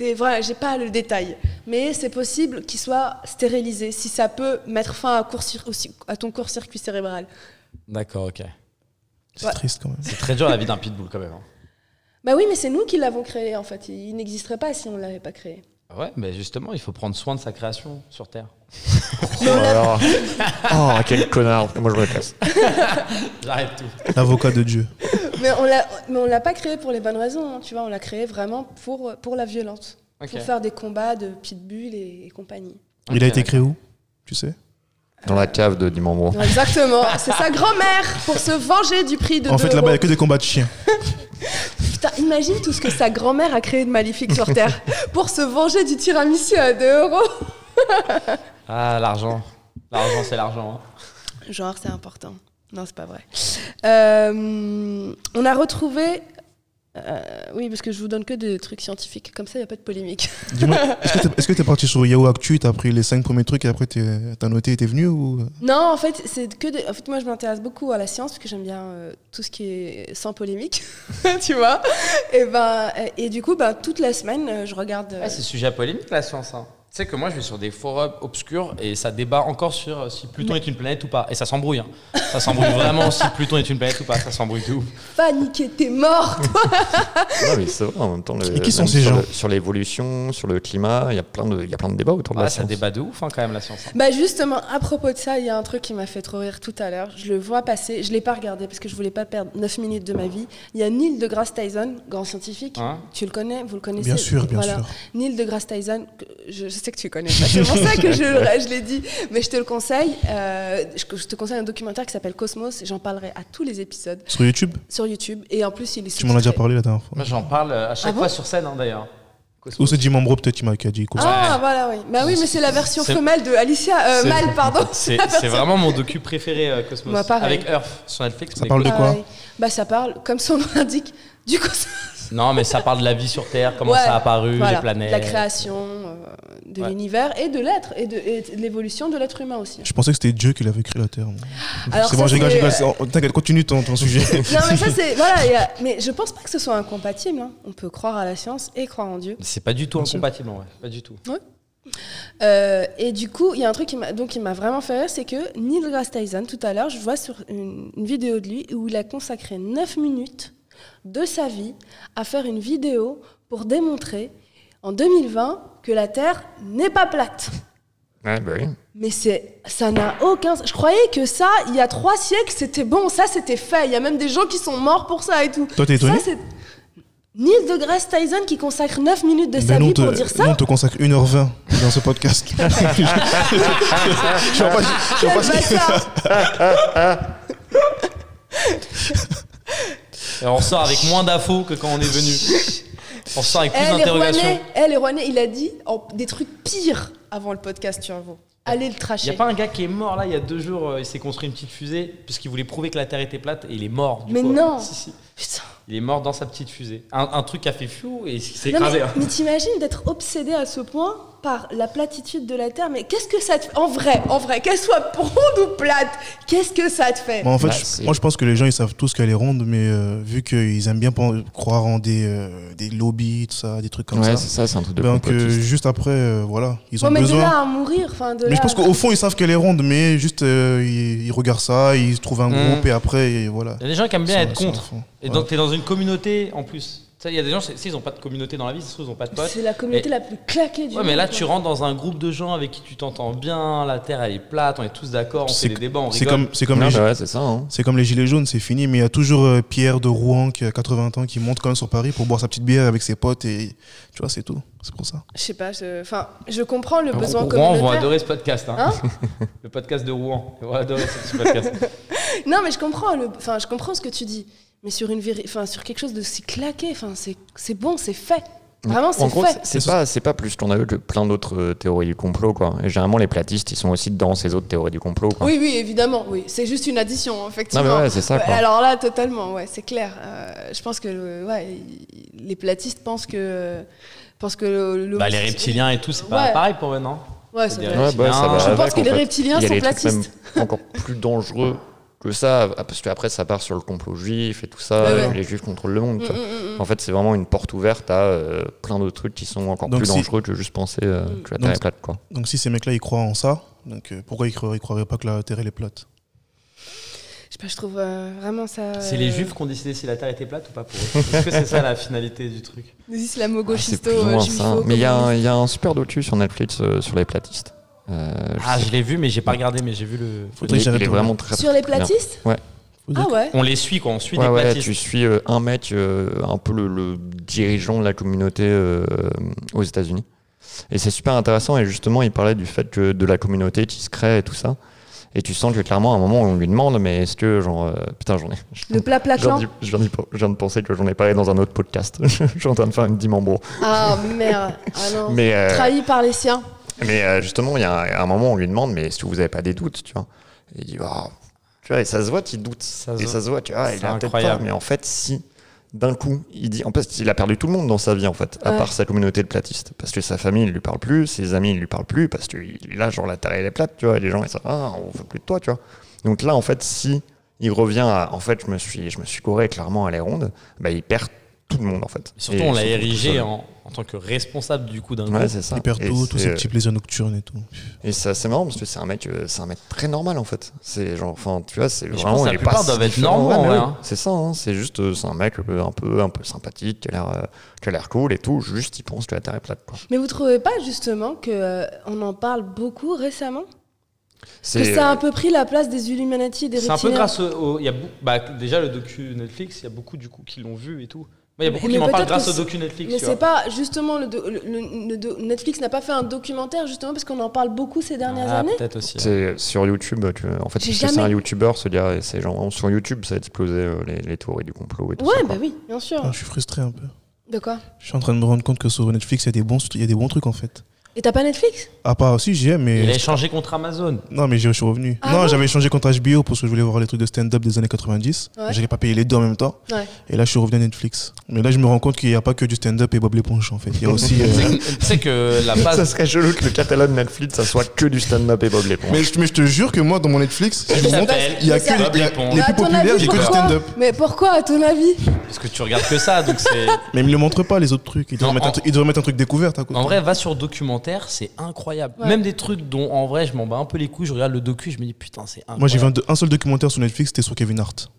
Speaker 2: Des... Voilà, j'ai pas le détail. Mais c'est possible qu'il soit stérilisé si ça peut mettre fin à, court-cir- aussi- à ton court-circuit cérébral.
Speaker 4: D'accord, ok.
Speaker 1: C'est
Speaker 2: Ouais.
Speaker 1: triste quand même.
Speaker 4: C'est très dur la vie d'un pitbull quand même. hein.
Speaker 2: Bah oui, mais c'est nous qui l'avons créé en fait. Il n'existerait pas si on l'avait pas créé.
Speaker 4: Ah Ouais, mais justement, il faut prendre soin de sa création sur Terre.
Speaker 3: Alors, oh, quel connard. Moi, je me casse.
Speaker 4: J'arrête tout.
Speaker 1: Avocat de Dieu.
Speaker 2: Mais on l'a- mais on l'a pas créé pour les bonnes raisons, hein, tu vois, on l'a créé vraiment pour, pour la violence,
Speaker 4: Ok.
Speaker 2: pour faire des combats de pitbull et, et compagnie.
Speaker 1: Il a
Speaker 4: Ok,
Speaker 1: été créé où Tu sais
Speaker 3: Dans la cave de Dimambro.
Speaker 2: Non, exactement, c'est sa grand-mère pour se venger du prix de
Speaker 1: En
Speaker 2: deux
Speaker 1: fait, là-bas, il n'y
Speaker 2: euros.
Speaker 1: a que des combats de chiens.
Speaker 2: Putain, imagine tout ce que sa grand-mère a créé de maléfique sur Terre pour se venger du tiramisu à 2 euros.
Speaker 4: Ah, l'argent. L'argent, c'est l'argent. hein.
Speaker 2: Genre, c'est important. Non, c'est pas vrai. Euh, on a retrouvé. euh, oui, parce que je vous donne que des trucs scientifiques, comme ça, il n'y a pas de polémique.
Speaker 1: Dis-moi, est-ce que t'es- est-ce que t'es parti sur Yahoo Actu, t'as pris les cinq premiers trucs et après t'es- t'as noté et t'es venu ou
Speaker 2: Non, en fait, c'est que des- en fait, moi, je m'intéresse beaucoup à la science parce que j'aime bien euh, tout ce qui est sans polémique, tu vois. Et ben, euh, et du coup, ben, toute la semaine, euh, je regarde. euh,
Speaker 4: Ouais, Ah, c'est sujet à polémique, la science. hein. Tu sais que moi, je vais sur des forums obscurs et ça débat encore sur euh, si Pluton est une planète ou pas. Et ça s'embrouille. hein. Ça s'embrouille vraiment si Pluton est une planète ou pas. Ça s'embrouille tout.
Speaker 2: paniquer, t'es mort. toi.
Speaker 3: Non, mais c'est vrai, en même temps. le-
Speaker 1: Et qui sont
Speaker 3: même
Speaker 1: ces
Speaker 3: sur
Speaker 1: gens
Speaker 3: le- Sur l'évolution, sur le climat, il y a plein de, il y a plein de débats autour de
Speaker 4: Ah,
Speaker 3: la
Speaker 4: ça
Speaker 3: science.
Speaker 4: débat de ouf, hein, quand même, la science. hein.
Speaker 2: bah justement, à propos de ça, il y a un truc qui m'a fait trop rire tout à l'heure. Je le vois passer. Je l'ai pas regardé parce que je voulais pas perdre 9 minutes de ma vie. Il y a Neil deGrasse Tyson, grand scientifique.
Speaker 4: Hein
Speaker 2: Tu le connais, vous le connaissez
Speaker 1: Bien sûr, bien
Speaker 2: Voilà.
Speaker 1: sûr.
Speaker 2: Neil deGrasse Tyson, que- je, je sais que tu connais pas, c'est pour ça que je, le- je l'ai dit, mais je te le conseille. euh, je, je te conseille un documentaire qui s'appelle Cosmos, et j'en parlerai à tous les épisodes
Speaker 1: Sur YouTube
Speaker 2: sur YouTube, et en plus il est
Speaker 1: Tu m'en as déjà
Speaker 2: sous-titré.
Speaker 1: parlé la dernière fois.
Speaker 4: Moi, j'en parle euh, à chaque
Speaker 2: Ah bon
Speaker 4: fois sur scène, hein, d'ailleurs.
Speaker 1: Ou c'est Jim Ambro peut-être qui m'a qui a dit quoi.
Speaker 2: Ah voilà, oui. Bah oui, mais c'est la version
Speaker 4: C'est-
Speaker 2: femelle de Alicia, euh,
Speaker 4: C'est-
Speaker 2: Mal, pardon.
Speaker 4: C'est c'est vraiment mon docu préféré, euh, Cosmos.
Speaker 2: Bah, pareil.
Speaker 4: Avec Earth sur Netflix.
Speaker 1: Ça
Speaker 4: on
Speaker 1: parle de
Speaker 4: écoute-
Speaker 1: quoi
Speaker 2: Pareil. Bah ça parle, comme son nom l'indique, du cosmos.
Speaker 4: Non, mais ça parle de la vie sur Terre, comment
Speaker 2: Ouais,
Speaker 4: ça a apparu,
Speaker 2: voilà,
Speaker 4: les planètes.
Speaker 2: de La création euh, de
Speaker 4: Ouais.
Speaker 2: l'univers et de l'être, et de, et de l'évolution de l'être humain aussi.
Speaker 1: Je pensais que c'était Dieu qui l'avait créé la Terre. moi.
Speaker 2: Alors
Speaker 1: C'est bon,
Speaker 2: ça,
Speaker 1: je rigole, je
Speaker 2: c'est-
Speaker 1: rigole. c'est- T'inquiète, continue ton, ton sujet.
Speaker 2: Non, mais ça, c'est. Voilà, il y a- mais je pense pas que ce soit incompatible. hein. On peut croire à la science et croire en Dieu.
Speaker 4: C'est pas du tout
Speaker 1: Bien sûr.
Speaker 4: incompatible, ouais. Pas du tout.
Speaker 2: Euh, et du coup, il y a un truc qui m'a donc, qui m'a vraiment fait rire, c'est que Neil deGrasse Tyson, tout à l'heure, je vois sur une, une vidéo de lui où il a consacré 9 minutes de sa vie à faire une vidéo pour démontrer en 2020 que la Terre n'est pas plate.
Speaker 3: Ouais, bah oui.
Speaker 2: Mais c'est, ça n'a aucun. Je croyais que ça, il y a trois siècles, c'était bon, ça c'était fait. Il y a même des gens qui sont morts pour ça et tout.
Speaker 1: Toi, t'es étonné
Speaker 2: Ça, c'est Neil deGrasse Tyson qui consacre 9 minutes de sa
Speaker 1: nous, on
Speaker 2: vie
Speaker 1: te,
Speaker 2: pour dire ça.
Speaker 1: nous, on te consacre 1h20 dans ce podcast. je vois pas, je vois
Speaker 2: Quel
Speaker 1: pas ce que-
Speaker 2: bâtard
Speaker 4: Et on sort avec moins d'infos que quand on est venu. On sort avec plus
Speaker 2: Eh, les
Speaker 4: d'interrogations.
Speaker 2: Rouennais, eh, les Rouennais, il a dit en- des trucs pires avant le podcast, tu vois. Allez le
Speaker 4: Il y a
Speaker 2: tracher.
Speaker 4: pas un gars qui est mort là il y a deux jours, euh, il s'est construit une petite fusée puisqu'il voulait prouver que la Terre était plate et il est mort. du
Speaker 2: Mais
Speaker 4: coup.
Speaker 2: non.
Speaker 4: Si, si.
Speaker 2: Putain.
Speaker 4: Il est mort dans sa petite fusée. Un, un truc a fait fiou et il s'est
Speaker 2: Non,
Speaker 4: écrasé.
Speaker 2: mais
Speaker 4: hein.
Speaker 2: mais t'imagines d'être obsédé à ce point par la platitude de la Terre, mais qu'est-ce que ça te fait En vrai, en vrai, qu'elle soit ronde ou plate, qu'est-ce que ça te fait
Speaker 1: Bon, en fait,
Speaker 3: Bah,
Speaker 1: je-
Speaker 3: c'est-
Speaker 1: moi je pense que les gens ils savent tous qu'elle est ronde, mais euh, vu qu'ils aiment bien pen- croire en des, euh, des lobbies, tout ça, des trucs comme
Speaker 3: Ouais, c'est
Speaker 1: ça.
Speaker 3: ça, c'est un truc de
Speaker 1: Donc euh,
Speaker 3: complotiste.
Speaker 1: juste après, euh, voilà, ils ont
Speaker 2: Ouais, mais de
Speaker 1: besoin.
Speaker 2: là à mourir, enfin de
Speaker 1: Mais
Speaker 2: là
Speaker 1: je pense
Speaker 2: à-
Speaker 1: qu'au fond ils savent qu'elle est ronde, mais juste euh, ils, ils regardent ça, ils trouvent un
Speaker 4: Mm.
Speaker 1: groupe et après et voilà.
Speaker 4: Il y a des gens qui aiment bien
Speaker 1: Ça-
Speaker 4: être
Speaker 1: ça,
Speaker 4: contre.
Speaker 1: au fond.
Speaker 4: Et donc t'es dans une communauté en plus. Tu sais, Il y a des gens, c'est- s'ils n'ont pas de communauté dans la vie, ça se trouve, ils n'ont pas de potes.
Speaker 2: C'est la communauté
Speaker 4: Et-
Speaker 2: la plus claquée du
Speaker 4: Ouais, mais
Speaker 2: monde,
Speaker 4: là,
Speaker 2: quoi.
Speaker 4: tu rentres dans un groupe de gens avec qui tu t'entends bien, la terre elle est plate, on est tous d'accord, on fait des débats, on
Speaker 1: c'est
Speaker 4: rigole.
Speaker 1: comme, c'est comme
Speaker 3: Non,
Speaker 1: les,
Speaker 3: bah ouais, c'est ça. hein.
Speaker 1: C'est comme les gilets jaunes, c'est fini, mais il y a toujours euh, Pierre de Rouen qui a 80 ans qui monte quand même sur Paris pour boire sa petite bière avec ses potes et tu vois, c'est tout. C'est pour ça.
Speaker 2: Je sais pas, je... enfin, je comprends
Speaker 1: Ah,
Speaker 2: le besoin
Speaker 4: Rouen vont
Speaker 2: communautaire.
Speaker 4: adorer ce podcast. Hein le podcast de Rouen. Ils vont adorer ce ce podcast.
Speaker 2: Non, mais je comprends, le... enfin, je comprends ce que tu dis. Mais sur, une véri- enfin, sur quelque chose de si claqué, enfin, c'est c'est bon, c'est fait. Vraiment,
Speaker 3: Mm. en
Speaker 2: c'est
Speaker 3: gros,
Speaker 2: fait.
Speaker 3: c'est- c'est pas, c'est pas plus qu'on a eu que plein d'autres euh, théories du complot, quoi. Et généralement, les platistes, ils sont aussi dans ces autres théories du complot, quoi.
Speaker 2: Oui, oui, évidemment, oui. C'est juste une addition,
Speaker 3: non,
Speaker 2: effectivement.
Speaker 3: mais ouais, c'est ça,
Speaker 2: Ouais,
Speaker 3: quoi.
Speaker 2: alors là, totalement, ouais, c'est clair. Euh, je pense que euh, ouais, y- les platistes pensent que, pensent que le. le-
Speaker 4: Bah, les reptiliens et tout, c'est pas
Speaker 2: Ouais.
Speaker 4: pareil pour eux, non
Speaker 2: Ouais,
Speaker 4: c'est
Speaker 2: ça
Speaker 4: des
Speaker 2: doit être-
Speaker 3: Ouais, bah, ça va
Speaker 4: Je
Speaker 2: Je
Speaker 3: avec,
Speaker 2: pense que
Speaker 3: en
Speaker 2: les
Speaker 3: fait.
Speaker 2: reptiliens
Speaker 3: Il y a
Speaker 2: sont
Speaker 3: des trucs même
Speaker 2: platistes.
Speaker 3: encore plus dangereux que ça, ah, parce qu'après ça part sur le complot juif et tout ça,
Speaker 2: Ouais, ouais.
Speaker 3: les juifs contrôlent le monde. tu
Speaker 2: Mm,
Speaker 3: vois.
Speaker 2: mm, mm, mm.
Speaker 3: En fait, c'est vraiment une porte ouverte à euh, plein de trucs qui sont encore
Speaker 1: Donc
Speaker 3: plus
Speaker 1: si-
Speaker 3: dangereux que juste penser euh,
Speaker 2: Mm.
Speaker 3: que la Terre
Speaker 1: Donc-
Speaker 3: est plate. Quoi.
Speaker 1: Donc si ces mecs-là, ils croient en ça, donc euh, pourquoi ils croiraient, ils croiraient pas que la Terre elle est plate
Speaker 2: Je pas, je trouve euh, vraiment ça.
Speaker 4: C'est
Speaker 2: euh,
Speaker 4: les juifs qui ont décidé si la terre était plate ou pas pour eux. Est-ce que c'est ça la finalité du truc
Speaker 2: Les
Speaker 3: Ah, c'est
Speaker 2: islamo-gauchistos.
Speaker 3: plus ou
Speaker 2: euh,
Speaker 3: moins
Speaker 2: juifs,
Speaker 3: ça.
Speaker 2: euh,
Speaker 3: Mais il y, a
Speaker 2: communistes.
Speaker 3: un- il y a un super docu sur Netflix euh, sur les platistes. Euh, je
Speaker 4: Ah,
Speaker 3: sais-
Speaker 4: je l'ai vu, mais j'ai pas regardé, mais j'ai vu le.
Speaker 1: Faudrait que
Speaker 3: il, il
Speaker 1: j'arrête
Speaker 3: est
Speaker 1: de-
Speaker 3: vraiment très.
Speaker 2: Sur les
Speaker 3: très bien.
Speaker 2: platistes
Speaker 3: Ouais.
Speaker 2: Ah ouais
Speaker 4: On les suit, quoi. On suit
Speaker 3: Ouais,
Speaker 4: des
Speaker 3: ouais,
Speaker 4: platistes.
Speaker 3: tu suis euh, un mec, euh, un peu le, le dirigeant de la communauté euh, aux États-Unis. Et c'est super intéressant. Et justement, il parlait du fait que de la communauté qui se crée et tout ça. Et tu sens que clairement, à un moment, on lui demande, mais est-ce que, genre, euh, putain, j'en ai.
Speaker 2: Le plat plat
Speaker 3: Je viens
Speaker 2: clan
Speaker 3: d'y- je viens d'y pe- je viens de penser que j'en ai parlé dans un autre podcast. je suis en train de faire une dimambo.
Speaker 2: Ah merde. Ah non.
Speaker 3: Mais, euh,
Speaker 2: Trahi par les siens.
Speaker 3: mais euh, justement, il y a un, un moment, on lui demande, mais est-ce que vous n'avez pas des doutes, tu vois Et il dit, Ah. tu vois, et ça se voit qu'il doute.
Speaker 4: Ça se
Speaker 3: et ça se voit, tu vois, il
Speaker 4: C'est
Speaker 3: a peut-être pas.
Speaker 4: incroyable.
Speaker 3: Mais en fait, si d'un coup, il dit, en fait, il a perdu tout le monde dans sa vie, en fait, à
Speaker 2: Ouais.
Speaker 3: part sa communauté de platistes, parce que sa famille ne lui parle plus, ses amis ne lui parlent plus, parce qu'il a genre la terre et les plates, tu vois, et les gens ils savent, ah, on veut plus de toi, tu vois. Donc là, en fait, si il revient à, en fait, je me suis, je me suis couré clairement à les rondes, bah, il perd tout le monde, en fait.
Speaker 4: Et surtout,
Speaker 3: Et
Speaker 4: on
Speaker 3: il
Speaker 4: l'a
Speaker 3: se retrouve tout
Speaker 4: érigé
Speaker 3: seul.
Speaker 4: en, en tant que responsable du coup d'un
Speaker 3: Ouais,
Speaker 4: groupe.
Speaker 3: c'est ça.
Speaker 1: Il perd
Speaker 3: Et
Speaker 1: tout, tous
Speaker 3: c'est,
Speaker 1: ces
Speaker 3: euh,
Speaker 1: petits plaisirs nocturnes et tout.
Speaker 3: Et c'est assez marrant parce que c'est un mec, euh, c'est un mec très normal en fait. C'est genre, enfin, tu vois, c'est
Speaker 4: Mais je
Speaker 3: vraiment.
Speaker 4: pense que la
Speaker 3: il est
Speaker 4: plupart
Speaker 3: pas si
Speaker 4: doivent être
Speaker 3: différent.
Speaker 4: normaux, en
Speaker 3: mais
Speaker 4: vrai,
Speaker 3: oui,
Speaker 4: hein.
Speaker 3: C'est ça, hein, c'est juste, euh, c'est un mec euh, un peu, un peu sympathique, qui a l'air, euh, qui a l'air cool et tout. Juste, il pense que la terre est plate. Quoi.
Speaker 2: Mais vous trouvez pas justement que euh, on en parle beaucoup récemment Que
Speaker 3: C'est euh,
Speaker 2: ça
Speaker 1: euh,
Speaker 2: a un peu pris la place des Illuminati et des
Speaker 4: C'est un peu
Speaker 2: reptiliens
Speaker 4: grâce au. au- il y a bou- bah, déjà, le docu Netflix, il y a beaucoup du coup qui l'ont vu et tout. Moi, Il y a beaucoup
Speaker 2: Mais
Speaker 4: qui m'en parlent
Speaker 2: peut-être
Speaker 4: grâce
Speaker 2: que
Speaker 4: au docu Netflix.
Speaker 2: Mais
Speaker 4: tu
Speaker 2: c'est
Speaker 4: vois.
Speaker 2: pas justement le, do- le- le- le do- Netflix n'a pas fait un documentaire justement parce qu'on en parle beaucoup ces dernières
Speaker 4: Ah,
Speaker 2: années.
Speaker 4: Peut-être aussi.
Speaker 3: c'est sur YouTube. Tu, en fait, parce
Speaker 2: J'ai
Speaker 3: que c'est
Speaker 2: jamais-
Speaker 3: un YouTuber, ce gars. et C'est genre sur YouTube, ça a explosé euh, les, les théories du complot et tout
Speaker 2: Ouais,
Speaker 3: ça.
Speaker 2: bah
Speaker 3: quoi.
Speaker 2: oui, bien sûr.
Speaker 1: Ah, je suis frustré un peu.
Speaker 2: De quoi
Speaker 1: Je suis en train de me rendre compte que sur Netflix, il y a des bons, il y a des bons trucs en fait.
Speaker 2: Et t'as pas Netflix
Speaker 1: À part aussi, j'ai, mais.
Speaker 4: Il a échangé contre Amazon.
Speaker 1: Non, mais je suis revenu.
Speaker 2: Ah
Speaker 1: non,
Speaker 2: bon
Speaker 1: j'avais changé contre HBO parce que je voulais voir les trucs de stand-up des années 90.
Speaker 2: Ouais.
Speaker 1: J'allais pas payer les deux en même temps.
Speaker 2: Ouais.
Speaker 1: Et là, je suis revenu à Netflix. Mais là, je me rends compte qu'il n'y a pas que du stand-up et Bob l'éponge en fait. Il y a aussi. euh,
Speaker 4: Tu sais que la
Speaker 3: Ça
Speaker 4: base.
Speaker 3: serait chelou que le catalogue Netflix, ça soit que du stand-up et Bob l'éponge.
Speaker 1: mais, je, mais je te jure que moi, dans mon Netflix, si je vous
Speaker 4: Ça
Speaker 1: montre,
Speaker 4: s'appelle
Speaker 1: il y a
Speaker 2: Bob
Speaker 1: que les, il y a-
Speaker 4: l'éponge.
Speaker 1: les
Speaker 2: Mais Bah, à
Speaker 1: plus
Speaker 2: ton
Speaker 1: populaires,
Speaker 2: avis,
Speaker 1: il y a que du
Speaker 2: pourquoi
Speaker 1: stand-up.
Speaker 2: Mais pourquoi à ton avis
Speaker 4: Parce que tu regardes que ça, donc c'est.
Speaker 1: Mais ils me le montrent pas, les autres trucs. Ils
Speaker 4: Non,
Speaker 1: devraient, mettre,
Speaker 4: en-
Speaker 1: un truc, ils devraient mettre un truc découverte à côté.
Speaker 4: En vrai, va sur documentaire, c'est incroyable.
Speaker 2: Ouais.
Speaker 4: Même des trucs dont en vrai je m'en bats un peu les couilles, je regarde le docu, je me dis putain, c'est incroyable.
Speaker 1: Moi, j'ai vu un, un seul documentaire sur Netflix, c'était sur Kevin Hart.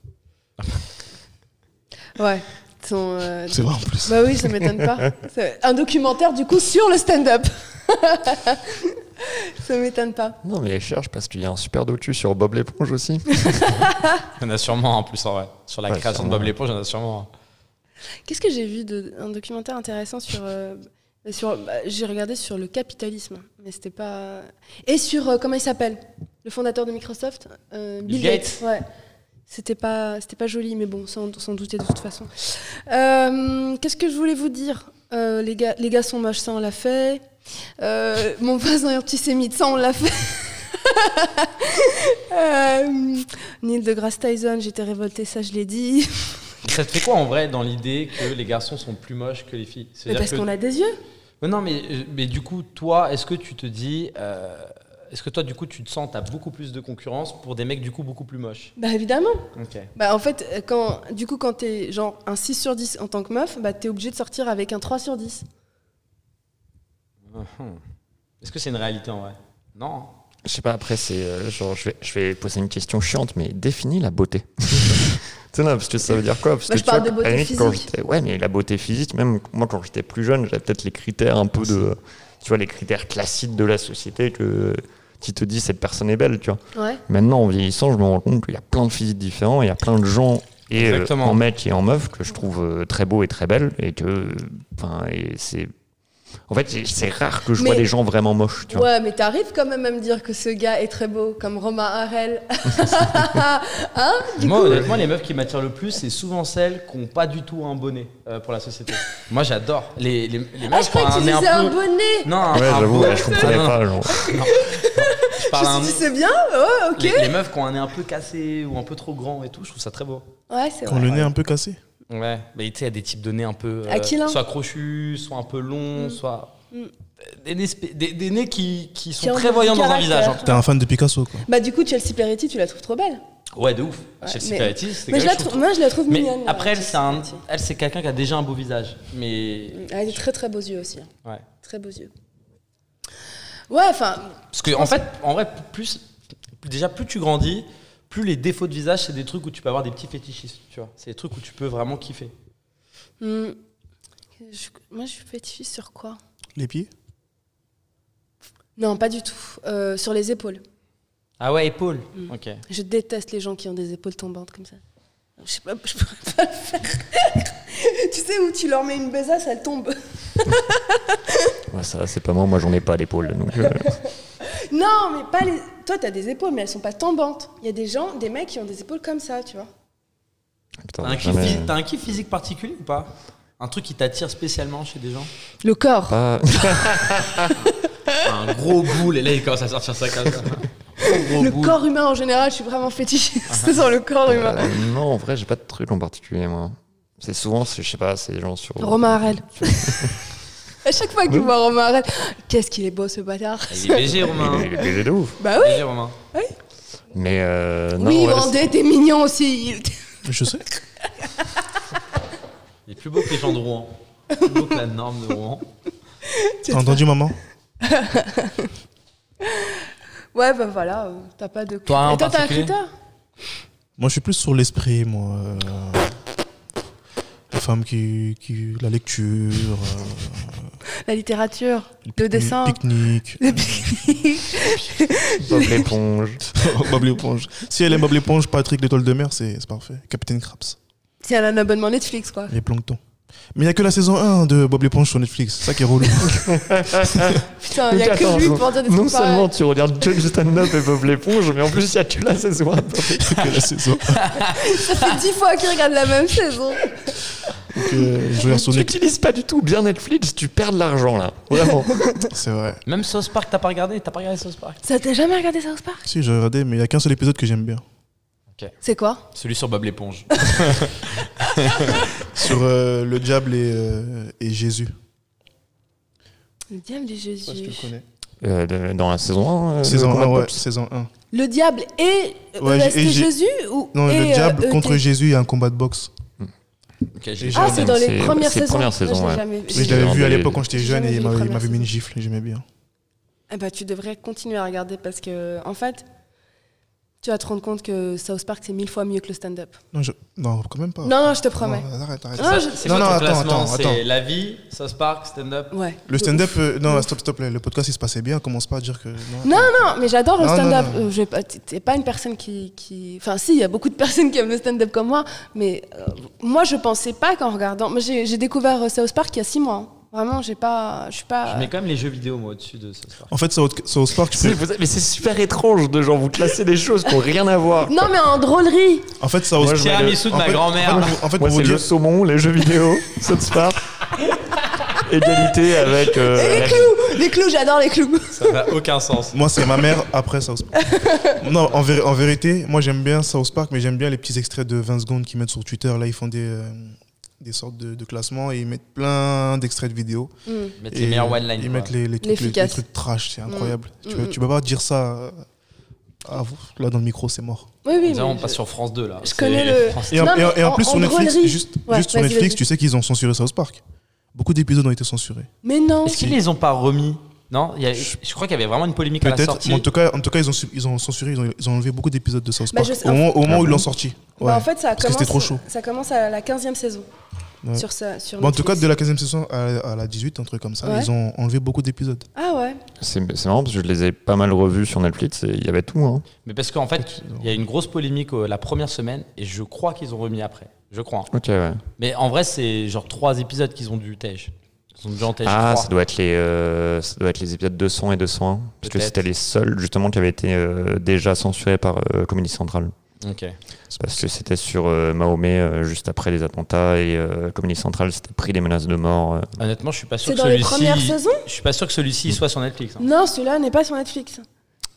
Speaker 2: Ouais. Son, euh,
Speaker 1: C'est vrai en plus.
Speaker 2: Bah oui, ça m'étonne pas. C'est Un documentaire du coup sur le stand-up. ça m'étonne pas.
Speaker 3: Non, mais cherche parce qu'il y a un super docu sur Bob l'éponge aussi.
Speaker 4: Il y en a sûrement en plus en vrai. Sur la
Speaker 3: Ouais,
Speaker 4: création
Speaker 3: sûrement.
Speaker 4: de Bob l'éponge, il y en a sûrement.
Speaker 2: Qu'est-ce que j'ai vu de, un documentaire intéressant sur euh, sur bah, j'ai regardé sur le capitalisme, mais c'était pas et sur euh, comment il s'appelle le fondateur de Microsoft, euh, Bill,
Speaker 4: Bill
Speaker 2: Gates.
Speaker 4: Gates.
Speaker 2: Ouais. C'était pas c'était pas joli, mais bon, sans sans douter de toute façon. Euh, Qu'est-ce que je voulais vous dire Euh, les gars les gars sont moches, ça on l'a fait. Euh, mon voisin est antisémite, ça on l'a fait. euh, Neil deGrasse Tyson, j'étais révoltée, ça je l'ai dit.
Speaker 4: Ça te fait quoi en vrai dans l'idée que les garçons sont plus moches que les filles
Speaker 2: Mais
Speaker 4: C'est-à-dire
Speaker 2: parce
Speaker 4: que-
Speaker 2: qu'on a des yeux.
Speaker 4: Mais non, mais, mais du coup, toi, est-ce que tu te dis. euh, Est-ce que toi, du coup, tu te sens, t'as beaucoup plus de concurrence pour des mecs, du coup, beaucoup plus moches
Speaker 2: Bah évidemment.
Speaker 4: Ok.
Speaker 2: Bah en fait, euh, quand, du coup, quand t'es genre un 6 sur 10 en tant que meuf, bah t'es obligé de sortir avec un 3 sur 10.
Speaker 4: Uh-huh. Est-ce que c'est une réalité en vrai Non. hein.
Speaker 3: Je sais pas, après, c'est euh, genre, je vais, je vais poser une question chiante, mais définis la beauté. tu sais, non, parce que ça veut dire quoi parce
Speaker 2: Moi,
Speaker 3: que
Speaker 2: je
Speaker 3: tu
Speaker 2: parle
Speaker 3: vois,
Speaker 2: de beauté
Speaker 3: à la limite, quand
Speaker 2: physique.
Speaker 3: j'étais- Ouais, mais la beauté physique, même moi, quand j'étais plus jeune, j'avais peut-être les critères un peu de. Tu vois, les critères classiques de la société que, qui te dit cette personne est belle, tu vois.
Speaker 2: Ouais.
Speaker 3: Maintenant, en vieillissant, je me rends compte qu'il y a plein de physiques différents, il y a plein de gens. Et euh,
Speaker 4: Exactement.
Speaker 3: en mec et en meuf que je trouve euh, très beaux et très belles et que enfin et c'est en fait c'est- c'est rare que je vois
Speaker 2: Mais-
Speaker 3: des gens vraiment moches tu vois.
Speaker 2: Ouais, mais t'arrives quand même à me dire que ce gars est très beau, comme Romain Harel. hein Du
Speaker 4: Moi,
Speaker 2: coup,
Speaker 4: honnêtement, les meufs qui m'attirent le plus, c'est souvent celles qui n'ont pas du tout un bonnet euh, pour la société. Moi, j'adore. Les, les, les
Speaker 2: ah,
Speaker 4: meufs
Speaker 2: je crois
Speaker 4: qui
Speaker 2: que
Speaker 4: ont
Speaker 2: tu
Speaker 4: nez
Speaker 2: disais un, bonnet.
Speaker 4: Non, un,
Speaker 3: Ouais,
Speaker 4: un
Speaker 3: j'avoue,
Speaker 4: peu-
Speaker 3: ouais, je comprenais
Speaker 4: Ah, non, non,
Speaker 3: pas. genre.
Speaker 4: je
Speaker 2: Je
Speaker 4: parle à
Speaker 2: me
Speaker 4: un-
Speaker 2: suis dit, c'est bien Ouais, ok.
Speaker 4: les, les meufs qui ont un nez un peu cassé ou un peu trop grand et tout, je trouve ça très beau.
Speaker 2: Ouais, c'est
Speaker 1: Quand
Speaker 2: vrai.
Speaker 1: le nez est un peu cassé.
Speaker 4: Ouais, mais tu sais, il y a des types de nez un peu. euh,
Speaker 2: Aquilin.
Speaker 4: Soit crochus, soit un peu longs, soit.
Speaker 2: Mm.
Speaker 4: Des, nez spé- des, des nez qui, qui
Speaker 2: Qui
Speaker 4: sont
Speaker 2: ont
Speaker 4: très
Speaker 2: du
Speaker 4: voyants dans un
Speaker 2: caractère.
Speaker 4: visage. hein.
Speaker 1: T'es un fan de Picasso, quoi.
Speaker 2: Bah du coup, Chelsea Peretti, tu la trouves trop belle.
Speaker 4: Ouais, de ouf.
Speaker 2: Ouais,
Speaker 4: Chelsea
Speaker 2: mais-
Speaker 4: Peretti, c'est
Speaker 2: Mais je
Speaker 4: quelque
Speaker 2: la
Speaker 4: chose.
Speaker 2: trouve, moi, je la trouve
Speaker 4: Mais
Speaker 2: mignonne.
Speaker 4: après,
Speaker 2: euh,
Speaker 4: elle, c'est un-
Speaker 2: Chelsea Peretti.
Speaker 4: elle, c'est quelqu'un qui a déjà un beau visage. Mais.
Speaker 2: Elle a des très très beaux yeux aussi. hein.
Speaker 4: Ouais.
Speaker 2: Très beaux yeux. Ouais, enfin,
Speaker 4: Parce que en fait, en vrai, plus déjà plus tu grandis, plus les défauts de visage, c'est des trucs où tu peux avoir des petits fétichismes, tu vois. C'est des trucs où tu peux vraiment kiffer.
Speaker 2: Hmm. Je- moi, je suis fétichiste sur quoi
Speaker 1: Les pieds
Speaker 2: Non, pas du tout. Euh, sur les épaules.
Speaker 4: Ah ouais, épaule.
Speaker 2: Mm.
Speaker 4: Ok.
Speaker 2: Je déteste les gens qui ont des épaules tombantes comme ça. Je sais pas, je pourrais pas le faire. tu sais où tu leur mets une besace, elle tombe.
Speaker 3: Ouais, ça, c'est pas moi. Moi, j'en ai pas d'épaule. Donc, euh,
Speaker 2: Non, mais pas les. Toi, t'as des épaules, mais elles sont pas tombantes. Il y a des gens, des mecs qui ont des épaules comme ça, tu vois.
Speaker 3: putain,
Speaker 4: T'as un, kiff,
Speaker 3: jamais-
Speaker 4: phys- t'as un kiff physique particulier ou pas Un truc qui t'attire spécialement chez des gens
Speaker 2: Le corps.
Speaker 3: Pas-
Speaker 4: Un gros boule, et là il commence à sortir ça comme ça. Un gros
Speaker 2: Le
Speaker 4: boule.
Speaker 2: corps humain en général, je suis vraiment fétichiste sur le corps humain.
Speaker 3: Euh, non, en vrai, j'ai pas de truc en particulier, moi. C'est souvent, c'est- je sais pas, c'est les gens sur.
Speaker 2: Romain Harel. à chaque fois que je vois Romain Harel, qu'est-ce qu'il est beau ce bâtard.
Speaker 4: Ah, Il est léger, Romain.
Speaker 3: Il est- il est baiser de ouf.
Speaker 2: bah oui,
Speaker 4: Léger, Romain.
Speaker 3: Mais euh, non,
Speaker 2: oui,
Speaker 3: ouais,
Speaker 2: Vendée, t'es mignon aussi. Il-
Speaker 1: Je sais.
Speaker 4: Il est plus beau que les gens de Rouen. Plus beau que la norme de Rouen.
Speaker 1: T'as entendu, maman
Speaker 2: Ouais, bah voilà, euh, t'as pas de.
Speaker 4: Toi, en
Speaker 2: Et toi, t'as un
Speaker 4: particulier
Speaker 2: critère
Speaker 1: Moi, je suis plus sur l'esprit, moi. euh, La femme qui, qui. La lecture. euh,
Speaker 2: La littérature, le
Speaker 1: pique-
Speaker 2: dessin,
Speaker 1: Pique-nique.
Speaker 2: le pique-nique.
Speaker 3: c'est Bob l'éponge.
Speaker 1: Bob l'éponge. Si elle aime Bob l'éponge, Patrick l'étoile de mer, c'est c'est parfait. Capitaine Krabs.
Speaker 2: C'est un abonnement Netflix, quoi.
Speaker 1: Les planctons. Mais il n'y a que la saison 1 de Bob l'éponge sur Netflix. C'est ça qui est relou.
Speaker 2: Putain, y a que lui pour dire des
Speaker 3: non
Speaker 2: trucs pareils.
Speaker 3: seulement tu regardes John Stand-Up et Bob l'éponge, mais en plus, il y a que la saison.
Speaker 1: C'est que la saison 1.
Speaker 2: Ça fait dix fois qu'il regarde la même saison.
Speaker 1: Donc, euh, je regarde sur
Speaker 3: Tu
Speaker 1: Netflix.
Speaker 3: n'utilises pas du tout bien Netflix, tu perds de l'argent là. Vraiment.
Speaker 1: C'est vrai.
Speaker 4: Même Sauce Park, t'as pas regardé T'as pas regardé Sauce Park
Speaker 2: Ça t'as jamais regardé South Park
Speaker 1: Si, j'ai regardé, mais il n'y a qu'un seul épisode que j'aime bien.
Speaker 2: C'est quoi
Speaker 4: Celui sur Bob l'éponge.
Speaker 1: Sur euh, le diable et, euh, et Jésus.
Speaker 2: Le diable et Jésus.
Speaker 3: Euh, de- dans la saison 1. euh, le
Speaker 1: Saison 1,
Speaker 3: combat de
Speaker 1: ouais.
Speaker 3: Pops.
Speaker 1: Saison 1.
Speaker 2: Le diable et.
Speaker 1: Ouais,
Speaker 2: euh,
Speaker 1: et
Speaker 2: c'était
Speaker 1: Jé-
Speaker 2: Jésus ou
Speaker 1: Non,
Speaker 2: et,
Speaker 1: le
Speaker 2: euh,
Speaker 1: diable
Speaker 2: euh,
Speaker 1: contre
Speaker 2: t'es-
Speaker 1: Jésus et un combat de boxe.
Speaker 4: Ok, j'ai-
Speaker 1: Et
Speaker 2: Ah,
Speaker 1: j'ai-
Speaker 2: c'est dans les
Speaker 3: C'est-
Speaker 2: premières
Speaker 3: c'est
Speaker 2: saisons.
Speaker 3: première
Speaker 2: Moi, je
Speaker 3: saison,
Speaker 2: l'ai
Speaker 3: ouais.
Speaker 2: jamais vu.
Speaker 1: Mais je
Speaker 3: J'ai
Speaker 1: l'avais vu à
Speaker 3: regardé-
Speaker 1: l'époque quand j'étais
Speaker 2: j'ai
Speaker 1: jeune
Speaker 2: jamais
Speaker 1: et
Speaker 2: vu
Speaker 1: il
Speaker 2: les
Speaker 1: m'avait il
Speaker 2: premières
Speaker 1: m'avait mis une
Speaker 2: saisons.
Speaker 1: gifle et j'aimais bien.
Speaker 2: Eh ben, tu devrais continuer à regarder parce que, en fait, tu vas te rendre compte que South Park, c'est mille fois mieux que le stand-up.
Speaker 1: Non, je- non, quand même pas.
Speaker 2: Non, non, je te promets.
Speaker 1: Non, arrête, arrête.
Speaker 4: C'est ça,
Speaker 2: Ah, je-
Speaker 4: c'est
Speaker 1: Non,
Speaker 4: quoi
Speaker 1: non,
Speaker 4: ton
Speaker 1: attends,
Speaker 4: classement
Speaker 1: attends,
Speaker 4: C'est
Speaker 1: attends.
Speaker 4: la vie, Sauce Park, stand-up.
Speaker 2: Ouais.
Speaker 1: Oh. Le stand-up, euh, non, stop, stop, le podcast il se passait bien, commence pas à dire que.
Speaker 2: Non, non, mais j'adore le
Speaker 1: Non, non,
Speaker 2: stand-up.
Speaker 1: non.
Speaker 2: Euh, je vais pas- t'es- T'es pas une personne qui, qui- Enfin, si, il y a beaucoup de personnes qui aiment le stand-up comme moi, mais euh, moi, je pensais pas qu'en regardant. Moi, j'ai j'ai découvert euh, South Park il y a six mois. hein. Vraiment, j'ai pas. Je suis
Speaker 4: Je
Speaker 1: Ah.
Speaker 2: pas.
Speaker 4: mets quand même les jeux vidéo, moi, au-dessus de Sauce Park.
Speaker 1: En fait, South South Park, je
Speaker 3: C'est-
Speaker 1: préfère-
Speaker 3: vous- Mais c'est super étrange de genre vous classer des choses qui n'ont rien à voir.
Speaker 2: Non, mais en drôlerie
Speaker 1: en fait, South
Speaker 3: Moi, je mets
Speaker 4: Tiramisu de
Speaker 1: en
Speaker 4: ma
Speaker 1: fait-
Speaker 4: grand-mère.
Speaker 1: En fait, pour- en fait,
Speaker 3: Moi,
Speaker 1: pour vous
Speaker 3: c'est le
Speaker 1: dire,
Speaker 3: saumon, les jeux vidéo, South Park. Égalité avec. euh,
Speaker 2: Et les
Speaker 3: la-
Speaker 2: clous Les clous, j'adore les clous
Speaker 4: Ça n'a aucun sens.
Speaker 1: moi, c'est ma mère après South Park. non, en, véri- en vérité, moi, j'aime bien South Park, mais j'aime bien les petits extraits de 20 secondes qu'ils mettent sur Twitter. Là, ils font des, euh, des sortes de, de classements et ils mettent plein d'extraits de vidéos.
Speaker 2: Hmm.
Speaker 4: Mettre
Speaker 1: Et
Speaker 4: les meilleurs one line.
Speaker 1: Ils mettent les, les, trucs, les-
Speaker 2: L'efficace.
Speaker 1: les trucs trash, c'est incroyable. Tu,
Speaker 2: Mm,
Speaker 1: peux, tu peux pas dire ça euh, à vous. Là, dans le micro, c'est mort.
Speaker 2: Oui, oui.
Speaker 4: on
Speaker 2: mais
Speaker 4: passe
Speaker 2: je-
Speaker 4: sur France 2 là.
Speaker 2: je
Speaker 4: C'est
Speaker 2: connais
Speaker 4: les
Speaker 2: le-
Speaker 4: France-
Speaker 1: Et en,
Speaker 2: Non, mais
Speaker 1: et en- et en
Speaker 2: en-
Speaker 1: plus, sur
Speaker 2: en
Speaker 1: Netflix,
Speaker 2: drôlerie.
Speaker 1: juste,
Speaker 2: Ouais,
Speaker 1: juste sur
Speaker 2: vas-y,
Speaker 1: Netflix
Speaker 2: vas-y.
Speaker 1: tu sais qu'ils ont censuré South Park. Beaucoup d'épisodes ont été censurés.
Speaker 2: Mais non
Speaker 4: Est-ce qu'ils les ont pas remis Non Il y a- je... crois qu'il y avait vraiment une polémique à la
Speaker 1: Peut-être,
Speaker 4: sortie.
Speaker 1: mais en tout cas, en tout cas ils, ont, su- ils ont censuré, ils ont, ils ont enlevé beaucoup d'épisodes de South
Speaker 2: Bah,
Speaker 1: Park.
Speaker 2: je sais-
Speaker 1: au, moment, au moment
Speaker 3: Ah
Speaker 1: où ils
Speaker 3: bon
Speaker 1: l'ont sorti.
Speaker 2: Bah,
Speaker 1: Ouais.
Speaker 2: en fait, ça
Speaker 1: Parce que
Speaker 2: commence,
Speaker 1: c'était trop chaud.
Speaker 2: ça commence à la 15e saison.
Speaker 1: Ouais.
Speaker 2: Sur ça, sur
Speaker 1: Bon, en tout cas,
Speaker 2: Netflix.
Speaker 1: de la 15e saison à, à la 18, un truc comme ça,
Speaker 2: Ouais.
Speaker 1: ils ont enlevé beaucoup d'épisodes.
Speaker 2: Ah ouais
Speaker 3: C'est c'est marrant parce que je les ai pas mal revus sur Netflix et il y avait tout. Hein.
Speaker 4: Mais parce qu'en fait, il y a une grosse polémique euh, la première semaine et je crois qu'ils ont remis après. Je crois. hein.
Speaker 3: Ok, ouais.
Speaker 4: Mais en vrai, c'est genre trois épisodes qu'ils ont dû tège. Ils ont dû en tège
Speaker 3: Ah,
Speaker 4: trois.
Speaker 3: ça doit, être les, euh, ça doit être les épisodes 200 et 201. Parce que
Speaker 4: Peut-être.
Speaker 3: c'était les seuls, justement, qui avaient été euh, déjà censurés par euh, Comedy Central.
Speaker 4: Ok.
Speaker 3: Parce que c'était sur euh, Mahomet euh, juste après les attentats et euh, Comedy Central s'était pris des menaces de mort. euh.
Speaker 4: Honnêtement, je suis pas sûr
Speaker 2: C'est
Speaker 4: que
Speaker 2: dans les premières
Speaker 4: celui-ci.
Speaker 2: saisons
Speaker 4: Je suis pas sûr que
Speaker 3: Mm.
Speaker 4: celui-ci soit sur Netflix. hein.
Speaker 2: Non, celui-là n'est pas sur Netflix.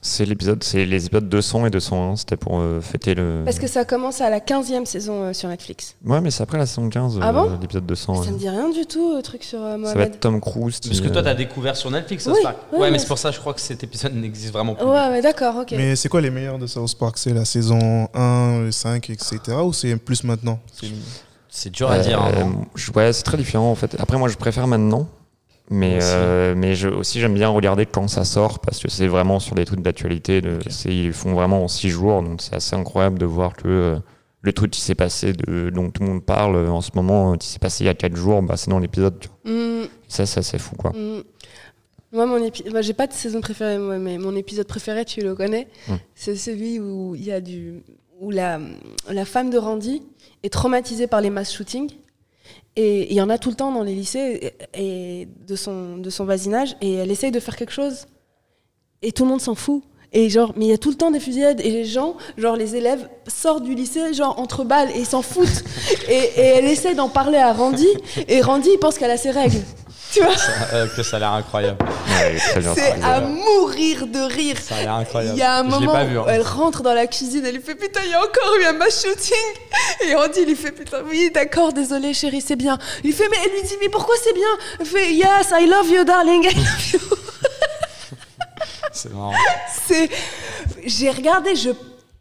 Speaker 3: C'est l'épisode, c'est les épisodes 200 et 201. C'était pour euh, fêter le.
Speaker 2: Parce que ça commence à la 15e saison euh, sur Netflix.
Speaker 3: Ouais, mais c'est après la saison 15,
Speaker 2: Ah
Speaker 3: euh,
Speaker 2: bon
Speaker 3: l'épisode 200.
Speaker 2: Ça
Speaker 3: ouais.
Speaker 2: me dit rien du tout, le truc sur euh,
Speaker 3: Ça va
Speaker 2: Mohamed.
Speaker 3: être Tom Cruise. qui,
Speaker 4: Parce que toi,
Speaker 3: euh,
Speaker 4: t'as découvert sur Netflix, ça
Speaker 2: Oui,
Speaker 4: se passe.
Speaker 2: oui,
Speaker 4: Ouais, mais
Speaker 2: oui.
Speaker 4: c'est pour ça, je crois que cet épisode n'existe vraiment plus.
Speaker 2: Ouais, ouais, d'accord, ok.
Speaker 1: Mais c'est quoi les meilleurs de South Park C'est la saison 1, le 5, etc. Ou c'est plus maintenant
Speaker 4: C'est dur à dire. hein,
Speaker 3: euh,
Speaker 4: non
Speaker 3: je- ouais, c'est très différent en fait. Après, moi, je préfère maintenant. Mais,
Speaker 4: Moi aussi.
Speaker 3: euh, mais je, aussi, j'aime bien regarder quand ça sort parce que c'est vraiment sur les trucs d'actualité. de- c'est- Ils font vraiment en six jours, donc c'est assez incroyable de voir que euh, le truc qui s'est passé, de, dont tout le monde parle euh, en ce moment, euh, qui s'est passé il y a quatre jours, bah, c'est dans l'épisode. tu vois.
Speaker 2: Hum,
Speaker 3: Ça, ça c'est fou quoi.
Speaker 2: hum. Moi, mon épisode. j'ai pas de saison préférée, moi, mais mon épisode préféré, tu le connais,
Speaker 3: Hum.
Speaker 2: c'est celui où il y a du. où la, la femme de Randy est traumatisée par les mass shootings. Et il y en a tout le temps dans les lycées et, et de, son, de son voisinage. Et elle essaye de faire quelque chose. Et tout le monde s'en fout. Et genre, mais il y a tout le temps des fusillades. Et les gens, genre les élèves, sortent du lycée, genre entre balles, et ils s'en foutent. et, et elle essaye d'en parler à Randy. Et Randy, il pense qu'elle a ses règles. Tu vois
Speaker 4: Euh, que ça a l'air incroyable.
Speaker 3: Ouais, très bien
Speaker 2: C'est
Speaker 3: travaillé.
Speaker 2: à mourir de rire.
Speaker 4: Ça a l'air incroyable.
Speaker 2: Il y a un
Speaker 4: Je l'ai
Speaker 2: moment
Speaker 4: pas vu, hein.
Speaker 2: où elle rentre dans la cuisine, elle lui fait putain, il y a encore eu un mass shooting. Et Andy lui fait putain, oui, d'accord, désolé chérie, c'est bien. Il fait mais elle lui dit mais pourquoi c'est bien Elle fait yes, I love you darling.
Speaker 4: C'est marrant.
Speaker 2: c'est j'ai regardé, je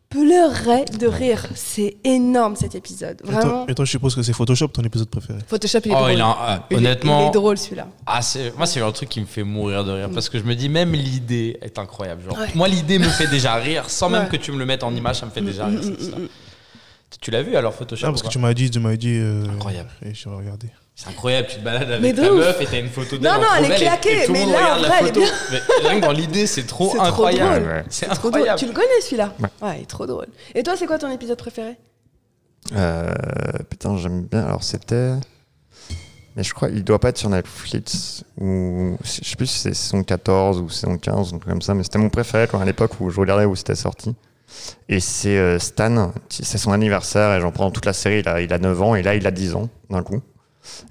Speaker 2: pleurais de rire. C'est énorme cet épisode,
Speaker 1: Et toi,
Speaker 2: vraiment.
Speaker 1: et toi, je suppose que c'est Photoshop ton épisode préféré.
Speaker 2: Photoshop il est
Speaker 4: Oh,
Speaker 2: drôle.
Speaker 4: il a un- ah,
Speaker 2: Il est- il
Speaker 4: honnêtement,
Speaker 2: est drôle celui-là.
Speaker 4: ah, c'est- moi c'est le truc qui me fait mourir de rire parce que je me dis même l'idée est incroyable. Genre,
Speaker 2: Ouais.
Speaker 4: Moi l'idée me fait déjà rire sans même
Speaker 2: Ouais.
Speaker 4: que tu me le mettes en image, ça me fait déjà rire. c'est ça. Tu l'as vu alors Photoshop
Speaker 1: Ah,
Speaker 4: ou
Speaker 1: parce que
Speaker 4: pas
Speaker 1: tu m'as dit, tu m'as dit. euh,
Speaker 4: Incroyable.
Speaker 1: Et je vais regarder.
Speaker 4: C'est incroyable, tu te balades
Speaker 2: Mais
Speaker 4: avec
Speaker 2: de
Speaker 4: ta
Speaker 2: ouf.
Speaker 4: meuf et t'as une photo d'elle.
Speaker 2: Non,
Speaker 4: en
Speaker 2: non, elle est
Speaker 4: trop belle et-
Speaker 2: claquée,
Speaker 4: et tout le
Speaker 2: mais
Speaker 4: monde
Speaker 2: là, en
Speaker 4: regarde la
Speaker 2: vrai, elle est
Speaker 4: photo.
Speaker 2: bien.
Speaker 4: Mais rien que dans l'idée, c'est trop
Speaker 2: C'est trop
Speaker 4: incroyable.
Speaker 2: drôle.
Speaker 4: C'est
Speaker 2: Trop drôle.
Speaker 4: incroyable.
Speaker 2: Tu le connais celui-là
Speaker 3: Ouais.
Speaker 2: Ouais, il est trop drôle. Et toi, c'est quoi ton épisode préféré
Speaker 3: Euh, putain, j'aime bien. Alors, c'était. Mais je crois il doit pas être sur Netflix. Ou... Je sais plus si c'est saison 14 ou saison 15, un truc comme ça. Mais c'était mon préféré quoi, à l'époque où je regardais où c'était sorti. Et c'est euh, Stan, qui- c'est son anniversaire. Et j'en prends toute la série. Il a, il a 9 ans et là, il a 10 ans d'un coup.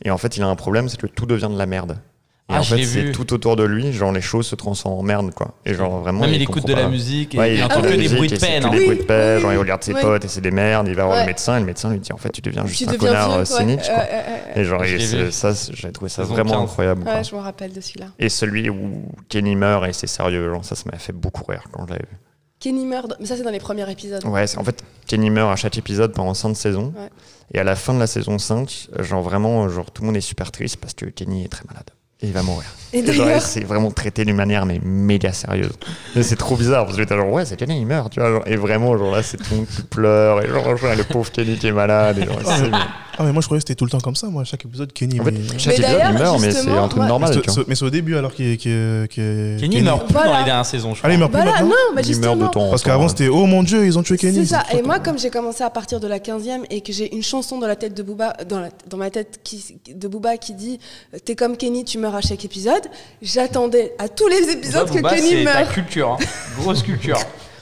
Speaker 3: Et en fait, il a un problème c'est que tout devient de la merde. Et
Speaker 4: Ah,
Speaker 3: en
Speaker 4: je
Speaker 3: fait,
Speaker 4: l'ai
Speaker 3: c'est
Speaker 4: vu.
Speaker 3: tout autour de lui. Genre, les choses se transforment en merde, quoi. Et genre, vraiment.
Speaker 4: Même il écoute
Speaker 3: comprend
Speaker 4: de la
Speaker 3: pas.
Speaker 4: musique et
Speaker 3: Ouais,
Speaker 4: il
Speaker 3: entend
Speaker 4: entend
Speaker 3: la
Speaker 4: que des
Speaker 3: musique
Speaker 4: bruits
Speaker 3: et
Speaker 4: de
Speaker 3: c'est
Speaker 4: peine.
Speaker 3: que
Speaker 4: hein.
Speaker 3: des
Speaker 2: Oui,
Speaker 3: bruits de peine,
Speaker 2: oui,
Speaker 3: genre, il regarde ses
Speaker 2: oui.
Speaker 3: potes et c'est des merdes, il va voir
Speaker 2: Ouais.
Speaker 3: le médecin et le médecin lui dit en fait tu deviens juste
Speaker 2: Tu
Speaker 3: un
Speaker 2: deviens
Speaker 3: connard
Speaker 2: violent,
Speaker 3: euh,
Speaker 2: quoi.
Speaker 3: cynique.
Speaker 2: Euh,
Speaker 3: quoi.
Speaker 2: euh, euh, euh.
Speaker 3: Et genre,
Speaker 4: Je
Speaker 3: et
Speaker 4: l'ai
Speaker 3: c'est-
Speaker 4: vu.
Speaker 3: ça, c'est- j'ai trouvé ça
Speaker 4: Saison
Speaker 3: vraiment
Speaker 4: 15.
Speaker 3: incroyable. quoi.
Speaker 2: Ouais, je me rappelle de celui-là.
Speaker 3: Et celui où Kenny meurt et c'est sérieux, genre, ça, ça m'a fait beaucoup rire quand je l'avais vu.
Speaker 2: Kenny meurt, mais ça c'est dans les premiers épisodes.
Speaker 3: Ouais, c'est- en fait, Kenny meurt à chaque épisode pendant 5 saisons.
Speaker 2: Ouais.
Speaker 3: Et à la fin de la saison 5, genre vraiment, genre, tout le monde est super triste parce que Kenny est très malade. Et il va mourir.
Speaker 2: Et
Speaker 3: Et genre,
Speaker 2: d'ailleurs,
Speaker 3: c'est vraiment traité d'une manière mais méga sérieuse. Mais c'est trop bizarre parce que t'as genre ouais c'est Kenny il meurt tu vois genre, et vraiment genre là c'est tout le monde qui pleure et genre, genre, le pauvre Kenny qui est malade et genre, c'est-
Speaker 1: Ah, mais moi, je croyais que c'était tout le temps comme ça, moi, à chaque épisode, Kenny.
Speaker 3: en fait
Speaker 1: mais-
Speaker 3: chaque
Speaker 2: Mais
Speaker 3: épisode il
Speaker 2: d'ailleurs,
Speaker 3: meurt mais c'est un truc
Speaker 2: justement,
Speaker 1: Mais
Speaker 3: normal tu
Speaker 1: c'est-
Speaker 3: vois.
Speaker 1: c'est- mais c'est au début alors qu'il qu'il- qu'il-
Speaker 4: Kenny meurt plus dans
Speaker 2: Voilà.
Speaker 4: les dernières saisons, je crois.
Speaker 1: Allez, il meurt plus
Speaker 2: voilà,
Speaker 1: maintenant.
Speaker 2: non, mais
Speaker 3: Il meurt de
Speaker 2: justement.
Speaker 3: temps en
Speaker 1: Parce
Speaker 3: temps,
Speaker 1: qu'avant
Speaker 3: hein.
Speaker 1: c'était oh mon dieu, ils ont tué Kenny.
Speaker 2: C'est
Speaker 1: ils
Speaker 2: ça.
Speaker 1: ont tué
Speaker 2: Et moi,
Speaker 1: Kenny.
Speaker 2: comme j'ai commencé à partir de la 15e et que j'ai une chanson dans la tête de Booba, dans, la- dans ma tête qui, de Booba qui dit euh, T'es comme Kenny, tu meurs à chaque épisode, j'attendais à tous les épisodes
Speaker 4: Booba,
Speaker 2: que Kenny
Speaker 4: c'est ta
Speaker 2: meurt.
Speaker 4: culture, hein. grosse culture.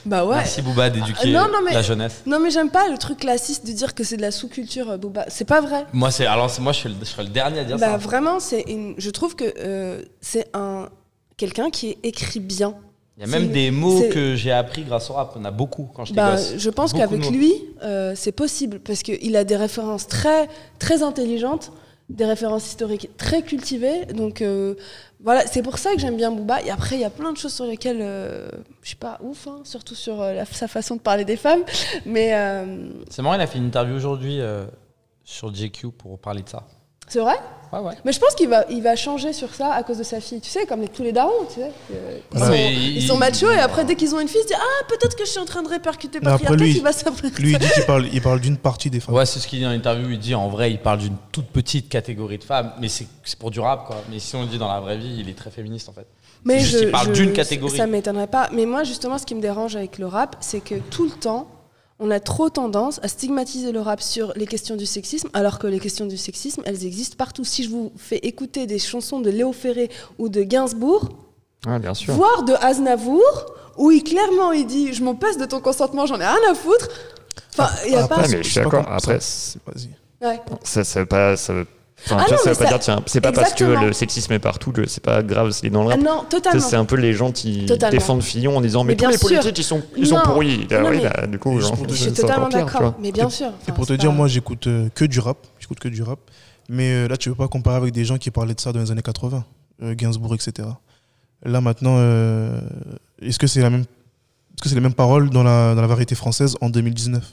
Speaker 2: Bah ouais.
Speaker 4: Merci Booba d'éduquer
Speaker 2: Ah, non, non, mais-
Speaker 4: la jeunesse.
Speaker 2: Non, mais j'aime pas le truc classiste de dire que c'est de la sous-culture euh, Booba. C'est pas vrai.
Speaker 4: Moi, c'est alors c'est- moi, je suis le, je serais le dernier à dire
Speaker 2: Bah
Speaker 4: ça.
Speaker 2: vraiment, c'est une... je trouve que euh, c'est un quelqu'un qui écrit bien.
Speaker 4: Il y a même
Speaker 2: c'est-
Speaker 4: des mots
Speaker 2: c'est-
Speaker 4: que j'ai appris grâce au rap. On a beaucoup quand j'étais
Speaker 2: Bah,
Speaker 4: gosse.
Speaker 2: je pense
Speaker 4: Beaucoup de
Speaker 2: qu'avec
Speaker 4: mots.
Speaker 2: lui, euh, c'est possible parce qu'il a des références très, très intelligentes, des références historiques très cultivées. Donc euh, voilà, c'est pour ça que j'aime bien Booba. Et après, il y a plein de choses sur lesquelles euh, je suis pas ouf, hein, surtout sur euh, la- sa façon de parler des femmes. Mais euh,
Speaker 4: C'est marrant, il a fait une interview aujourd'hui euh, sur JQ pour parler de ça.
Speaker 2: c'est vrai.
Speaker 4: Ouais, ouais.
Speaker 2: Mais je pense qu'il va, il va changer sur ça à cause de sa fille. Tu sais, comme les- tous les darons, tu sais. euh, Ils,
Speaker 4: Ouais.
Speaker 2: sont,
Speaker 4: Mais
Speaker 2: ils
Speaker 4: il-
Speaker 2: sont machos et après, dès qu'ils ont une fille, ils se disent Ah, peut-être que je suis en train de répercuter
Speaker 1: Mais après,
Speaker 2: patriarcat
Speaker 1: lui,
Speaker 2: qui va s'appeler.
Speaker 1: Lui il dit qu'il parle, il parle d'une partie des femmes.
Speaker 4: Ouais, c'est ce qu'il dit dans l'interview. Il dit en vrai, il parle d'une toute petite catégorie de femmes, mais c'est c'est pour du rap quoi. Mais si on le dit dans la vraie vie, il est très féministe en fait.
Speaker 2: Mais
Speaker 4: Juste,
Speaker 2: je,
Speaker 4: il parle
Speaker 2: je-
Speaker 4: d'une catégorie.
Speaker 2: Ça m'étonnerait pas. Mais moi, justement, ce qui me dérange avec le rap, c'est que tout le temps, on a trop tendance à stigmatiser le rap sur les questions du sexisme, alors que les questions du sexisme, elles existent partout. Si je vous fais écouter des chansons de Léo Ferré ou de Gainsbourg,
Speaker 3: Ouais, bien sûr.
Speaker 2: voire de Aznavour, où il clairement il dit Je m'en passe de ton consentement, j'en ai rien à foutre. Enfin, il y a
Speaker 1: après,
Speaker 2: pas.
Speaker 3: Ouais, mais je suis
Speaker 1: C'est pas
Speaker 3: d'accord
Speaker 1: comme-
Speaker 3: après c'est-
Speaker 2: Ah,
Speaker 1: Vas-y.
Speaker 2: Ouais.
Speaker 3: ça ça veut pas ça veut enfin,
Speaker 2: Ah
Speaker 3: tu vois,
Speaker 2: non,
Speaker 3: ça
Speaker 2: mais
Speaker 3: veut pas
Speaker 2: ça-
Speaker 3: dire tiens c'est pas parce que
Speaker 2: Exactement.
Speaker 3: le sexisme est partout que c'est pas grave c'est dans le
Speaker 2: Ah
Speaker 3: rap.
Speaker 2: non,
Speaker 3: Ça,
Speaker 2: totalement.
Speaker 3: C'est un peu les gens qui
Speaker 2: Totalement.
Speaker 3: défendent Fillon en disant mais,
Speaker 2: Mais
Speaker 3: tous
Speaker 2: bien
Speaker 3: les
Speaker 2: sûr.
Speaker 3: politiques ils sont ils sont
Speaker 2: Non.
Speaker 3: pourris. Ah
Speaker 2: Non,
Speaker 3: oui,
Speaker 2: mais-
Speaker 3: bah, du coup
Speaker 1: Je
Speaker 3: genre,
Speaker 1: suis
Speaker 2: Je suis
Speaker 3: c'est encore
Speaker 2: totalement
Speaker 3: pire, tu vois.
Speaker 2: d'accord. Mais bien sûr.
Speaker 1: Et
Speaker 2: Enfin,
Speaker 1: pour te
Speaker 2: c'est
Speaker 1: dire,
Speaker 2: pas-
Speaker 1: moi j'écoute euh, que du rap. J'écoute que du rap. Mais euh, là tu peux pas comparer avec des gens qui parlaient de ça dans les années 80, euh, Gainsbourg, etc. Là maintenant, euh, est-ce que c'est la même, est-ce que c'est les mêmes paroles dans la, dans la variété française en 2019, euh,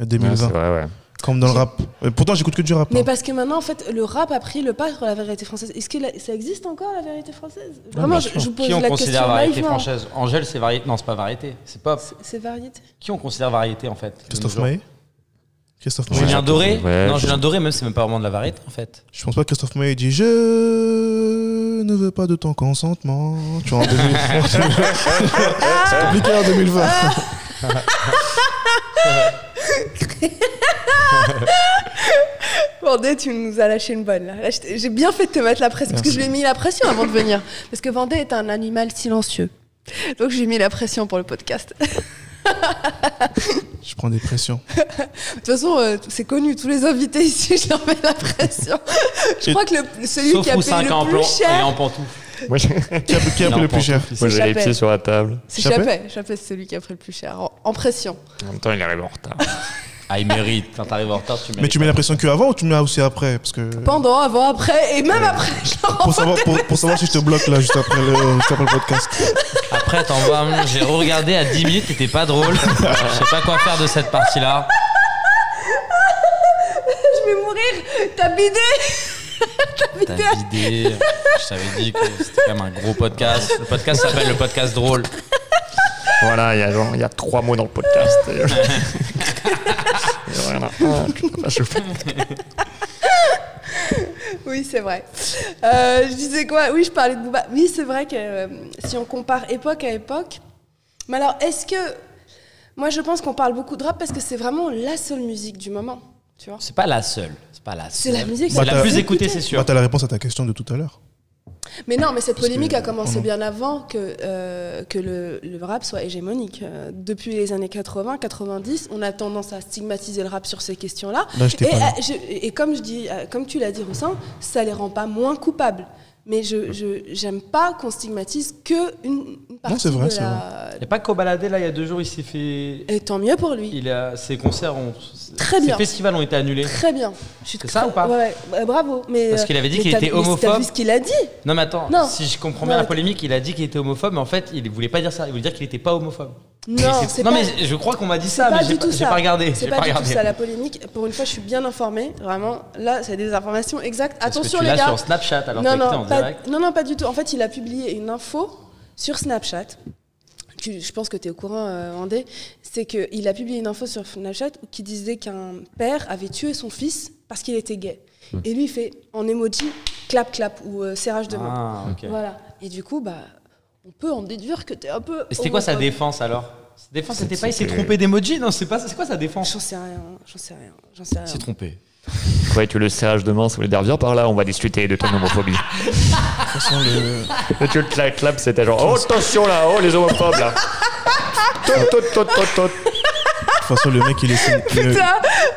Speaker 3: Ouais,
Speaker 1: 2020
Speaker 3: c'est vrai, ouais.
Speaker 1: Comme dans le rap. Euh, Pourtant, j'écoute que du rap.
Speaker 2: Mais
Speaker 1: hein.
Speaker 2: parce que maintenant, en fait, le rap a pris le pas sur la vérité française. Est-ce que la- ça existe encore, la vérité française Vraiment,
Speaker 3: bien
Speaker 2: je,
Speaker 3: sûr.
Speaker 2: je vous pose
Speaker 4: Qui on
Speaker 2: la
Speaker 4: considère
Speaker 2: question hein.
Speaker 4: variété
Speaker 2: naïvement.
Speaker 4: française Angèle, c'est variété. Non, c'est pas variété. C'est pop.
Speaker 2: C'est variété.
Speaker 4: Qui on considère variété en fait
Speaker 1: Christophe
Speaker 4: de nos jours
Speaker 1: Maé Christophe
Speaker 3: Ouais.
Speaker 1: Maé
Speaker 4: Julien Doré
Speaker 3: Ouais,
Speaker 4: Non,
Speaker 3: je-
Speaker 4: Julien Doré, même, c'est même pas vraiment de la variété en fait.
Speaker 1: Je pense pas que Christophe Maé dit Je ne veux pas de ton consentement. Tu vois, en 2000 C'est compliqué en 2020.
Speaker 2: Ah. Vendée, tu nous as lâché une bonne. Là. Là, je t'ai- J'ai bien fait de te mettre la pression parce que je lui ai mis la pression avant de venir. Parce que Vendée est un animal silencieux. Donc j'ai mis la pression pour le podcast. De
Speaker 1: Je prends des pressions.
Speaker 2: toute façon, euh, c'est connu, tous les invités ici, je leur mets la pression. Je crois que le- celui
Speaker 4: Sauf
Speaker 2: qui a payé
Speaker 4: Roussin qui est en
Speaker 2: le
Speaker 4: plan
Speaker 2: plus
Speaker 4: et
Speaker 2: cher,
Speaker 4: en pantoufle.
Speaker 3: Moi, j'ai
Speaker 1: Qui a, qui a
Speaker 4: Non,
Speaker 1: pris le
Speaker 4: pas en
Speaker 1: plus cher
Speaker 3: moi, j'ai les
Speaker 2: Chappelle.
Speaker 3: pieds sur la table.
Speaker 2: c'est
Speaker 1: Chappé
Speaker 2: Chappé. Chappé, c'est celui qui a pris le plus cher, en, en pression.
Speaker 3: En même temps, il arrive en retard.
Speaker 4: Ah, il mérite. Quand t'arrives en retard, tu mérites.
Speaker 1: Mais tu mets la pression que avant ou tu mets aussi après Parce que.
Speaker 2: Pendant, avant, après, et même après, je leur
Speaker 1: Pour savoir, pour, pour savoir si je te bloque là juste après le, juste après le podcast.
Speaker 4: Après, t'envoies. un- J'ai regardé à 10 minutes, t'étais pas drôle. Je sais pas quoi faire de cette partie-là.
Speaker 2: Je vais mourir T'as bidé
Speaker 4: T'as vidé. Je t'avais dit que c'était quand même un gros podcast. Le podcast s'appelle le podcast drôle.
Speaker 3: Voilà, il y, a genre- il y a trois mots dans le podcast. Et- Il y en a un que Ah, je peux pas choper.
Speaker 2: Oui, c'est vrai. Euh, je disais quoi Oui, je parlais de Booba. Oui, c'est vrai que euh, si on compare époque à époque. Mais alors, est-ce que. Moi, je pense qu'on parle beaucoup de rap parce que c'est vraiment la seule musique du moment. Tu vois
Speaker 4: C'est pas la seule. C'est pas la seule.
Speaker 2: C'est la musique,
Speaker 4: C'est
Speaker 1: Bah,
Speaker 4: la
Speaker 1: t'as-
Speaker 4: plus écoutée, c'est sûr.
Speaker 1: Bah, t'as la réponse à ta question de tout à l'heure.
Speaker 2: Mais non, mais cette polémique
Speaker 1: que-
Speaker 2: a commencé
Speaker 1: Mhm.
Speaker 2: bien avant que, euh, que le, le rap soit hégémonique. Euh, depuis les années 80, 90, on a tendance à stigmatiser le rap sur ces questions-là.
Speaker 1: Là, j'étais
Speaker 2: Et,
Speaker 1: pas là.
Speaker 2: euh, je- et comme, je dis, euh, comme tu l'as dit, Roussin, ça les rend pas moins coupables. Mais je je- j'aime pas qu'on stigmatise que une, une partie
Speaker 1: c'est vrai,
Speaker 2: de
Speaker 1: c'est
Speaker 2: la...
Speaker 4: Il y a pas Kobalade là, il y a deux jours, il s'est fait.
Speaker 2: Et tant mieux pour lui.
Speaker 4: Il a... Ses concerts ont.
Speaker 2: Euh, Très
Speaker 4: ses
Speaker 2: bien.
Speaker 4: festivals ont été annulés.
Speaker 2: Très bien. Je suis
Speaker 4: C'est ça ou pas
Speaker 2: Ouais, ouais, bravo. Mais
Speaker 4: Parce
Speaker 2: euh,
Speaker 4: qu'il avait dit
Speaker 2: mais
Speaker 4: qu'il
Speaker 2: t'as-
Speaker 4: était
Speaker 2: mais T'as
Speaker 4: homophobe.
Speaker 2: vu ce qu'il a dit
Speaker 4: Non, mais attends,
Speaker 2: Non.
Speaker 4: si je comprends
Speaker 2: Non,
Speaker 4: bien la
Speaker 2: mais-
Speaker 4: polémique, il a dit qu'il était homophobe, mais en fait, il voulait pas dire ça. Il voulait dire qu'il était pas homophobe.
Speaker 2: Non,
Speaker 4: Et
Speaker 2: c'est
Speaker 4: non
Speaker 2: pas-
Speaker 4: mais je crois qu'on m'a dit
Speaker 2: C'est
Speaker 4: ça,
Speaker 2: pas
Speaker 4: mais
Speaker 2: du
Speaker 4: j'ai
Speaker 2: tout
Speaker 4: pas, j'ai
Speaker 2: ça.
Speaker 4: pas regardé.
Speaker 2: C'est
Speaker 4: j'ai
Speaker 2: pas, du
Speaker 4: regardé.
Speaker 2: tout ça la polémique. Pour une fois, je suis bien informée. Vraiment, là, c'est des informations exactes.
Speaker 4: Parce que
Speaker 2: Attention,
Speaker 4: tu
Speaker 2: les
Speaker 4: l'as
Speaker 2: gars.
Speaker 4: sur Snapchat, alors
Speaker 2: non,
Speaker 4: t'as écouté
Speaker 2: non,
Speaker 4: en
Speaker 2: pas,
Speaker 4: direct.
Speaker 2: non, non, pas du tout. En fait, il a publié une info sur Snapchat. Tu- je pense que tu es au courant, euh, Andé. C'est qu'il a publié une info sur Snapchat qui disait qu'un père avait tué son fils parce qu'il était gay.
Speaker 4: Hmm.
Speaker 2: Et lui, il fait en emoji clap clap ou euh, serrage de main.
Speaker 4: Ah, ok.
Speaker 2: Voilà. Et du coup, bah, on peut en déduire que tu es un peu.
Speaker 4: Et c'était quoi sa
Speaker 2: homophobe.
Speaker 4: défense alors Sa défense, c'était pas il s'est trompé d'emoji Non, c'est pas. C'est quoi sa défense
Speaker 2: J'en sais rien, j'en sais rien, j'en sais rien.
Speaker 4: trompé.
Speaker 3: Je croyais que le serrage de main, ça voulait dire viens par là, on va discuter de ton homophobie.
Speaker 1: De toute façon, le-
Speaker 3: Et tu le clap, clap, c'était genre oh, attention là, oh les homophobes là. Tot, tot, tot, tot, tot.
Speaker 1: de toute façon, le mec, il est signé. Le, le
Speaker 2: Putain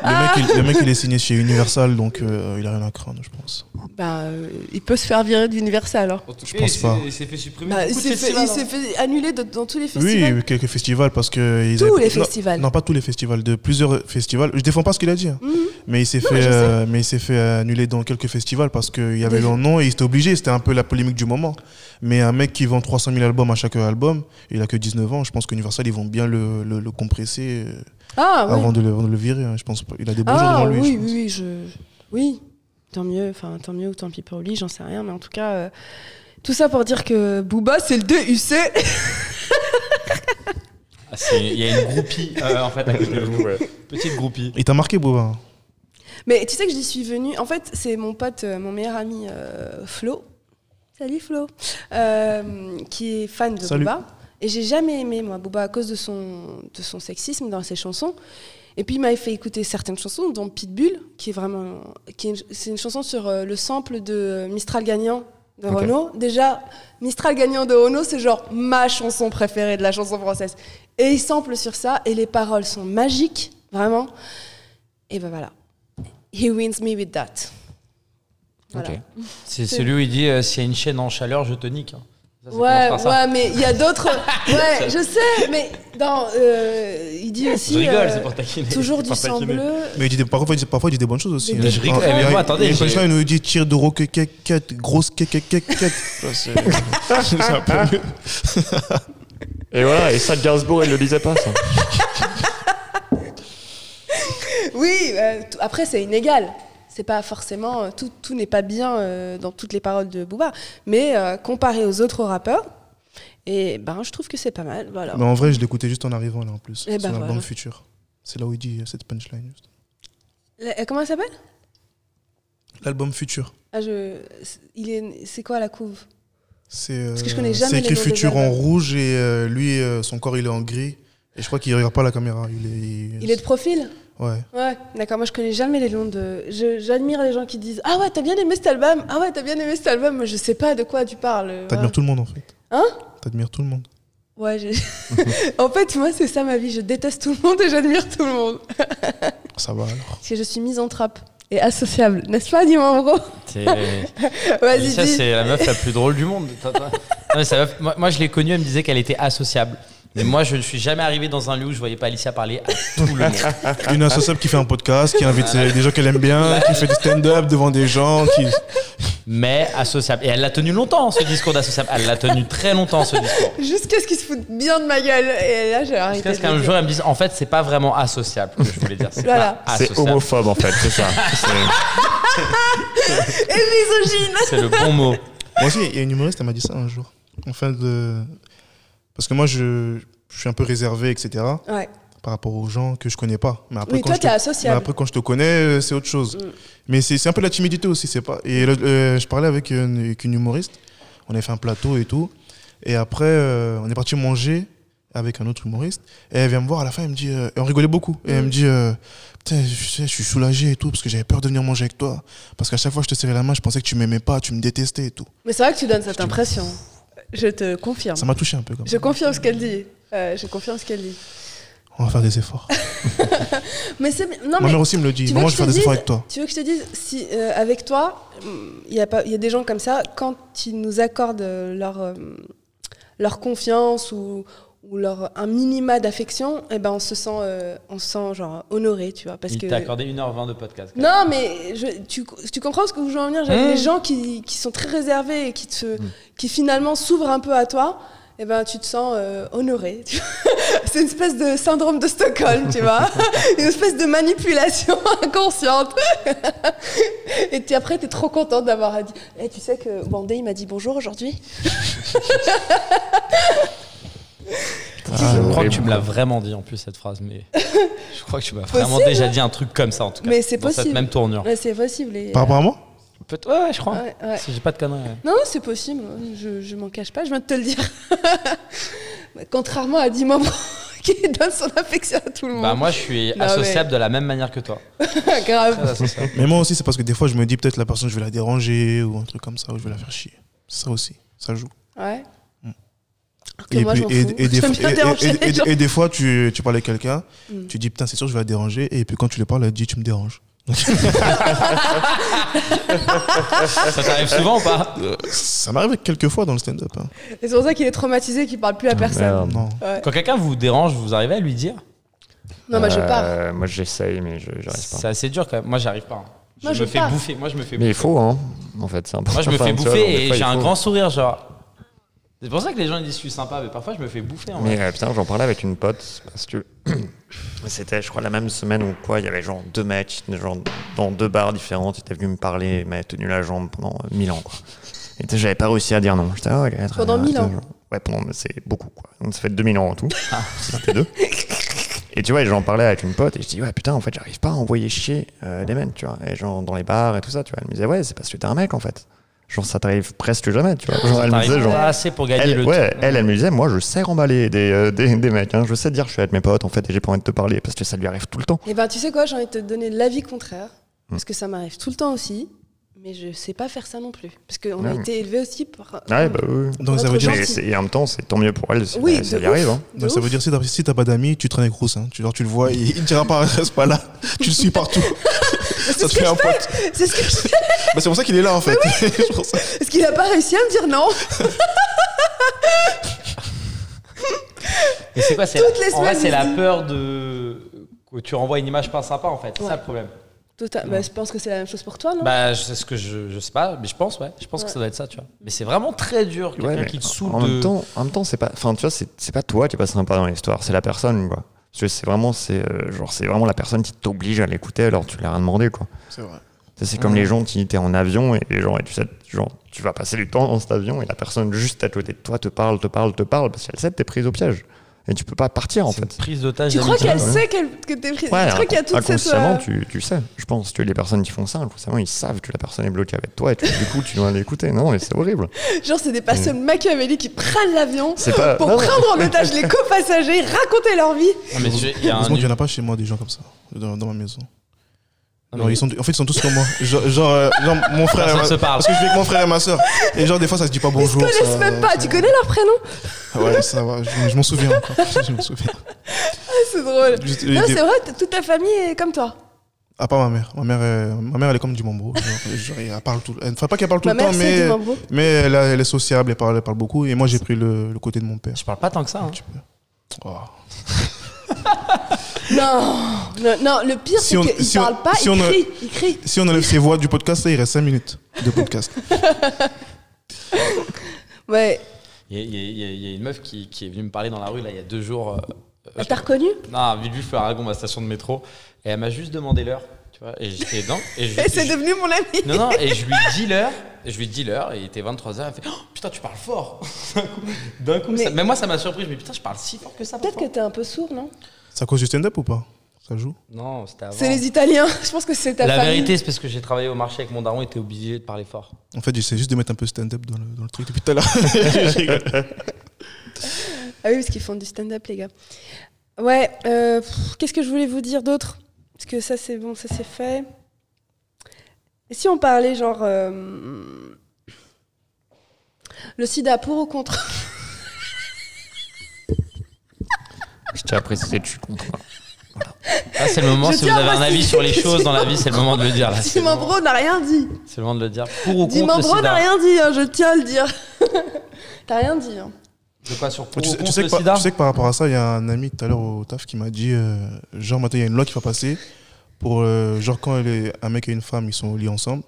Speaker 2: Ah.
Speaker 1: mec, il, le mec, il est signé chez Universal, donc euh, il a rien à craindre, je pense.
Speaker 2: Bah, euh, il peut se faire virer hein. d'Universal alors.
Speaker 1: Je pense pas.
Speaker 4: Il s'est fait supprimer.
Speaker 2: Bah, il
Speaker 4: beaucoup de
Speaker 2: s'est fait,
Speaker 4: festivals,
Speaker 2: il s'est
Speaker 4: hein.
Speaker 2: fait annuler de- dans tous les
Speaker 1: Oui,
Speaker 2: festivals.
Speaker 1: oui, quelques festivals parce que ils
Speaker 2: Tous
Speaker 1: avaient-
Speaker 2: les
Speaker 1: non,
Speaker 2: festivals. Mhm.
Speaker 1: Non, pas tous les festivals, de plusieurs festivals. Je défends pas ce qu'il a dit, hein. mais il s'est
Speaker 2: mais
Speaker 1: fait,
Speaker 2: je
Speaker 1: euh, mais il s'est fait annuler dans quelques festivals parce qu'il y avait
Speaker 2: Des-
Speaker 1: leur nom et il était obligé. C'était un peu la polémique du moment. Mais un mec qui vend 300 000 albums à chaque album, il a que 19 ans. Je pense qu'Universal ils vont bien le, le- le compresser euh,
Speaker 2: Ah, oui.
Speaker 1: avant de le, avant de le virer. hein. Je pense pas- il a des bons jours
Speaker 2: Ah,
Speaker 1: devant lui. je
Speaker 2: oui,
Speaker 1: pense.
Speaker 2: oui, oui, je... oui, tant mieux, enfin, tant mieux ou tant pis pour lui, j'en sais rien, mais en tout cas, euh, tout ça pour dire que Booba, c'est le DUC.
Speaker 4: Ah, c'est- Il y a une groupie euh, en fait à côté de vous. Petite groupie.
Speaker 1: Il t'a marqué, hein. Boba.
Speaker 2: mais tu sais que j'y suis venue, en fait, c'est mon pote, euh, mon meilleur ami euh, Flo. Salut Flo, Euh, qui est fan de
Speaker 1: Salut.
Speaker 2: Booba. Et j'ai jamais aimé, moi, Booba à cause de son, de son sexisme dans ses chansons. Et puis, il m'avait fait écouter certaines chansons, dont Pitbull, qui est vraiment. qui est une- C'est une chanson sur euh, le sample de euh, Mistral Gagnant de
Speaker 3: Ok.
Speaker 2: Renault. Déjà, Mistral Gagnant de Renault, c'est genre ma chanson préférée de la chanson française. Et il sample sur ça, et les paroles sont magiques, vraiment. Et ben voilà. He wins me with that. Voilà.
Speaker 3: Ok.
Speaker 4: C'est celui où il dit euh, s'il y a une chaîne en chaleur, je te nique. Ça, ça
Speaker 2: Ouais,
Speaker 4: commence par ça.
Speaker 2: ouais, mais il y a d'autres. Ouais, je sais, mais dans. euh, il dit aussi.
Speaker 4: Je rigole,
Speaker 2: euh,
Speaker 4: c'est pour taquiner.
Speaker 2: Toujours
Speaker 4: c'est
Speaker 2: du
Speaker 4: pour
Speaker 2: sang
Speaker 4: taquiner.
Speaker 2: bleu.
Speaker 1: Mais il dit des- parfois, il dit, parfois, il dit des bonnes choses aussi.
Speaker 2: Mais je
Speaker 4: rigole,
Speaker 1: Ah,
Speaker 4: mais
Speaker 1: il y a-
Speaker 4: moi, attendez,
Speaker 1: il y a une
Speaker 4: j'ai-
Speaker 1: chanson, il nous dit tire de roque, grosse kékékékékét. C'est c'est un peu mieux.
Speaker 3: Et voilà, et ça, Gainsbourg, il le disait pas ça.
Speaker 2: Oui, euh, t- après c'est inégal. C'est pas forcément euh, tout, tout n'est pas bien euh, dans toutes les paroles de Booba, mais euh, comparé aux autres rappeurs, et ben je trouve que c'est pas mal. Voilà.
Speaker 1: Mais en vrai, je l'écoutais juste en arrivant là en plus.
Speaker 2: Eh ben
Speaker 1: C'est dans-
Speaker 2: voilà.
Speaker 1: Dans le futur. C'est là où il dit euh, cette punchline. juste.
Speaker 2: La- comment elle s'appelle
Speaker 1: L'album futur.
Speaker 2: ah, je... c'est- Il est. C'est quoi la couve
Speaker 1: C'est euh,
Speaker 2: Parce que je connais jamais
Speaker 1: c'est écrit
Speaker 2: les noms des
Speaker 1: futur en
Speaker 2: albums.
Speaker 1: rouge et euh, lui, euh, son corps, il est en gris. Et je crois qu'il regarde pas la caméra. Il est.
Speaker 2: Il est de profil
Speaker 1: Ouais.
Speaker 2: Ouais, d'accord. Moi, je connais jamais les noms de. je- J'admire les gens qui disent Ah ouais, t'as bien aimé cet album Ah ouais, t'as bien aimé cet album. Moi, je sais pas de quoi tu parles.
Speaker 1: T'admires tout le monde en fait.
Speaker 2: Hein
Speaker 1: T'admires tout le monde.
Speaker 2: Ouais, j'ai- en fait, moi, c'est ça ma vie. Je déteste tout le monde et j'admire tout le monde.
Speaker 1: Ça va alors.
Speaker 2: Parce que je suis misanthrope et associable, n'est-ce pas, dis-moi, bro
Speaker 4: C'est-
Speaker 2: Vas-y,
Speaker 4: Ça,
Speaker 2: dis.
Speaker 4: c'est la meuf la plus drôle du monde. T'as- t'as- Non, mais sa meuf- moi, moi, je l'ai connue, elle me disait qu'elle était associable. Mais moi, je ne suis jamais arrivé dans un lieu où je voyais pas Alicia parler à tout le monde.
Speaker 1: Une associable qui fait un podcast, qui invite euh, des gens qu'elle aime bien, qui fait des stand-up devant des gens, qui.
Speaker 4: Mais associable. Et elle l'a tenu longtemps, ce discours d'associable. Elle l'a tenu très longtemps, ce discours.
Speaker 2: Jusqu'à ce qu'ils se foutent bien de ma gueule. Et là, j'ai arrêté.
Speaker 4: Jusqu'à ce
Speaker 2: de
Speaker 4: qu'un
Speaker 2: le
Speaker 4: jour,
Speaker 2: dire.
Speaker 4: elle me dise, en fait, c'est pas vraiment associable que je voulais dire. C'est
Speaker 2: Voilà.
Speaker 4: pas
Speaker 3: Ah, C'est
Speaker 4: associable.
Speaker 3: homophobe en fait, c'est ça. C'est-
Speaker 2: Et misogyne
Speaker 4: C'est le bon mot.
Speaker 1: Moi aussi, il y a une humoriste, elle m'a dit ça un jour. En fin de. Parce que moi, je, je suis un peu réservé, etc.
Speaker 2: Ouais.
Speaker 1: par rapport aux gens que je connais pas. Mais après,
Speaker 2: Oui,
Speaker 1: quand
Speaker 2: toi,
Speaker 1: je
Speaker 2: t'es
Speaker 1: te-
Speaker 2: associable.
Speaker 1: mais après, quand je te connais, euh, c'est autre chose.
Speaker 2: Mm.
Speaker 1: Mais c'est c'est un peu de la timidité aussi, c'est pas. Et le- euh, je parlais avec une, avec une humoriste. On avait fait un plateau et tout. Et après, euh, on est parti manger avec un autre humoriste. Et elle vient me voir à la fin, elle me dit, euh, et on rigolait beaucoup. Et elle
Speaker 2: Mm.
Speaker 1: me dit, euh, putain, je, sais, je suis soulagé et tout parce que j'avais peur de venir manger avec toi. Parce qu'à chaque fois que je te serrais la main, je pensais que tu m'aimais pas, tu me détestais et tout.
Speaker 2: Mais c'est vrai que tu donnes cette impression. Je te confirme.
Speaker 1: Ça m'a touché un peu comme
Speaker 2: Je
Speaker 1: ça.
Speaker 2: confirme ce qu'elle dit. Euh, je confirme ce qu'elle dit.
Speaker 1: On va faire des efforts.
Speaker 2: Mais c'est. Non,
Speaker 1: Ma
Speaker 2: mais.
Speaker 1: mère aussi me le dit.
Speaker 2: tu veux
Speaker 1: Maman,
Speaker 2: que
Speaker 1: je
Speaker 2: je
Speaker 1: vais faire
Speaker 2: te
Speaker 1: des efforts
Speaker 2: dise-
Speaker 1: avec toi.
Speaker 2: Tu veux que je te dise, si, euh, avec toi, hum, il y, a pas- il y a des gens comme ça, quand ils nous accordent euh, leur, euh, leur confiance ou, ou leur, un minima d'affection, eh ben on se sent, euh, on se sent genre, honoré, tu vois. Parce
Speaker 4: Il
Speaker 2: que...
Speaker 4: t'a accordé 1h20 de podcast. quand même.
Speaker 2: Non, mais je- tu, tu comprends ce que je veux en venir J'avais
Speaker 4: Mm.
Speaker 2: des gens qui, qui sont très réservés et qui, te, qui finalement s'ouvrent un peu à toi. Et ben, tu te sens euh, honoré. tu vois. C'est une espèce de syndrome de Stockholm, tu vois. une espèce de manipulation inconsciente. et puis après, tu es trop contente d'avoir dit. Eh, tu sais que Bandé, il m'a dit bonjour aujourd'hui.
Speaker 3: Ah,
Speaker 4: je crois que
Speaker 3: horrible.
Speaker 4: tu me l'as vraiment dit en plus, cette phrase. Mais je crois que tu m'as
Speaker 2: Possible,
Speaker 4: vraiment déjà dit un truc comme ça, en tout cas.
Speaker 2: Mais c'est
Speaker 4: dans cette
Speaker 2: possible.
Speaker 4: même tournure.
Speaker 2: Ouais, c'est possible. et,
Speaker 1: Par rapport à moi
Speaker 4: Peut- Ouais, ouais, je crois.
Speaker 2: euh, ouais, ouais.
Speaker 4: Si j'ai pas de conneries. ouais.
Speaker 2: Non, c'est possible. Je, je m'en cache pas, je viens de te le dire. Contrairement à Dimon qui donne son affection à tout le monde.
Speaker 4: Bah, moi, je suis
Speaker 2: Non,
Speaker 4: associable de la même manière que toi.
Speaker 2: Grave.
Speaker 1: Mais moi aussi, c'est parce que des fois, je me dis peut-être la personne, je vais la déranger ou un truc comme ça, ou je vais la faire chier. Ça aussi, ça joue.
Speaker 2: Ouais. Alors que
Speaker 1: Et,
Speaker 2: moi,
Speaker 1: puis-
Speaker 2: j'en
Speaker 1: et-
Speaker 2: fous.
Speaker 1: et des,
Speaker 2: J'aime
Speaker 1: fois-
Speaker 2: bien
Speaker 1: et-
Speaker 2: déranger
Speaker 1: et-
Speaker 2: les gens.
Speaker 1: et- et des fois, tu, tu parles avec quelqu'un,
Speaker 2: Mm.
Speaker 1: tu dis putain, c'est sûr, je vais la déranger. Et puis quand tu lui parles, elle dit, tu me déranges.
Speaker 4: Ça t'arrive souvent ou pas
Speaker 1: Ça m'arrive quelques fois dans le stand-up. hein.
Speaker 2: Et c'est pour ça qu'il est traumatisé et qu'il parle
Speaker 1: Ah,
Speaker 2: plus à
Speaker 5: Ah
Speaker 2: personne.
Speaker 3: Merde.
Speaker 1: Non.
Speaker 2: Ouais.
Speaker 4: Quand quelqu'un vous dérange, vous arrivez à lui dire
Speaker 2: Non, mais je pars.
Speaker 3: Euh, Moi j'essaye, mais je j'arrive pas.
Speaker 4: C'est assez dur quand même. Moi, j'arrive pas. hein. Je
Speaker 2: Moi, je
Speaker 4: me fais
Speaker 2: pars.
Speaker 4: bouffer. Moi, je me fais
Speaker 3: Mais
Speaker 4: bouffer.
Speaker 3: il faut, hein. En fait, c'est important.
Speaker 4: Moi, je me
Speaker 3: Enfin,
Speaker 4: fais
Speaker 3: tu vois, genre, des
Speaker 4: bouffer et
Speaker 3: fois, il
Speaker 4: j'ai un
Speaker 3: faut.
Speaker 4: grand sourire, genre. C'est pour ça que les gens ils disent je suis sympa, mais parfois je me fais bouffer. En vrai.
Speaker 3: Mais euh, putain, j'en parlais avec une pote parce que c'était, je crois, la même semaine ou quoi. Il y avait genre deux mecs, genre dans deux bars différentes. Ils étaient venus me parler, ils m'avaient tenu la jambe pendant euh, mille ans, quoi. Et tu sais, j'avais pas réussi à dire non. J'étais, ah ouais, très
Speaker 2: Pendant
Speaker 3: bien,
Speaker 2: mille
Speaker 3: putain,
Speaker 2: ans. Ah.
Speaker 3: genre- Ouais, pendant, mais c'est beaucoup, quoi. Donc ça fait 2000 ans en tout. C'était deux. Et tu vois, j'en parlais avec une pote et je dis, ouais, putain, en fait, j'arrive pas à envoyer chier euh, les mecs, tu vois. Et genre, dans les bars et tout ça, tu vois. Elle me disait, ouais, c'est parce que t'es un mec, en fait. Genre, ça t'arrive presque jamais, tu
Speaker 2: Ah,
Speaker 3: vois. Genre, elle me
Speaker 4: T'arrives
Speaker 3: disait, genre,
Speaker 4: pas assez pour gagner
Speaker 3: elle,
Speaker 4: le
Speaker 3: ouais,
Speaker 4: temps.
Speaker 3: elle, elle me disait, moi, je sais remballer des, euh, des, des mecs. hein. Je sais dire, je suis avec mes potes, en fait, et j'ai pas envie de te parler parce que ça lui arrive tout le temps.
Speaker 2: Et ben, tu sais quoi, j'ai envie de te donner l'avis contraire.
Speaker 1: Mm.
Speaker 2: Parce que ça m'arrive tout le temps aussi. Mais je sais pas faire ça non plus. Parce qu'on a
Speaker 3: Ouais.
Speaker 2: été élevés aussi par.
Speaker 3: Ouais, bah oui.
Speaker 1: Donc ça
Speaker 2: Autre
Speaker 1: veut dire,
Speaker 2: gentil.
Speaker 3: Mais c'est- et en même temps, c'est tant mieux pour elle si
Speaker 2: Oui,
Speaker 3: bah, ça
Speaker 2: de
Speaker 3: lui
Speaker 2: ouf.
Speaker 3: arrive. hein.
Speaker 2: De
Speaker 1: donc, ça
Speaker 2: ouf.
Speaker 1: veut dire si t'as si t'as pas d'amis, tu traînes avec Rousse. hein. Tu, genre, tu le vois, il, il dira pas, reste pas là. Tu le suis partout. ça te fait un pote.
Speaker 2: C'est ce que je
Speaker 1: Bah, c'est pour ça qu'il est là en fait. C'est pour ça.
Speaker 2: Est-ce qu'il a pas réussi à me dire non
Speaker 4: Mais c'est quoi c'est
Speaker 2: Toutes les
Speaker 4: En vrai,
Speaker 2: semaines,
Speaker 4: c'est
Speaker 2: ils
Speaker 4: la
Speaker 2: disent-
Speaker 4: peur de. que tu renvoies une image pas sympa en fait. C'est
Speaker 2: Ouais.
Speaker 4: ça le problème.
Speaker 2: Tout à- bah, Je pense que c'est la même chose pour toi, non
Speaker 4: Bah, je sais ce que je, je sais pas, mais je pense, ouais. Je pense que
Speaker 2: Ouais.
Speaker 4: ça doit être ça, tu vois. Mais c'est vraiment très dur, quelqu'un
Speaker 3: Ouais, mais
Speaker 4: qui te
Speaker 3: en-
Speaker 4: saoule
Speaker 3: en,
Speaker 4: de.
Speaker 3: même temps, en même temps, c'est pas, enfin, tu vois, c'est c'est pas toi qui es pas sympa dans l'histoire, c'est la personne, quoi. Parce que c'est vraiment, c'est, euh, genre, c'est vraiment la personne qui t'oblige à l'écouter alors tu l'as rien demandé, quoi.
Speaker 5: C'est vrai.
Speaker 3: Ça, C'est comme les gens qui étaient en avion et, et genre, et tu sais, genre, tu vas passer du temps dans cet avion et la personne juste à côté de toi te parle, te parle, te parle parce qu'elle sait que t'es prise au piège. Et tu peux pas partir en
Speaker 4: C'est une
Speaker 3: fait.
Speaker 4: prise d'otage.
Speaker 2: Tu crois
Speaker 4: d'amitié.
Speaker 2: qu'elle sait qu'elle- que t'es prise
Speaker 3: Ouais,
Speaker 2: Tu crois qu'il y a
Speaker 3: inc-
Speaker 2: toute cette.
Speaker 3: inconsciemment,
Speaker 2: euh,
Speaker 3: tu, tu sais. Je pense que les personnes qui font ça, inconsciemment, ils savent que la personne est bloquée avec toi et tu- du coup, tu dois l'écouter. Non, mais c'est horrible.
Speaker 2: Genre, c'est des
Speaker 1: Mm.
Speaker 2: personnes machiavéliques qui prennent l'avion
Speaker 3: C'est pas.
Speaker 2: pour
Speaker 3: non, non.
Speaker 2: prendre en otage les copassagers, raconter leur vie.
Speaker 4: Non, mais tu- il y a un-
Speaker 1: Heureusement qu'il n'y en a pas chez moi des gens comme ça, dans, dans ma maison.
Speaker 4: Non,
Speaker 1: Genre,
Speaker 4: Ah, mais-
Speaker 1: ils sont, en fait, ils sont tous comme moi. Genre, genre, euh, genre, mon frère. et
Speaker 4: Personne
Speaker 1: ma-
Speaker 4: se parle.
Speaker 1: Parce que je vis avec mon frère et ma soeur. Et genre, des fois, ça se dit pas
Speaker 2: Ils se
Speaker 1: bonjour.
Speaker 2: connaissent
Speaker 1: ça-
Speaker 2: même pas.
Speaker 1: ça-
Speaker 2: Tu connais leur prénom
Speaker 1: Ouais, ça va, je, je m'en souviens. encore. Je m'en souviens.
Speaker 2: C'est drôle.
Speaker 1: Juste,
Speaker 2: Non,
Speaker 1: des-
Speaker 2: c'est vrai, t- toute ta famille est comme toi.
Speaker 1: À part ma mère. Ma mère, euh, ma mère elle est comme du mambo. Genre, genre, elle parle tout. elle- Enfin, pas qu'elle parle tout
Speaker 2: Ma
Speaker 1: le temps,
Speaker 2: mère, c'est
Speaker 1: mais.
Speaker 2: du Mambo.
Speaker 1: Mais elle, a- elle est sociable, elle parle, elle parle beaucoup. Et moi, j'ai pris le, le côté de mon père.
Speaker 4: Je parle pas tant que ça. hein.
Speaker 1: Oh.
Speaker 2: Non, non, non, le pire,
Speaker 1: Si
Speaker 2: c'est
Speaker 1: on-
Speaker 2: qu'il
Speaker 1: si on-
Speaker 2: parle pas,
Speaker 1: si
Speaker 2: il
Speaker 1: on a-
Speaker 2: crie, il crie.
Speaker 1: Si on enlève ses voix du podcast, là, il reste 5 minutes de podcast.
Speaker 2: Ouais,
Speaker 4: Il y, a- il y a- il y a- il y a une meuf qui, qui est venue me parler dans la rue là il y a deux jours. euh, euh,
Speaker 2: t'as reconnu
Speaker 4: Non, Villejuif Aragon, ma station de métro. Et elle m'a juste demandé l'heure. Tu vois, et j'étais dedans. Et je,
Speaker 2: Et c'est
Speaker 4: je-
Speaker 2: devenu mon ami.
Speaker 4: Non, non, et je lui dis l'heure. et Je lui dis l'heure. Et il était 23h. Elle fait Oh, Putain, tu parles fort. D'un coup- D'un coup.
Speaker 2: Mais-
Speaker 4: ça- même moi, ça m'a surpris. Je me dis Putain, je parle si fort que ça.
Speaker 2: Peut-être que
Speaker 4: parfois.
Speaker 2: t'es un peu sourd, non
Speaker 1: C'est à cause du stand-up ou pas Ça joue
Speaker 4: Non,
Speaker 1: Ah
Speaker 4: c'était avant.
Speaker 2: C'est les Italiens, je pense que c'est ta
Speaker 4: La
Speaker 2: famille.
Speaker 4: vérité, c'est parce que j'ai travaillé au marché avec mon daron. Il était obligé de parler fort.
Speaker 1: En fait, j'essaie juste de mettre un peu stand-up dans le, dans le truc depuis tout à l'heure.
Speaker 2: Ah oui, parce qu'ils font du stand-up, les gars. Ouais, euh, pff, qu'est-ce que je voulais vous dire d'autre Parce que ça, c'est bon, ça, c'est fait. Et si on parlait, genre. euh, le sida, pour ou contre
Speaker 3: Je t'ai apprécié, je suis hein. content.
Speaker 4: Là, c'est le moment.
Speaker 2: Je
Speaker 4: si vous
Speaker 2: tiens à
Speaker 4: avez un avis
Speaker 2: préciser
Speaker 4: sur les
Speaker 2: que
Speaker 4: choses dans la vie, c'est le moment de le dire. là. Ah, C'est le moment-
Speaker 2: Dimambro n'a rien dit.
Speaker 4: c'est le moment de le dire. Pour ou contre le
Speaker 2: Dimambro n'a
Speaker 4: sida
Speaker 2: rien dit, hein, je tiens à le dire. T'as rien dit. hein.
Speaker 4: De quoi sur pour
Speaker 1: tu,
Speaker 4: ou
Speaker 1: sais, tu
Speaker 4: contre
Speaker 1: sais
Speaker 4: le
Speaker 1: que par-
Speaker 4: sida
Speaker 1: tu sais que par rapport à ça, il y a un ami tout à l'heure au taf qui m'a dit euh, genre, maintenant, il y a une loi qui va passer pour euh, genre, quand elle est- un mec et une femme, ils sont liés ensemble.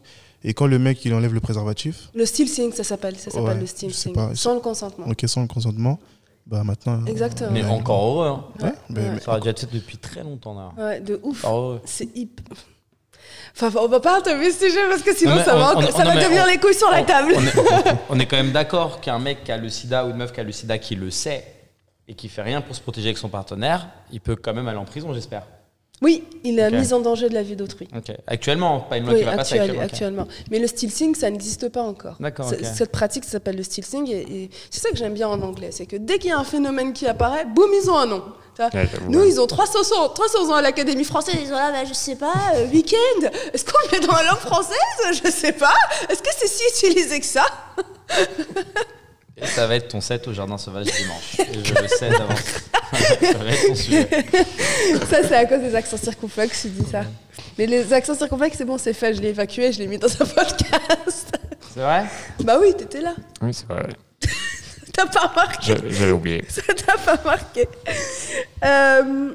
Speaker 1: Et quand le mec, il enlève le préservatif,
Speaker 2: Le steal thing, ça s'appelle. Ça s'appelle
Speaker 1: Ouais,
Speaker 2: le
Speaker 1: je
Speaker 2: steal
Speaker 1: sais
Speaker 2: thing.
Speaker 1: pas,
Speaker 2: sans le consentement.
Speaker 1: ok, sans le consentement, bah maintenant. ben, euh,
Speaker 2: Exactement.
Speaker 4: Mais
Speaker 1: ouais.
Speaker 4: encore heureux. hein.
Speaker 1: Ouais, mais-
Speaker 2: Ouais.
Speaker 1: mais-
Speaker 4: Ça aurait dû être fait depuis très longtemps là.
Speaker 2: Ouais, de ouf.
Speaker 4: Encore heureux.
Speaker 2: C'est hip. Enfin, on va pas interviewer ce sujet parce que sinon
Speaker 4: Non, mais
Speaker 2: ça, va,
Speaker 4: on- on-
Speaker 2: ça
Speaker 4: non,
Speaker 2: va
Speaker 4: mais
Speaker 2: devenir
Speaker 4: on-
Speaker 2: les couilles sur la
Speaker 4: on-
Speaker 2: table.
Speaker 4: On est, on est quand même d'accord qu'un mec qui a le sida ou une meuf qui a le sida qui le sait et qui fait rien pour se protéger avec son partenaire, il peut quand même aller en prison, j'espère.
Speaker 2: Oui, il est
Speaker 4: Ok.
Speaker 2: mis en danger de la vie d'autrui.
Speaker 4: Ok. Actuellement, pas une loi
Speaker 2: Oui,
Speaker 4: qui va passer
Speaker 2: actuel-
Speaker 4: actuellement. ok.
Speaker 2: actuellement. Mais le stealthing, ça n'existe pas encore.
Speaker 4: D'accord,
Speaker 2: Ce-
Speaker 4: ok.
Speaker 2: Cette pratique ça s'appelle le stealthing et, et c'est ça que j'aime bien en anglais, c'est que dès qu'il y a un phénomène qui apparaît, boum, ils ont un nom. Tu vois,
Speaker 3: Ouais, j'avoue,
Speaker 2: Nous,
Speaker 3: ouais.
Speaker 2: ils ont 300 ans, 300 ans à l'Académie française. Ils ont là, bah, je sais pas, euh, week-end. Est-ce qu'on le met dans la langue française Je sais pas. Est-ce que c'est si utilisé que ça
Speaker 4: Et ça va être ton set au jardin sauvage dimanche. Et je le sais d'avance. ça va être ton sujet.
Speaker 2: Ça, c'est à cause des accents circonflexes, je dis ça. Mais les accents circonflexes, c'est bon, c'est fait, je l'ai évacué, je l'ai mis dans un podcast.
Speaker 4: C'est vrai
Speaker 2: bah oui, t'étais là.
Speaker 3: Oui, c'est vrai.
Speaker 2: T'as pas remarqué.
Speaker 3: Je- J'avais oublié.
Speaker 2: Ça t'a pas marqué. Euh,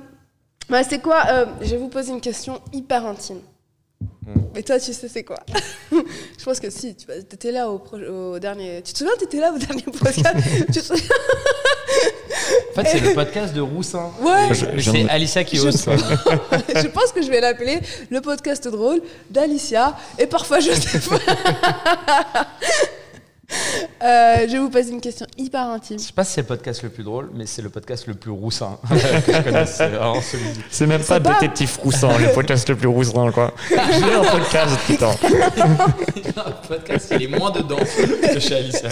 Speaker 2: bah, c'est quoi euh, Je vais vous poser une question hyper intime. Mais toi, tu sais, c'est quoi Je pense que si, tu étais là au, pro- au dernier. Tu te souviens, t'étais là au dernier podcast Tu te souviens
Speaker 4: En fait, c'est le podcast de Roussin.
Speaker 2: Ouais.
Speaker 4: Mais-
Speaker 3: Je-
Speaker 4: mais
Speaker 3: j'en-
Speaker 4: C'est Alicia qui
Speaker 2: Je
Speaker 4: ose. quoi.
Speaker 2: Je pense que je vais l'appeler le podcast drôle d'Alicia et parfois Joseph. Euh, je vais vous poser une question hyper intime.
Speaker 4: Je sais pas si c'est le podcast le plus drôle, mais c'est le podcast le plus roussin que je connaisse. C'est vraiment celui
Speaker 3: C'est même pas,
Speaker 2: C'est pas-
Speaker 3: Détective Roussin, le podcast le plus roussin, quoi. J'ai un podcast, putain.
Speaker 4: Le podcast, il est moins dedans que chez Alicia.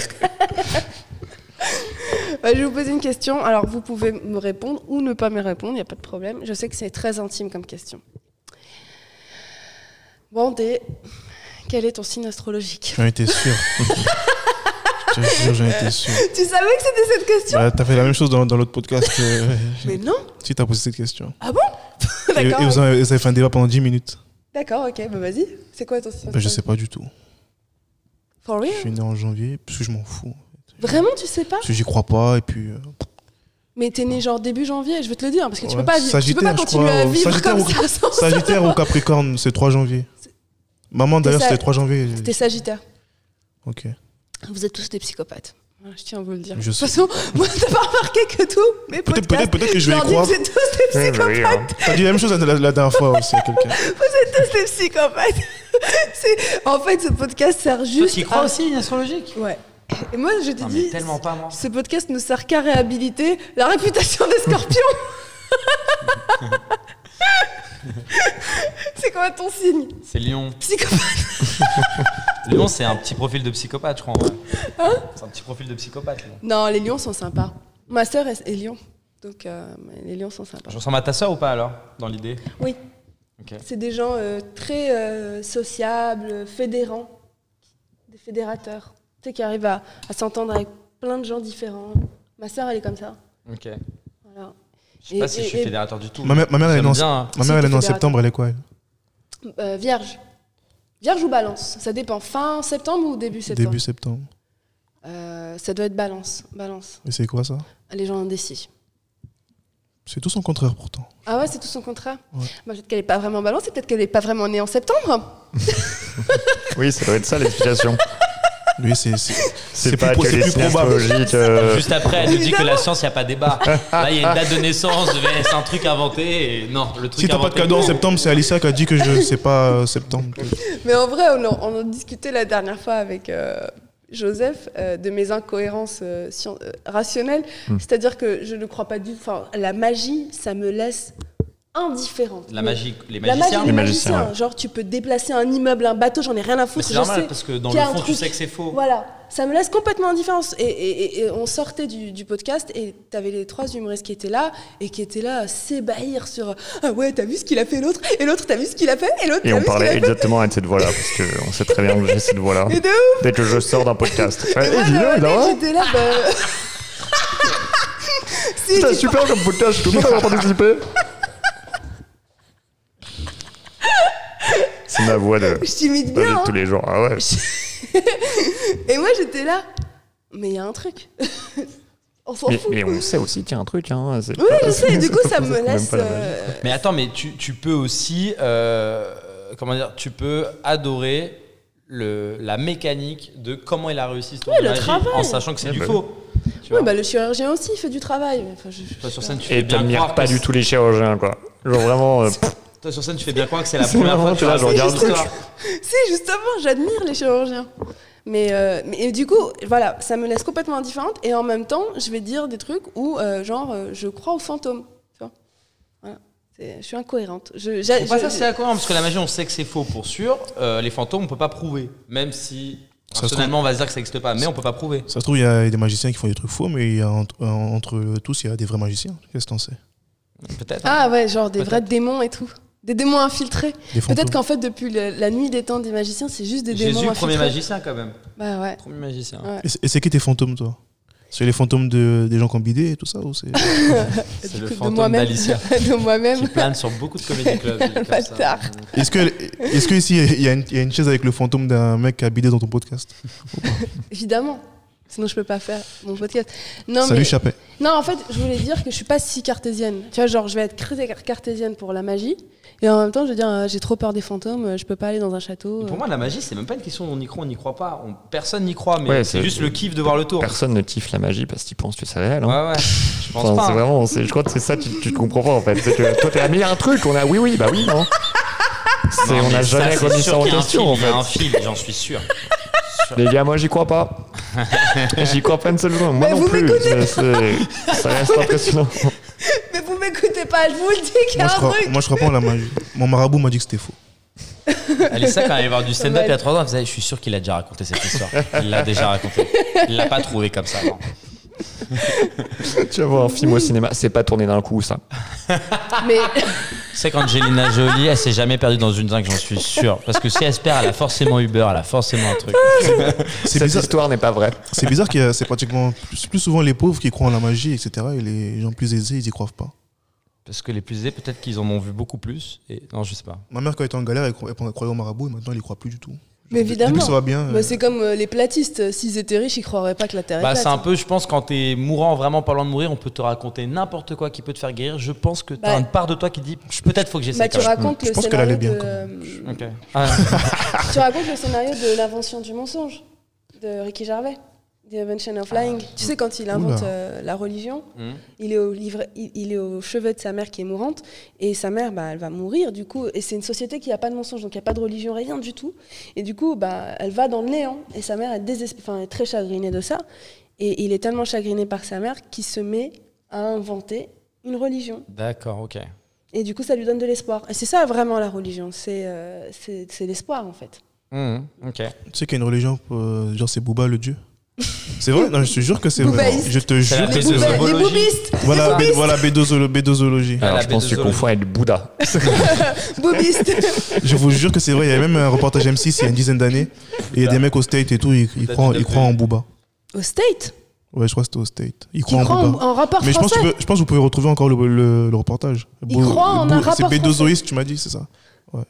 Speaker 2: Ouais, je vais vous poser une question. Alors, vous pouvez me répondre ou ne pas me répondre, il n'y a pas de problème. Je sais que c'est très intime comme question. Bandé, quel est ton signe astrologique
Speaker 1: J'en étais sûr. je te jure, j'en étais sûr.
Speaker 2: Tu savais que c'était cette question
Speaker 1: Bah, t'as fait la même chose dans, dans l'autre podcast. euh,
Speaker 2: Mais non
Speaker 1: si t'as posé cette question.
Speaker 2: Ah bon
Speaker 1: Et, et
Speaker 2: D'accord,
Speaker 1: vous,
Speaker 2: ok.
Speaker 1: avez, vous avez fait un débat pendant 10 minutes.
Speaker 2: D'accord, ok, bah vas-y. C'est quoi ton signe
Speaker 1: Bah, je sais
Speaker 2: astrologique
Speaker 1: pas du tout.
Speaker 2: For
Speaker 1: Je
Speaker 2: real
Speaker 1: suis né en janvier, parce que je m'en fous.
Speaker 2: Vraiment, tu sais pas
Speaker 1: Parce que j'y crois pas, et puis. euh,
Speaker 2: Mais t'es né genre début janvier, je veux te le dire, parce que tu
Speaker 1: Ouais,
Speaker 2: peux pas, vivre- tu peux pas
Speaker 1: Sagittaire, je
Speaker 2: continuer
Speaker 1: crois,
Speaker 2: à
Speaker 1: ou-
Speaker 2: vivre
Speaker 1: Sagittaire
Speaker 2: comme
Speaker 1: ou-
Speaker 2: ça sans ça.
Speaker 1: Sagittaire ou Capricorne, c'est 3 janvier. Maman, d'ailleurs,
Speaker 2: Sa-
Speaker 1: c'était 3 janvier.
Speaker 2: T'es Sagittaire.
Speaker 1: Ok.
Speaker 2: Vous êtes tous des psychopathes. Voilà, Ah, Je tiens à vous le dire.
Speaker 1: Je
Speaker 2: de toute
Speaker 1: sais.
Speaker 2: façon, moi, t'as pas remarqué que tout mes
Speaker 1: Peut-être peut-être-
Speaker 2: podcasts,
Speaker 1: peut-être que je vais y
Speaker 2: leur dis que
Speaker 1: croire.
Speaker 2: Vous êtes tous des
Speaker 3: bah
Speaker 4: bah
Speaker 2: psychopathes.
Speaker 3: hein.
Speaker 4: hein.
Speaker 1: T'as dit la même chose la, la dernière fois aussi à quelqu'un.
Speaker 2: Vous êtes tous des psychopathes. C'est- en fait, ce podcast sert juste.
Speaker 4: Tu crois
Speaker 2: à-
Speaker 4: aussi, astrologique
Speaker 2: Ouais. Et moi, je t'ai
Speaker 4: Non,
Speaker 2: dit.
Speaker 4: mais tellement pas, moi.
Speaker 2: Ce podcast ne sert qu'à réhabiliter la réputation des scorpions. C'est quoi ton signe
Speaker 4: C'est Lyon.
Speaker 2: Psychopathe.
Speaker 4: Lyon, c'est un petit profil de psychopathe, je crois. en vrai.
Speaker 2: Hein
Speaker 4: C'est un petit profil de psychopathe. Lyon.
Speaker 2: Non, les lions sont sympas. Ma sœur est, est lion. Donc, euh, les lions sont sympas.
Speaker 4: Je ressemble à ta sœur ou pas alors, dans l'idée
Speaker 2: Oui.
Speaker 4: Ok.
Speaker 2: C'est des gens euh, très euh, sociables, fédérants, des fédérateurs. Tu sais, qui arrivent à, à s'entendre avec plein de gens différents. Ma sœur, elle est comme ça.
Speaker 4: Ok.
Speaker 2: Voilà.
Speaker 4: Je sais
Speaker 2: Et-
Speaker 4: pas si
Speaker 2: et-
Speaker 4: je suis
Speaker 2: et-
Speaker 4: fédérateur du tout.
Speaker 1: Ma mère, ma mère, elle est
Speaker 4: J'aime
Speaker 1: née en-
Speaker 4: bien, hein.
Speaker 1: ma mère, elle est née en
Speaker 2: C'est
Speaker 1: septembre, elle est quoi elle
Speaker 2: Euh, vierge. Vierge ou balance Ça dépend. Fin septembre ou début septembre
Speaker 1: Début septembre.
Speaker 2: Euh, Ça doit être balance. Balance.
Speaker 1: Et c'est quoi ça
Speaker 2: Les gens indécis.
Speaker 1: C'est tout son contraire pourtant.
Speaker 2: Ah ouais, c'est tout son contrat
Speaker 1: Ouais.
Speaker 2: Bah, Peut-être qu'elle n'est pas vraiment balance et peut-être qu'elle n'est pas vraiment née en septembre.
Speaker 3: Oui, ça doit être ça l'explication.
Speaker 1: Lui, c'est. c'est-
Speaker 3: C'est
Speaker 1: C'est
Speaker 3: pas
Speaker 1: plus-
Speaker 3: que
Speaker 1: c'est
Speaker 3: les
Speaker 1: plus
Speaker 3: signes
Speaker 1: probable.
Speaker 3: astrologiques. euh,
Speaker 4: Juste après, elle nous dit que la science, il n'y a pas débat. Là, il y a une date de naissance, c'est un truc inventé. Et... Non, le truc
Speaker 1: Si t'as pas de
Speaker 4: inventé,
Speaker 1: cadeau en
Speaker 4: non.
Speaker 1: septembre, c'est Alicia qui a dit que je sais pas euh, septembre.
Speaker 2: Mais en vrai, on en, on en discutait la dernière fois avec euh, Joseph euh, de mes incohérences euh, scien- euh, rationnelles.
Speaker 3: Hmm.
Speaker 2: C'est-à-dire que je ne crois pas du tout. Enfin, la magie, ça me laisse indifférente.
Speaker 4: La
Speaker 2: Mais-
Speaker 4: magie, les
Speaker 2: La magie,
Speaker 4: magiciens.
Speaker 2: les
Speaker 3: Les
Speaker 2: magiciens.
Speaker 3: magiciens,
Speaker 2: Genre, tu peux déplacer un immeuble, un bateau, j'en ai rien à
Speaker 4: Mais
Speaker 2: foutre.
Speaker 4: c'est
Speaker 2: je
Speaker 4: normal
Speaker 2: sais.
Speaker 4: parce que dans
Speaker 2: qu'il
Speaker 4: le
Speaker 2: y a un
Speaker 4: fond, tu
Speaker 2: truc.
Speaker 4: sais que c'est faux.
Speaker 2: Voilà, ça me laisse complètement indifférence. Et, et- et- et on sortait du, du podcast et t'avais les trois humoristes qui étaient là et qui étaient là à s'ébahir sur Ah ouais, t'as vu ce qu'il a fait l'autre Et l'autre, t'as vu ce qu'il a fait Et l'autre,
Speaker 3: Et
Speaker 2: t'as
Speaker 3: on
Speaker 2: vu ce qu'il
Speaker 3: parlait
Speaker 2: a fait
Speaker 3: exactement de cette voix-là, parce qu'on sait très bien que j'ai cette voix-là.
Speaker 2: Et de ouf
Speaker 3: Dès que je sors d'un podcast. Eh,
Speaker 2: Et moi,
Speaker 3: dis donc,
Speaker 2: dans ma
Speaker 3: il a-
Speaker 2: tête, j'étais là, bah. Si,
Speaker 3: Putain,
Speaker 2: tu-
Speaker 3: super comme podcast, tout le monde a participé. C'est ma voix de,
Speaker 2: je t'imite
Speaker 3: de
Speaker 2: bien. hein.
Speaker 3: tous les jours. Ah ouais.
Speaker 2: Et moi, j'étais là, mais il y a un truc. on s'en
Speaker 3: Mais,
Speaker 2: fout.
Speaker 3: mais on sait aussi qu'il y a un truc. Hein. c'est
Speaker 2: Oui,
Speaker 3: pas-
Speaker 2: je sais, et du
Speaker 3: c'est
Speaker 2: coup,
Speaker 3: pas
Speaker 2: ça
Speaker 3: pour
Speaker 2: me
Speaker 3: qu'on aime
Speaker 2: laisse.
Speaker 3: pas la magie.
Speaker 2: euh,
Speaker 4: Mais attends, mais tu, tu peux aussi, euh, comment dire, tu peux adorer le, la mécanique de comment il a réussi ce tour
Speaker 2: Ouais,
Speaker 4: de
Speaker 2: le
Speaker 4: magie
Speaker 2: travail.
Speaker 4: en sachant que c'est
Speaker 3: Ouais,
Speaker 4: du
Speaker 3: bah
Speaker 4: faux. Tu
Speaker 2: Ouais,
Speaker 4: vois.
Speaker 2: bah, le chirurgien aussi, il fait du travail. Enfin, je- je-
Speaker 4: Toi, sur scène, tu fais
Speaker 3: Et
Speaker 4: bien
Speaker 3: t'admires
Speaker 4: croire
Speaker 3: pas
Speaker 4: que
Speaker 3: du
Speaker 4: c'est-
Speaker 3: tout les chirurgiens, quoi. Genre vraiment. euh, pff,
Speaker 4: Toi, sur scène, tu fais bien croire que c'est la
Speaker 3: C'est
Speaker 4: première
Speaker 3: marrant,
Speaker 4: fois que
Speaker 3: tu vois, je
Speaker 4: racontes
Speaker 3: regarde
Speaker 4: cette
Speaker 3: le truc.
Speaker 4: histoire.
Speaker 2: Si, justement, j'admire les chirurgiens. Mais, euh, mais et du coup, voilà, ça me laisse complètement indifférente. Et en même temps, je vais dire des trucs où, euh, genre, euh, je crois aux fantômes. Tu vois voilà. C'est- Je suis incohérente. Je, j'a-
Speaker 4: Bon, bah,
Speaker 2: je-
Speaker 4: ça, c'est d'accord, parce que la magie, on sait que c'est faux pour sûr. Euh, les fantômes, on peut pas prouver. Même si,
Speaker 1: Ça se
Speaker 4: personnellement, on va se dire que ça n'existe pas, mais on peut pas prouver.
Speaker 1: Ça se trouve, il y a des magiciens qui font des trucs faux, mais il y a entre, euh, entre tous, il y a des vrais magiciens. Qu'est-ce que t'en sais
Speaker 4: Peut-être.
Speaker 2: Ah ouais, genre des
Speaker 4: Peut-être.
Speaker 2: vrais démons et tout. Des démons infiltrés.
Speaker 1: Des fantômes.
Speaker 2: Peut-être qu'en fait, depuis le- la nuit des temps des magiciens, c'est juste des démons
Speaker 4: Jésus,
Speaker 2: infiltrés.
Speaker 4: premier magicien, quand même.
Speaker 2: Bah ouais.
Speaker 4: Premier magicien.
Speaker 2: Ouais.
Speaker 1: Et c'est- Et c'est qui tes fantômes, toi C'est les fantômes de, des gens qui ont bidé et tout ça ou c'est...
Speaker 4: C'est
Speaker 2: Du
Speaker 4: le
Speaker 2: coup, de
Speaker 4: fantôme
Speaker 2: moi-même.
Speaker 4: d'Alicia.
Speaker 2: de moi-même.
Speaker 4: qui plane sur beaucoup de comédie clubs.
Speaker 2: Quel
Speaker 4: comme ça.
Speaker 2: bâtard.
Speaker 1: Est-ce que, est-ce que ici, il y, a une- il y a une chaise avec le fantôme d'un mec qui a bidé dans ton podcast
Speaker 2: Évidemment. Sinon, je peux pas faire mon podcast. Non,
Speaker 1: Salut,
Speaker 2: mais...
Speaker 1: Chapet.
Speaker 2: Non, en fait, je voulais dire que je suis pas si cartésienne. Tu vois, genre, je vais être très car- cartésienne pour la magie, et en même temps, je vais dire, euh, j'ai trop peur des fantômes, euh, je peux pas aller dans un château. euh.
Speaker 4: Pour moi, la magie, c'est même pas une question on y croit, on n'y croit pas. On- personne n'y croit, mais
Speaker 3: Ouais,
Speaker 4: c'est
Speaker 3: c'est-
Speaker 4: juste le kiff de voir le tour.
Speaker 3: Personne ne kiffe la magie parce qu'il pense que c'est réel. hein.
Speaker 4: Ouais, ouais, je pense
Speaker 3: Enfin,
Speaker 4: pas.
Speaker 3: c'est
Speaker 4: hein.
Speaker 3: vraiment, c'est- je crois que c'est ça, tu, tu te comprends pas en fait. C'est que toi t'es là, mais il y a un truc, on a oui, oui, bah oui, non. C'est,
Speaker 4: Non,
Speaker 3: on
Speaker 4: mais
Speaker 3: n'a jamais
Speaker 4: c'est
Speaker 3: remis
Speaker 4: sûr
Speaker 3: ça en
Speaker 4: qu'il y a un
Speaker 3: question
Speaker 4: fil,
Speaker 3: en
Speaker 4: il y a
Speaker 3: fait.
Speaker 4: un fil, j'en suis sûr.
Speaker 3: Les gars, moi j'y crois pas. j'y crois pas une seule seconde. Moi
Speaker 2: Mais
Speaker 3: non
Speaker 2: vous
Speaker 3: plus.
Speaker 2: m'écoutez
Speaker 3: mais c'est- ça reste impressionnant.
Speaker 2: Mais vous m'écoutez pas, je vous le dis qu'il y a
Speaker 1: Moi je,
Speaker 2: un
Speaker 1: crois,
Speaker 2: truc.
Speaker 1: moi, je crois pas en la magie. Mon marabout m'a dit que c'était faux.
Speaker 4: Alissa, quand elle allait voir du stand-up
Speaker 2: Ouais.
Speaker 4: il y a 3 ans, elle faisait Je suis sûr qu'il a déjà raconté cette histoire. Il l'a déjà raconté. Il l'a pas trouvé comme ça. non.
Speaker 3: tu vas voir un film au cinéma, c'est pas tourné d'un coup ça.
Speaker 2: Mais
Speaker 4: Tu sais qu'Angelina Jolie, elle s'est jamais perdue dans une zinc, j'en suis sûr. Parce que si elle se perd, elle a forcément Uber, elle a forcément un truc.
Speaker 1: C'est
Speaker 3: Cette
Speaker 1: bizarre,
Speaker 3: histoire n'est pas vraie.
Speaker 1: c'est bizarre qu'il y a- c'est pratiquement plus, plus souvent les pauvres qui croient en la magie, etc. Et les gens plus aisés, ils y croient pas.
Speaker 4: Parce que les plus aisés, peut-être qu'ils en ont vu beaucoup plus. Et... Non, je sais pas.
Speaker 1: Ma mère, quand elle était en galère, elle, cro- elle croyait au marabout et maintenant elle y croit plus du tout.
Speaker 2: Mais
Speaker 1: Depuis-
Speaker 2: évidemment.
Speaker 1: Depuis que ça va bien.
Speaker 2: Bah,
Speaker 1: euh,
Speaker 2: c'est comme euh, les platistes, s'ils étaient riches, ils croiraient pas que la Terre est
Speaker 4: Bah,
Speaker 2: plate.
Speaker 4: c'est un peu, je pense, quand t'es mourant, vraiment pas loin de mourir, on peut te raconter n'importe quoi qui peut te faire guérir. Je pense que t'as
Speaker 2: Bah.
Speaker 4: une part de toi qui dit peut-être faut que
Speaker 2: Bah,
Speaker 4: j'essaie.
Speaker 2: tu racontes
Speaker 1: je
Speaker 2: le
Speaker 1: pense qu'elle
Speaker 2: scénario
Speaker 1: allait bien,
Speaker 2: de,
Speaker 1: quand
Speaker 2: euh,
Speaker 4: Ok. Ah,
Speaker 2: tu racontes le scénario de l'invention du mensonge de Ricky Gervais, The Invention of Lying.
Speaker 4: Ah.
Speaker 2: Tu sais, quand il invente euh, la religion,
Speaker 4: Hmm.
Speaker 2: il est, au livre, il, il est au chevet de sa mère qui est mourante, et sa mère, bah, elle va mourir, du coup, et c'est une société qui n'a pas de mensonge, donc il n'y a pas de religion, rien du tout. Et du coup, bah, elle va dans le néant, et sa mère est, désesp- enfin, est très chagrinée de ça, et il est tellement chagriné par sa mère qu'il se met à inventer une religion.
Speaker 4: D'accord, ok.
Speaker 2: Et du coup, ça lui donne de l'espoir. Et c'est ça vraiment la religion, c'est euh, c'est c'est l'espoir en fait.
Speaker 3: Mmh,
Speaker 4: Mhm, ok.
Speaker 1: Tu sais qu'il y a une religion, euh, genre c'est Booba le dieu. C'est vrai Non, je te jure que c'est vrai.
Speaker 2: Boubaïste.
Speaker 1: Je te
Speaker 4: C'est la
Speaker 1: jure.
Speaker 2: Les,
Speaker 4: Les Bézo-
Speaker 2: boubais- les
Speaker 4: zoologie.
Speaker 2: boubistes
Speaker 1: Voilà, bé- voilà bédozolo- bédozologie.
Speaker 4: Ah,
Speaker 3: Alors,
Speaker 4: la
Speaker 3: je pense que tu
Speaker 4: bédozologie.
Speaker 3: confonds avec Bouddha.
Speaker 2: Boubistes
Speaker 1: Je vous jure que c'est vrai. Il y avait même un reportage M6 il y a une dizaine d'années. Et il y a des mecs au State et tout, ils, ils
Speaker 4: T'as
Speaker 1: croient,
Speaker 4: tout
Speaker 1: ils
Speaker 4: appris.
Speaker 1: croient en Booba.
Speaker 2: Au state
Speaker 1: Ouais, je crois que c'était au State. Ils
Speaker 2: Qui
Speaker 1: croient
Speaker 2: croient
Speaker 1: en
Speaker 2: en,
Speaker 1: Booba.
Speaker 2: en rapport
Speaker 1: Mais je pense, que
Speaker 2: français
Speaker 1: tu peux- je pense que vous pouvez retrouver encore le, le- le reportage.
Speaker 2: Ils croient en un rapport
Speaker 1: C'est
Speaker 2: français.
Speaker 1: bédozoïste, tu m'as dit, c'est ça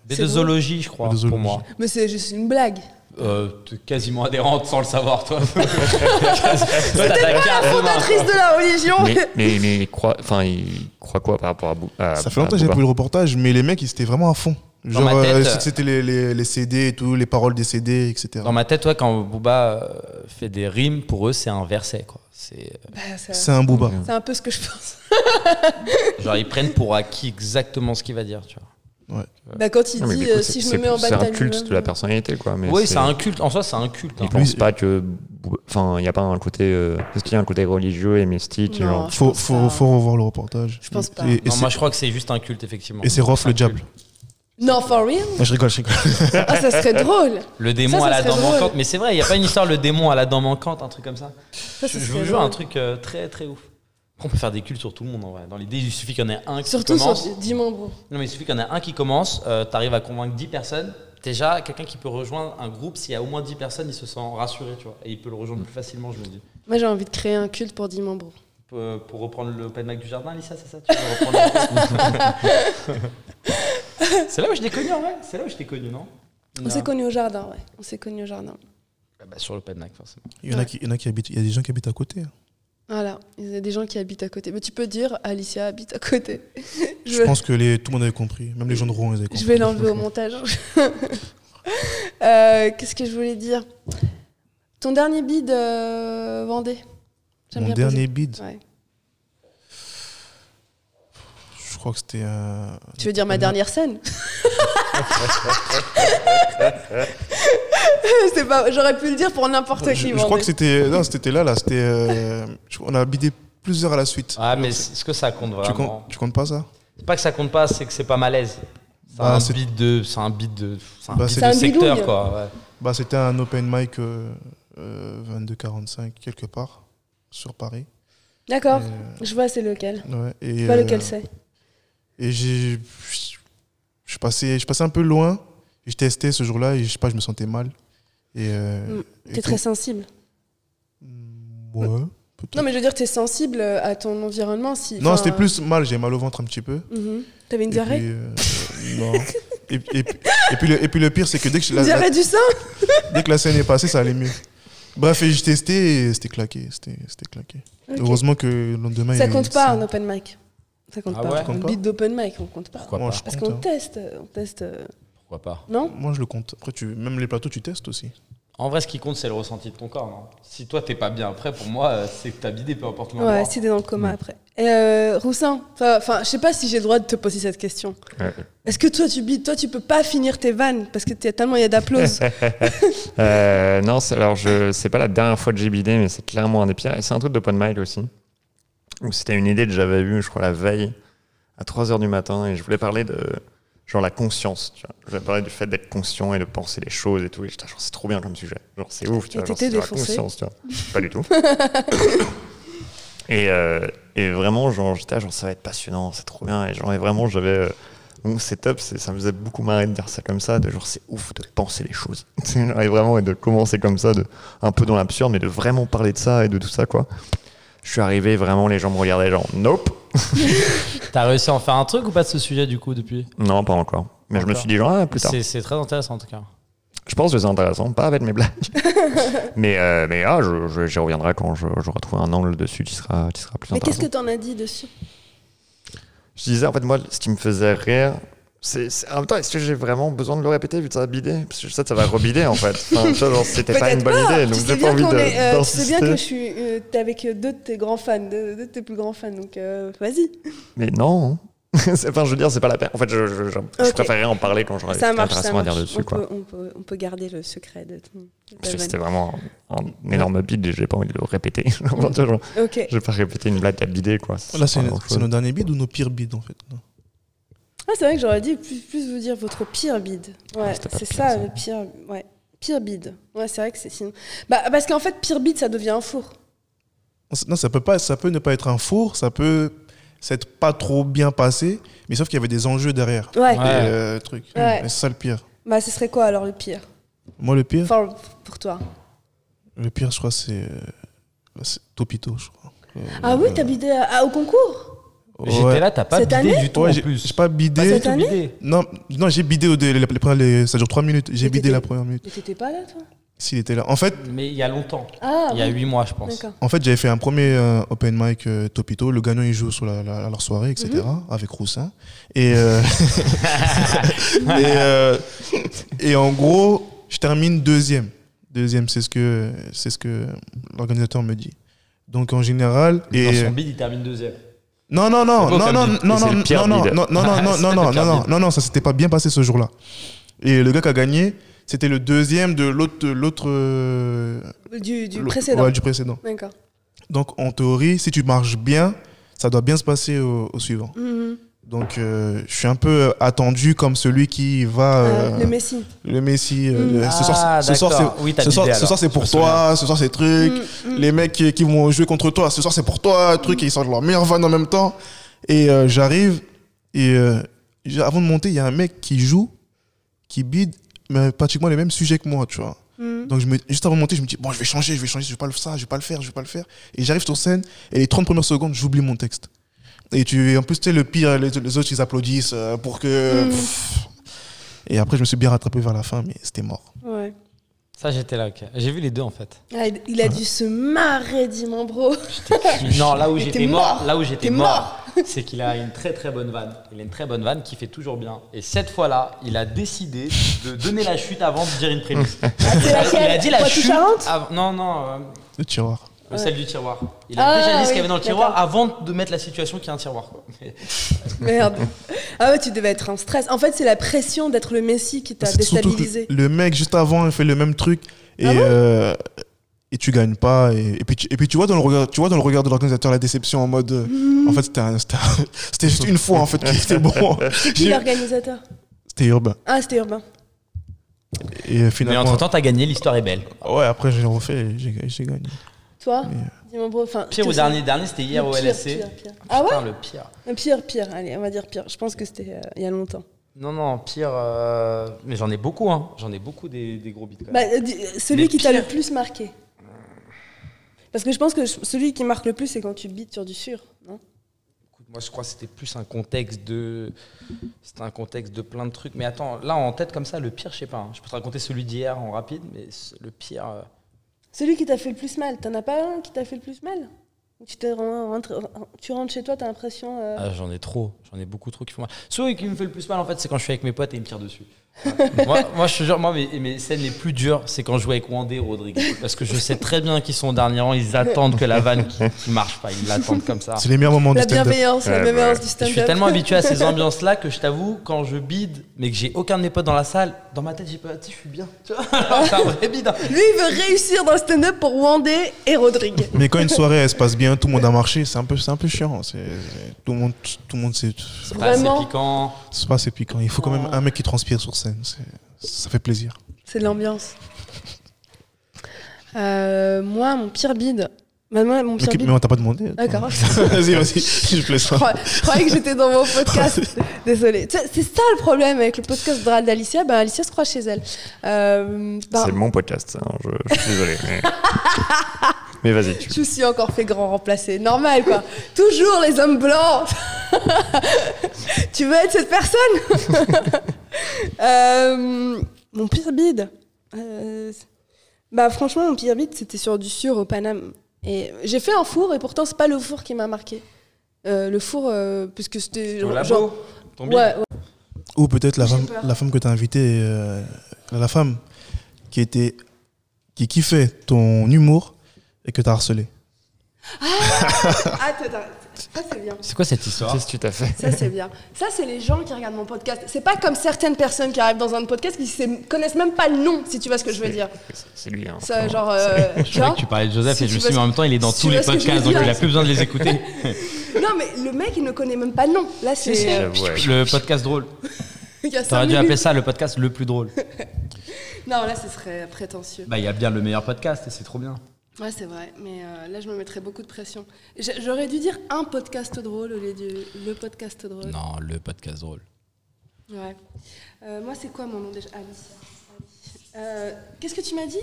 Speaker 4: Des
Speaker 2: C'est
Speaker 4: deux zoologies, je crois,
Speaker 1: Des
Speaker 4: pour
Speaker 1: zoologies.
Speaker 4: moi.
Speaker 2: Mais c'est juste une blague.
Speaker 4: Euh, t'es quasiment adhérente sans le savoir, toi. Toi, t'as ta carte
Speaker 1: Ah.
Speaker 4: de membre.
Speaker 2: Fondatrice de la religion
Speaker 3: mais, mais, mais il croit, enfin, il croit quoi par rapport à Bouddha
Speaker 1: Ça fait longtemps que j'ai pas vu le reportage, mais les mecs, ils étaient vraiment à fond. Genre,
Speaker 4: ma tête,
Speaker 1: euh,
Speaker 4: euh,
Speaker 1: c'était les, les- les CD et tout, les paroles des CD, etc.
Speaker 4: Dans ma tête, ouais, quand Booba euh, fait des rimes, pour eux, c'est un verset. Quoi. C'est,
Speaker 2: Bah, ça-
Speaker 1: C'est un Booba.
Speaker 2: C'est un peu ce que je pense.
Speaker 4: euh, genre, ils prennent pour acquis exactement ce qu'il va dire. Tu vois.
Speaker 2: Bah, quand il
Speaker 3: Non, mais
Speaker 2: dit
Speaker 3: écoute,
Speaker 2: euh,
Speaker 3: c'est-
Speaker 2: si je
Speaker 3: c'est-
Speaker 2: me mets en
Speaker 3: C'est un
Speaker 2: bataille.
Speaker 3: culte de la personnalité, quoi. Mais
Speaker 4: Oui,
Speaker 3: c'est-
Speaker 4: c'est un culte. En soi, c'est un culte. hein.
Speaker 3: Il pense pas que. Bou- Enfin, il n'y a pas un côté. euh, Est-ce qu'il y a un côté religieux et mystique
Speaker 2: Non.
Speaker 3: genre-
Speaker 2: Je
Speaker 1: Faut,
Speaker 2: pense
Speaker 1: faut,
Speaker 2: pas.
Speaker 1: faut revoir le reportage.
Speaker 2: Je pense pas.
Speaker 1: Et, et
Speaker 4: Non,
Speaker 1: c'est-
Speaker 4: moi, je crois que c'est juste un culte, effectivement.
Speaker 1: et c'est Rof le
Speaker 4: un
Speaker 1: diable.
Speaker 2: Non, for real
Speaker 1: Non, je rigole, je rigole.
Speaker 2: Ah, ça serait drôle
Speaker 4: Le démon
Speaker 2: ça
Speaker 4: à la
Speaker 2: serait
Speaker 4: dent
Speaker 2: drôle.
Speaker 4: manquante. Mais c'est vrai, il n'y a pas une histoire, le démon à la dent manquante, un truc comme ça.
Speaker 2: Ça,
Speaker 4: je
Speaker 2: ça
Speaker 4: je
Speaker 2: serait
Speaker 4: vous jure,
Speaker 2: drôle.
Speaker 4: un truc euh, très, très ouf. Après, On peut faire des cultes sur tout le monde en vrai. Dans l'idée, il suffit qu'il y en ait un qui
Speaker 2: Surtout sur
Speaker 4: commence.
Speaker 2: Dimambro.
Speaker 4: Non, mais il suffit qu'il y en ait un qui commence, euh, t'arrives à convaincre 10 personnes. Déjà, quelqu'un qui peut rejoindre un groupe, s'il y a au moins 10 personnes, il se sent rassuré, tu vois. Et il peut le rejoindre plus facilement, je me dis.
Speaker 2: Moi, j'ai envie de créer un culte pour Dimambro.
Speaker 4: Euh, Pour reprendre le open mic du jardin, Lisa, c'est ça Tu veux reprendre le- C'est là où je t'ai connu, en vrai. C'est là où je t'ai connu, non
Speaker 2: On s'est connus au jardin, ouais. On s'est connus au jardin.
Speaker 4: Ah bah, Sur l'open mic, forcément.
Speaker 1: Il y en a qui, il y en a qui habitent, il y a des gens qui habitent à côté. hein.
Speaker 2: Voilà, il y a des gens qui habitent à côté. Mais tu peux dire, Alicia habite à côté.
Speaker 1: Je, pense que les, tout le monde avait compris. Même les gens de Rouen, ils avaient compris.
Speaker 2: Je vais l'enlever au montage. Euh, Qu'est-ce que je voulais dire Ton dernier bid euh, Vendée. J'aime
Speaker 1: Mon
Speaker 2: bien poser.
Speaker 1: dernier bid,
Speaker 2: Ouais.
Speaker 1: je crois que c'était. euh,
Speaker 2: Tu veux dire ma dernière scène C'est pas. J'aurais pu le dire pour n'importe qui.
Speaker 1: Je, je
Speaker 2: Vendée.
Speaker 1: crois que c'était. Non, c'était là, là. C'était. euh, je- on a bidé plusieurs à la suite.
Speaker 4: Ah, mais est-ce que ça compte
Speaker 1: tu,
Speaker 4: Ah, vraiment
Speaker 1: comptes, tu comptes pas ça
Speaker 4: C'est pas que ça compte pas, c'est que c'est pas malaise. C'est
Speaker 1: Bah,
Speaker 4: un
Speaker 1: c'est-
Speaker 4: beat de, c'est un beat de, c'est un
Speaker 1: Bah,
Speaker 4: beat
Speaker 1: c'est-
Speaker 4: de
Speaker 2: C'est un
Speaker 4: secteur
Speaker 2: bidouille.
Speaker 4: quoi. ouais.
Speaker 1: Bah, c'était un open mic euh, euh, 22-45 quelque part sur Paris.
Speaker 2: D'accord.
Speaker 1: Euh,
Speaker 2: Je vois c'est lequel.
Speaker 1: ouais, et,
Speaker 2: Je vois lequel
Speaker 1: euh,
Speaker 2: c'est.
Speaker 1: Et j'ai. Je passais, je passais un peu loin. Je testais ce jour-là et je sais pas, je me sentais mal. Et. euh,
Speaker 2: Mm.
Speaker 1: et
Speaker 2: T'es
Speaker 1: tout.
Speaker 2: très sensible.
Speaker 1: Mm, Ouais. peut-être.
Speaker 2: Non mais je veux dire t'es sensible à ton environnement si.
Speaker 1: Non,
Speaker 2: enfin,
Speaker 1: c'était plus mal. J'ai mal au ventre un petit peu.
Speaker 2: mhm. T'avais euh, une
Speaker 1: Et
Speaker 2: diarrhée.
Speaker 1: puis, euh, Non. Et, et- et puis- et puis le, et puis le pire, c'est que dès que, je-
Speaker 2: Une
Speaker 1: la,
Speaker 2: diarrhée du sein.
Speaker 1: la- dès que la scène est passée, ça allait mieux. Bref, et j'ai testé et c'était claqué. C'était c'était claqué.
Speaker 2: Ok.
Speaker 1: Heureusement que le lendemain.
Speaker 2: Ça
Speaker 1: il y a eu-
Speaker 2: compte pas un open mic. Ça compte
Speaker 4: Ah
Speaker 2: pas.
Speaker 4: ouais
Speaker 1: Compte
Speaker 2: Une
Speaker 1: pas
Speaker 2: bite d'open mic, on compte pas.
Speaker 4: Pourquoi
Speaker 1: Moi,
Speaker 4: pas
Speaker 1: je
Speaker 2: Parce
Speaker 1: compte,
Speaker 2: qu'on
Speaker 1: hein.
Speaker 2: teste, on teste. euh,
Speaker 4: Pourquoi pas
Speaker 2: Non
Speaker 1: Moi, je le compte. Après, tu, même les plateaux, tu testes aussi.
Speaker 4: En vrai, ce qui compte, c'est le ressenti de ton corps. non si toi t'es pas bien après, pour moi, euh, c'est que t'as bidé, peu importe l'endroit.
Speaker 2: Ouais, si t'es dans le coma après. Et, euh, Roussin, enfin, enfin, je sais pas si j'ai le droit de te poser cette question.
Speaker 3: Ouais.
Speaker 2: Est-ce que toi tu bides, toi tu peux pas finir tes vannes parce que t'es tellement il y a d'applause.
Speaker 3: Euh, non, c'est- alors je, c'est pas la dernière fois que j'ai bidé, mais c'est clairement un des pires. Et c'est un truc d'open mic aussi. Où c'était une idée que j'avais eue, je crois, la veille, à 3h du matin, et je voulais parler de genre la conscience. Tu vois. Je voulais parler du fait d'être conscient et de penser les choses et tout. Et j'étais genre, c'est trop bien comme sujet. Genre, c'est ouf, tu
Speaker 2: Et
Speaker 3: vois. Genre,
Speaker 2: t'étais
Speaker 3: c'est sur la
Speaker 2: défoncé.
Speaker 3: conscience, tu vois. Pas du tout. et, euh, et vraiment, genre, j'étais là, genre, ça va être passionnant, c'est trop bien. Et genre, et vraiment, j'avais. euh, mon setup, c'est- ça me faisait beaucoup marrer de dire ça comme ça, de genre c'est ouf de penser les choses. Tu sais, genre, et vraiment, et de commencer comme ça, de, un peu dans l'absurde, mais de vraiment parler de ça et de tout ça, quoi. Je suis arrivé, vraiment, les gens me regardaient, genre nope.
Speaker 4: T'as réussi à en faire un truc ou pas de ce sujet du coup depuis
Speaker 3: Non, pas encore. Mais je me
Speaker 4: Encore.
Speaker 3: suis dit, genre, ah, plus tard.
Speaker 4: C'est c'est très intéressant en tout cas.
Speaker 3: Je pense que c'est intéressant, pas avec mes blagues. mais, euh, mais ah, je, je- j'y reviendrai quand je- j'aurai trouvé un angle dessus qui sera, qui sera plus
Speaker 2: Mais
Speaker 3: intéressant.
Speaker 2: qu'est-ce que t'en as dit dessus
Speaker 3: Je disais, en fait, moi, ce qui me faisait rire, c'est- c'est- en même temps, est-ce que j'ai vraiment besoin de le répéter vu que ça a bidé Parce que ça, ça va rebider en fait. Enfin, tu vois, genre, c'était pas une bonne idée, donc
Speaker 2: Ah, Tu sais
Speaker 3: j'ai pas
Speaker 2: bien,
Speaker 3: envie
Speaker 2: qu'on est, euh,
Speaker 3: de.
Speaker 2: tu sais bien
Speaker 3: d'insister.
Speaker 2: que je suis euh, t'es avec deux de tes grands fans, deux, deux de tes plus grands fans, donc euh, vas-y.
Speaker 3: Mais non. C'est- enfin, je veux dire, c'est pas la peine. En fait, je, je, je- je
Speaker 2: Ok.
Speaker 3: préférerais en parler quand j'aurais
Speaker 2: Ça
Speaker 3: quelque
Speaker 2: marche,
Speaker 3: chose
Speaker 2: ça
Speaker 3: à
Speaker 2: marche.
Speaker 3: dire dessus.
Speaker 2: on,
Speaker 3: Quoi.
Speaker 2: peut, on, peut, on peut garder le secret de ton. de
Speaker 3: Parce
Speaker 2: ta
Speaker 3: que c'était
Speaker 2: vanne.
Speaker 3: vraiment un, un énorme bide et j'ai pas envie de le répéter. Enfin, tu vois, genre,
Speaker 2: Ok.
Speaker 3: je vais pas répéter une blague à bider, quoi.
Speaker 1: Là, c'est
Speaker 3: pas
Speaker 1: c'est
Speaker 3: grand-chose.
Speaker 1: nos derniers bids ou nos pires bids, en fait là
Speaker 2: Ah, c'est vrai que j'aurais dit plus, plus vous dire votre pire bide. Ouais,
Speaker 3: c'était pas
Speaker 2: c'est
Speaker 3: pire,
Speaker 2: ça,
Speaker 3: ça.
Speaker 2: le Ah, pire. Ouais. Pire bide. Ouais, c'est vrai que c'est sinon. Bah, parce qu'en fait, pire bide, ça devient un four.
Speaker 1: Non, ça- Non, ça peut, pas, ça peut ne pas être un four, ça peut s'être pas trop bien passé, mais sauf qu'il y avait des enjeux derrière.
Speaker 2: Ouais.
Speaker 1: Et,
Speaker 4: Ouais.
Speaker 1: euh, truc.
Speaker 2: Ouais.
Speaker 1: Et C'est ça le pire.
Speaker 2: Bah, ce serait quoi alors le pire
Speaker 1: Moi, le pire,
Speaker 2: Enfin, pour toi.
Speaker 1: le pire, je crois, c'est euh, c'est Topito, je crois. Euh,
Speaker 2: Ah oui, t'as bidé à- à- au concours
Speaker 1: ouais.
Speaker 4: J'étais là, t'as pas
Speaker 2: Cette
Speaker 4: bidé
Speaker 2: année
Speaker 4: du tout
Speaker 1: Ouais,
Speaker 4: en
Speaker 1: j'ai
Speaker 4: plus.
Speaker 1: j'ai pas bidé.
Speaker 2: Cette année
Speaker 4: Bidé.
Speaker 1: non, non j'ai bidé au dé- les- les- les- ça dure 3 minutes. J'ai
Speaker 2: Mais
Speaker 1: bidé
Speaker 2: t'étais-
Speaker 1: la première minute.
Speaker 2: Mais t'étais pas là, toi
Speaker 1: S'il était là. En fait,
Speaker 4: Mais il y a longtemps.
Speaker 2: Ah,
Speaker 4: Il y a
Speaker 2: oui.
Speaker 4: 8 mois, je pense.
Speaker 2: D'accord.
Speaker 1: en fait j'avais fait un premier euh, open mic euh, Topito. Le gagnant, il joue sur la, la- à leur soirée, etc. Avec Roussin. Et, euh, et, euh, et en gros, je termine deuxième. Deuxième, c'est ce que, c'est ce que l'organisateur me dit. Donc en général.
Speaker 4: Et
Speaker 1: et,
Speaker 4: son bid, il termine deuxième.
Speaker 1: Non, non, non,
Speaker 4: C'est beau
Speaker 1: non,
Speaker 4: comme
Speaker 1: non,
Speaker 4: bide.
Speaker 1: non,
Speaker 3: Et c'est
Speaker 1: non,
Speaker 3: le pire
Speaker 1: non,
Speaker 3: bide.
Speaker 1: non, non, non, non,
Speaker 4: C'est
Speaker 1: non,
Speaker 4: le
Speaker 1: non,
Speaker 4: pire
Speaker 1: non,
Speaker 4: bide.
Speaker 1: non, non, ça s'était pas bien passé ce jour-là. Et le gars qui a gagné, c'était le deuxième de l'autre, l'autre, euh,
Speaker 2: Du, du
Speaker 1: l'autre-
Speaker 2: précédent.
Speaker 1: ouais, du précédent.
Speaker 2: D'accord.
Speaker 1: Donc en théorie, si tu marches bien, ça doit bien se passer au, au suivant.
Speaker 2: Mhm.
Speaker 1: Donc euh, je suis un peu attendu comme celui qui va
Speaker 2: Euh,
Speaker 1: euh,
Speaker 2: le Messi.
Speaker 1: le Messi. euh,
Speaker 4: Mm.
Speaker 1: ce soir,
Speaker 4: Ah,
Speaker 1: ce soir,
Speaker 4: d'accord.
Speaker 1: c'est,
Speaker 4: Oui, t'as
Speaker 1: ce soir-
Speaker 4: bidé,
Speaker 1: ce soir,
Speaker 4: alors. Mm,
Speaker 1: c'est pour
Speaker 4: Je me
Speaker 1: toi. Ce soir, c'est truc. Les mecs qui, qui vont jouer contre toi, ce soir, c'est pour toi. Truc. Et ils sortent leur meilleure vanne en même temps. Et euh, j'arrive. Et euh, j'ai- avant de monter, il y a un mec qui joue, qui bide, mais pratiquement les mêmes sujets que moi, tu vois.
Speaker 4: Mm.
Speaker 2: Mhm.
Speaker 1: Donc je me- juste avant de monter, je me dis bon, je vais changer, je vais changer, je vais pas le ça, je vais pas le faire, je vais pas le faire. Et j'arrive sur scène et les 30 premières secondes, j'oublie mon texte. Et tu et en plus tu sais le pire les, les autres ils applaudissent euh, pour que
Speaker 2: Mm.
Speaker 1: pff. Et après je me suis bien rattrapé vers la fin mais c'était mort.
Speaker 2: Ouais.
Speaker 4: Ça, j'étais là, ok. J'ai vu les deux, en fait.
Speaker 2: Ah, il- il a dû se marrer, Diman Bro.
Speaker 4: non, là où
Speaker 2: Mais
Speaker 4: j'étais
Speaker 2: t'es
Speaker 4: mort,
Speaker 2: mort.
Speaker 4: là où j'étais
Speaker 2: T'es
Speaker 4: mort, c'est qu'il a une très très bonne vanne. Il a une très bonne vanne qui fait toujours bien. Et cette fois-là, il a décidé de donner la chute avant de dire une prémisse.
Speaker 2: C'est
Speaker 4: Il
Speaker 2: laquelle
Speaker 4: a dit la
Speaker 2: Poitou
Speaker 4: chute.
Speaker 2: Charentes
Speaker 4: avant- Non, non, euh,
Speaker 1: Le tiroir.
Speaker 4: euh, celle du tiroir. Il a
Speaker 2: Ah,
Speaker 4: déjà dit ce qu'il
Speaker 2: oui,
Speaker 4: y avait dans le tiroir avant de mettre la situation qui est un tiroir. quoi.
Speaker 2: Merde. Ah ouais, tu devais être en stress. En fait, c'est la pression d'être le Messi qui t'a
Speaker 1: Ah, C'est surtout que
Speaker 2: déstabilisé.
Speaker 1: le mec juste avant il fait le même truc et
Speaker 2: Ah bon
Speaker 1: euh, et tu gagnes pas et, et puis tu, et puis tu vois dans le regard tu vois dans le regard de l'organisateur la déception en mode euh, en fait c'était un- c'était un- c'était juste une fois en fait qui était bon.
Speaker 2: Qui l'organisateur
Speaker 1: C'était urbain
Speaker 2: Ah, c'était Urbain.
Speaker 1: et
Speaker 4: Mais
Speaker 1: finalement
Speaker 4: entre-temps, t'as gagné, l'histoire est belle.
Speaker 1: Ouais, après j'ai refait et j'ai j'ai gagné.
Speaker 2: Toi
Speaker 1: Mais, euh,
Speaker 2: Diman Bro. Enfin,
Speaker 4: Pire ou
Speaker 2: tous-
Speaker 4: dernier, dernier, c'était hier
Speaker 2: Le
Speaker 4: au
Speaker 2: pire,
Speaker 4: LSC.
Speaker 2: pire, pire.
Speaker 4: Putain,
Speaker 2: Ah ouais
Speaker 4: le pire.
Speaker 2: Pire, pire. Allez, on va dire pire. Je pense que c'était euh, il y a longtemps.
Speaker 4: Non, non, pire. euh, Mais j'en ai beaucoup, hein. J'en ai beaucoup des, des gros bits. quand même.
Speaker 2: Bah, euh, di- euh, celui
Speaker 4: Les
Speaker 2: qui t'a le
Speaker 4: pires.
Speaker 2: plus marqué. Parce que je pense que je- celui qui marque le plus, c'est quand tu bites sur du sûr. Non
Speaker 4: Écoute, moi, je crois que c'était plus un contexte de. C'était un contexte de plein de trucs. Mais attends, là, en tête comme ça, le pire, je sais pas. hein. Je peux te raconter celui d'hier en rapide, mais c- le pire. euh,
Speaker 2: celui qui t'a fait le plus mal. T'en as pas un qui t'a fait le plus mal tu, t'es ren- rentre- tu rentres chez toi, t'as l'impression. euh,
Speaker 4: ah, j'en ai trop. J'en ai beaucoup trop qui font mal. Celui qui me fait le plus mal, en fait, c'est quand je suis avec mes potes et ils me tirent dessus. Ouais. moi, moi, je te jure, moi, mes, mes scènes les plus dures, c'est quand je joue avec Wandé et Rodrigue. Parce que je sais très bien qu'ils sont au dernier rang, ils attendent que la vanne qui, qui marche pas. Ils l'attendent comme ça.
Speaker 1: C'est les meilleurs moments
Speaker 2: La
Speaker 1: du stand-up.
Speaker 2: bienveillance, la
Speaker 3: Ouais,
Speaker 2: bienveillance du
Speaker 4: Je
Speaker 2: stand-up.
Speaker 4: suis tellement habitué à ces ambiances-là que je t'avoue, quand je bide, mais que j'ai aucun de mes potes dans la salle, dans ma tête, j'ai pas, tu sais, je suis bien. Tu vois, c'est un vrai bide. hein.
Speaker 2: Lui, il veut réussir dans le stand-up pour Wandé et Rodrigue.
Speaker 1: Mais quand une soirée elle se passe bien, tout le monde a marché, c'est un peu, c'est un peu chiant. C'est c'est- tout le monde, tout le monde sait.
Speaker 4: C'est pas assez
Speaker 2: Vraiment.
Speaker 4: piquant.
Speaker 1: C'est pas assez piquant. Il faut quand même
Speaker 2: Ah.
Speaker 1: un mec qui transpire sur scène. c'est- Ça fait plaisir.
Speaker 2: C'est de l'ambiance. Euh, moi, mon pire bide. Bah, moi, mon
Speaker 1: Mais,
Speaker 2: pire
Speaker 1: qui-
Speaker 2: bide. Ah,
Speaker 1: mais on t'a pas demandé. toi.
Speaker 2: D'accord.
Speaker 1: vas-y, vas-y. Je
Speaker 2: Je
Speaker 1: plaisante.
Speaker 2: crois- je croyais que j'étais dans mon podcast. Désolée. Tu sais, C'est ça le problème avec le podcast de- d'Alicia. Bah, Alicia se croit chez elle. Euh, bah,
Speaker 3: C'est mon podcast, ça, hein, je, je suis désolé. mais mais vas-y, tu
Speaker 2: je me suis encore fait grand remplacé. Normal, quoi. Toujours les hommes blancs. tu veux être cette personne Euh, Mon pire bide. Euh, bah, franchement, mon pire bide, c'était sur du sur au Paname. Et j'ai fait un four, et pourtant, c'est pas le four qui m'a marqué. Euh, le four, euh, puisque c'était. genre-
Speaker 4: Au labo, ton bide.
Speaker 2: Ouais, ouais.
Speaker 1: Ou peut-être la
Speaker 2: J'ai
Speaker 1: femme,
Speaker 2: peur.
Speaker 1: la femme que tu as invitée, euh, la femme qui était qui kiffait ton humour et que tu as harcelé.
Speaker 2: Ah, t'as- t'as- ça c'est bien.
Speaker 4: C'est quoi cette histoire
Speaker 3: Qu'est-ce que tu t'as fait
Speaker 2: Ça c'est bien. Ça c'est les gens qui regardent mon podcast. C'est pas comme certaines personnes qui arrivent dans un podcast qui ne connaissent même pas le nom, si tu vois ce que je veux dire.
Speaker 3: C'est lui. Hein.
Speaker 2: Ça, genre, euh,
Speaker 4: Je
Speaker 2: tu
Speaker 4: croyais
Speaker 2: vois
Speaker 4: que tu parlais de Joseph
Speaker 2: Si
Speaker 4: et je
Speaker 2: tu
Speaker 4: me suis
Speaker 2: vois
Speaker 4: dit, mais en même temps, il est dans
Speaker 2: si tu
Speaker 4: tous les
Speaker 2: vois ce que je veux
Speaker 4: podcasts, donc
Speaker 2: dire.
Speaker 4: il a plus besoin de les écouter.
Speaker 2: Non mais le mec il ne connaît même pas le nom. Là c'est. euh,
Speaker 3: J'avoue, ouais.
Speaker 4: le podcast drôle.
Speaker 2: il y a cinq
Speaker 4: T'aurais dû
Speaker 2: minutes.
Speaker 4: appeler ça le podcast le plus drôle.
Speaker 2: Non là ce serait euh, prétentieux.
Speaker 4: Bah, il y a bien le meilleur podcast et c'est trop bien.
Speaker 2: Ouais c'est vrai. Mais euh, là je me mettrais beaucoup de pression. J'a- J'aurais dû dire un podcast drôle au lieu du le podcast drôle.
Speaker 4: Non, le podcast drôle.
Speaker 2: Ouais. Euh, moi, c'est quoi mon nom déjà Ali. Euh, Qu'est-ce que tu m'as dit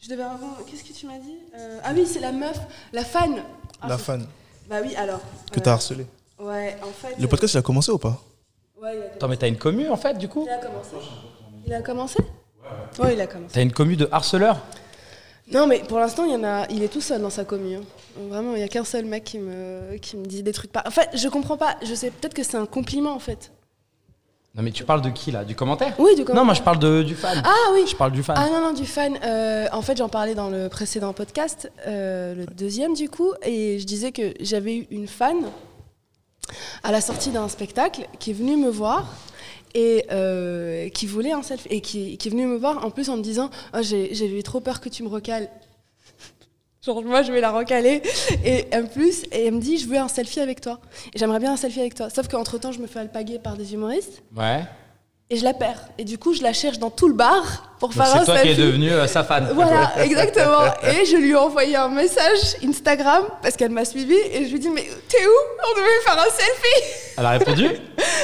Speaker 2: Je devais avoir. Qu'est-ce que tu m'as dit Euh, Ah oui, c'est la meuf, la fan. Ah,
Speaker 1: la
Speaker 2: c'est-
Speaker 1: fan
Speaker 2: Bah oui, alors.
Speaker 1: que
Speaker 2: euh,
Speaker 1: tu as harcelé.
Speaker 2: Ouais, en fait.
Speaker 1: Le podcast, il a commencé ou pas
Speaker 2: euh, Ouais, il a,
Speaker 4: Attends, mais t'as une commu en fait, du coup
Speaker 2: il a commencé. Il a commencé Ouais, il a commencé.
Speaker 4: T'as une commu de harceleurs
Speaker 2: Non, mais pour l'instant, il y en a. Il est tout seul dans sa commune. Vraiment, il y a qu'un seul mec qui me qui me dit des trucs pas. En fait, je comprends pas. Je sais peut-être que c'est un compliment en fait.
Speaker 4: Non, mais tu parles de qui là Du commentaire
Speaker 2: Oui, du coup.
Speaker 4: Non, moi je parle de, du fan.
Speaker 2: Ah oui.
Speaker 4: Je parle du fan.
Speaker 2: Ah non, non, du fan. Euh, en fait, j'en parlais dans le précédent podcast, euh, le deuxième du coup, et je disais que j'avais eu une fan à la sortie d'un spectacle qui est venue me voir et euh, qui voulait un selfie. Et qui, qui est venue me voir en plus en me disant Ah, j'ai J'ai eu trop peur que tu me recales. Genre, moi, je vais la recaler. Et en plus, et elle me dit Je veux un selfie avec toi. Et J'aimerais bien un selfie avec toi. Sauf qu'entre temps, je me fais alpaguer par des humoristes.
Speaker 4: Ouais.
Speaker 2: Et je la perds. Et du coup, je la cherche dans tout le bar pour
Speaker 4: Donc
Speaker 2: faire
Speaker 4: c'est
Speaker 2: un
Speaker 4: toi qui
Speaker 2: selfie.
Speaker 4: es devenu euh, sa fan.
Speaker 2: Voilà, exactement. Et je lui ai envoyé un message Instagram parce qu'elle m'a suivi et je lui ai dit Mais t'es où On devait faire un selfie
Speaker 4: Elle a répondu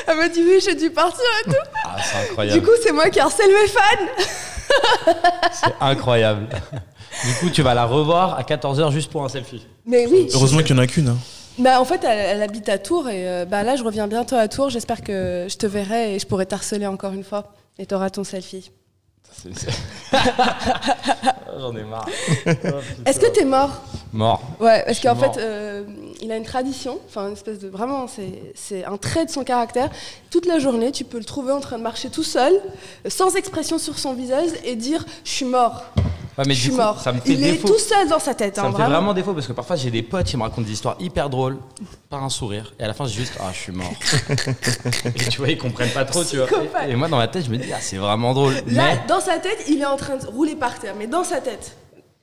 Speaker 2: Elle m'a dit Oui, j'ai dû partir et tout.
Speaker 4: Ah, c'est incroyable.
Speaker 2: Du coup, c'est moi qui harcèle mes fans.
Speaker 4: C'est incroyable. Du coup, tu vas la revoir à 14h juste pour un selfie.
Speaker 2: Mais oui.
Speaker 1: Heureusement qu'il n'y en a qu'une. hein.
Speaker 2: Bah, en fait, elle, elle habite à Tours et euh, bah, là, je reviens bientôt à Tours. J'espère que je te verrai et je pourrai t'harceler encore une fois. Et t'auras ton selfie.
Speaker 4: J'en ai marre.
Speaker 2: Est-ce que t'es mort
Speaker 4: Mort.
Speaker 2: Ouais, parce qu'en
Speaker 4: mort.
Speaker 2: fait, euh, il a une tradition, enfin une espèce de vraiment, c'est- c'est un trait de son caractère. Toute la journée, tu peux le trouver en train de marcher tout seul, sans expression sur son visage, et dire je suis mort,
Speaker 4: Ouais,
Speaker 2: je
Speaker 4: mais du
Speaker 2: suis
Speaker 4: coup,
Speaker 2: mort.
Speaker 4: ça me fait
Speaker 2: il est
Speaker 4: défaut.
Speaker 2: tout seul dans sa tête,
Speaker 4: ça
Speaker 2: hein,
Speaker 4: me fait
Speaker 2: vraiment.
Speaker 4: vraiment défaut parce que parfois j'ai des potes qui me racontent des histoires hyper drôles par un sourire et à la fin c'est juste ah je suis mort et tu vois ils comprennent pas trop tu vois
Speaker 2: Psychopathe.
Speaker 4: et, et moi dans ma tête je me dis ah c'est vraiment drôle
Speaker 2: Là,
Speaker 4: mais,
Speaker 2: dans sa tête, il est en train de rouler par terre, mais dans sa tête,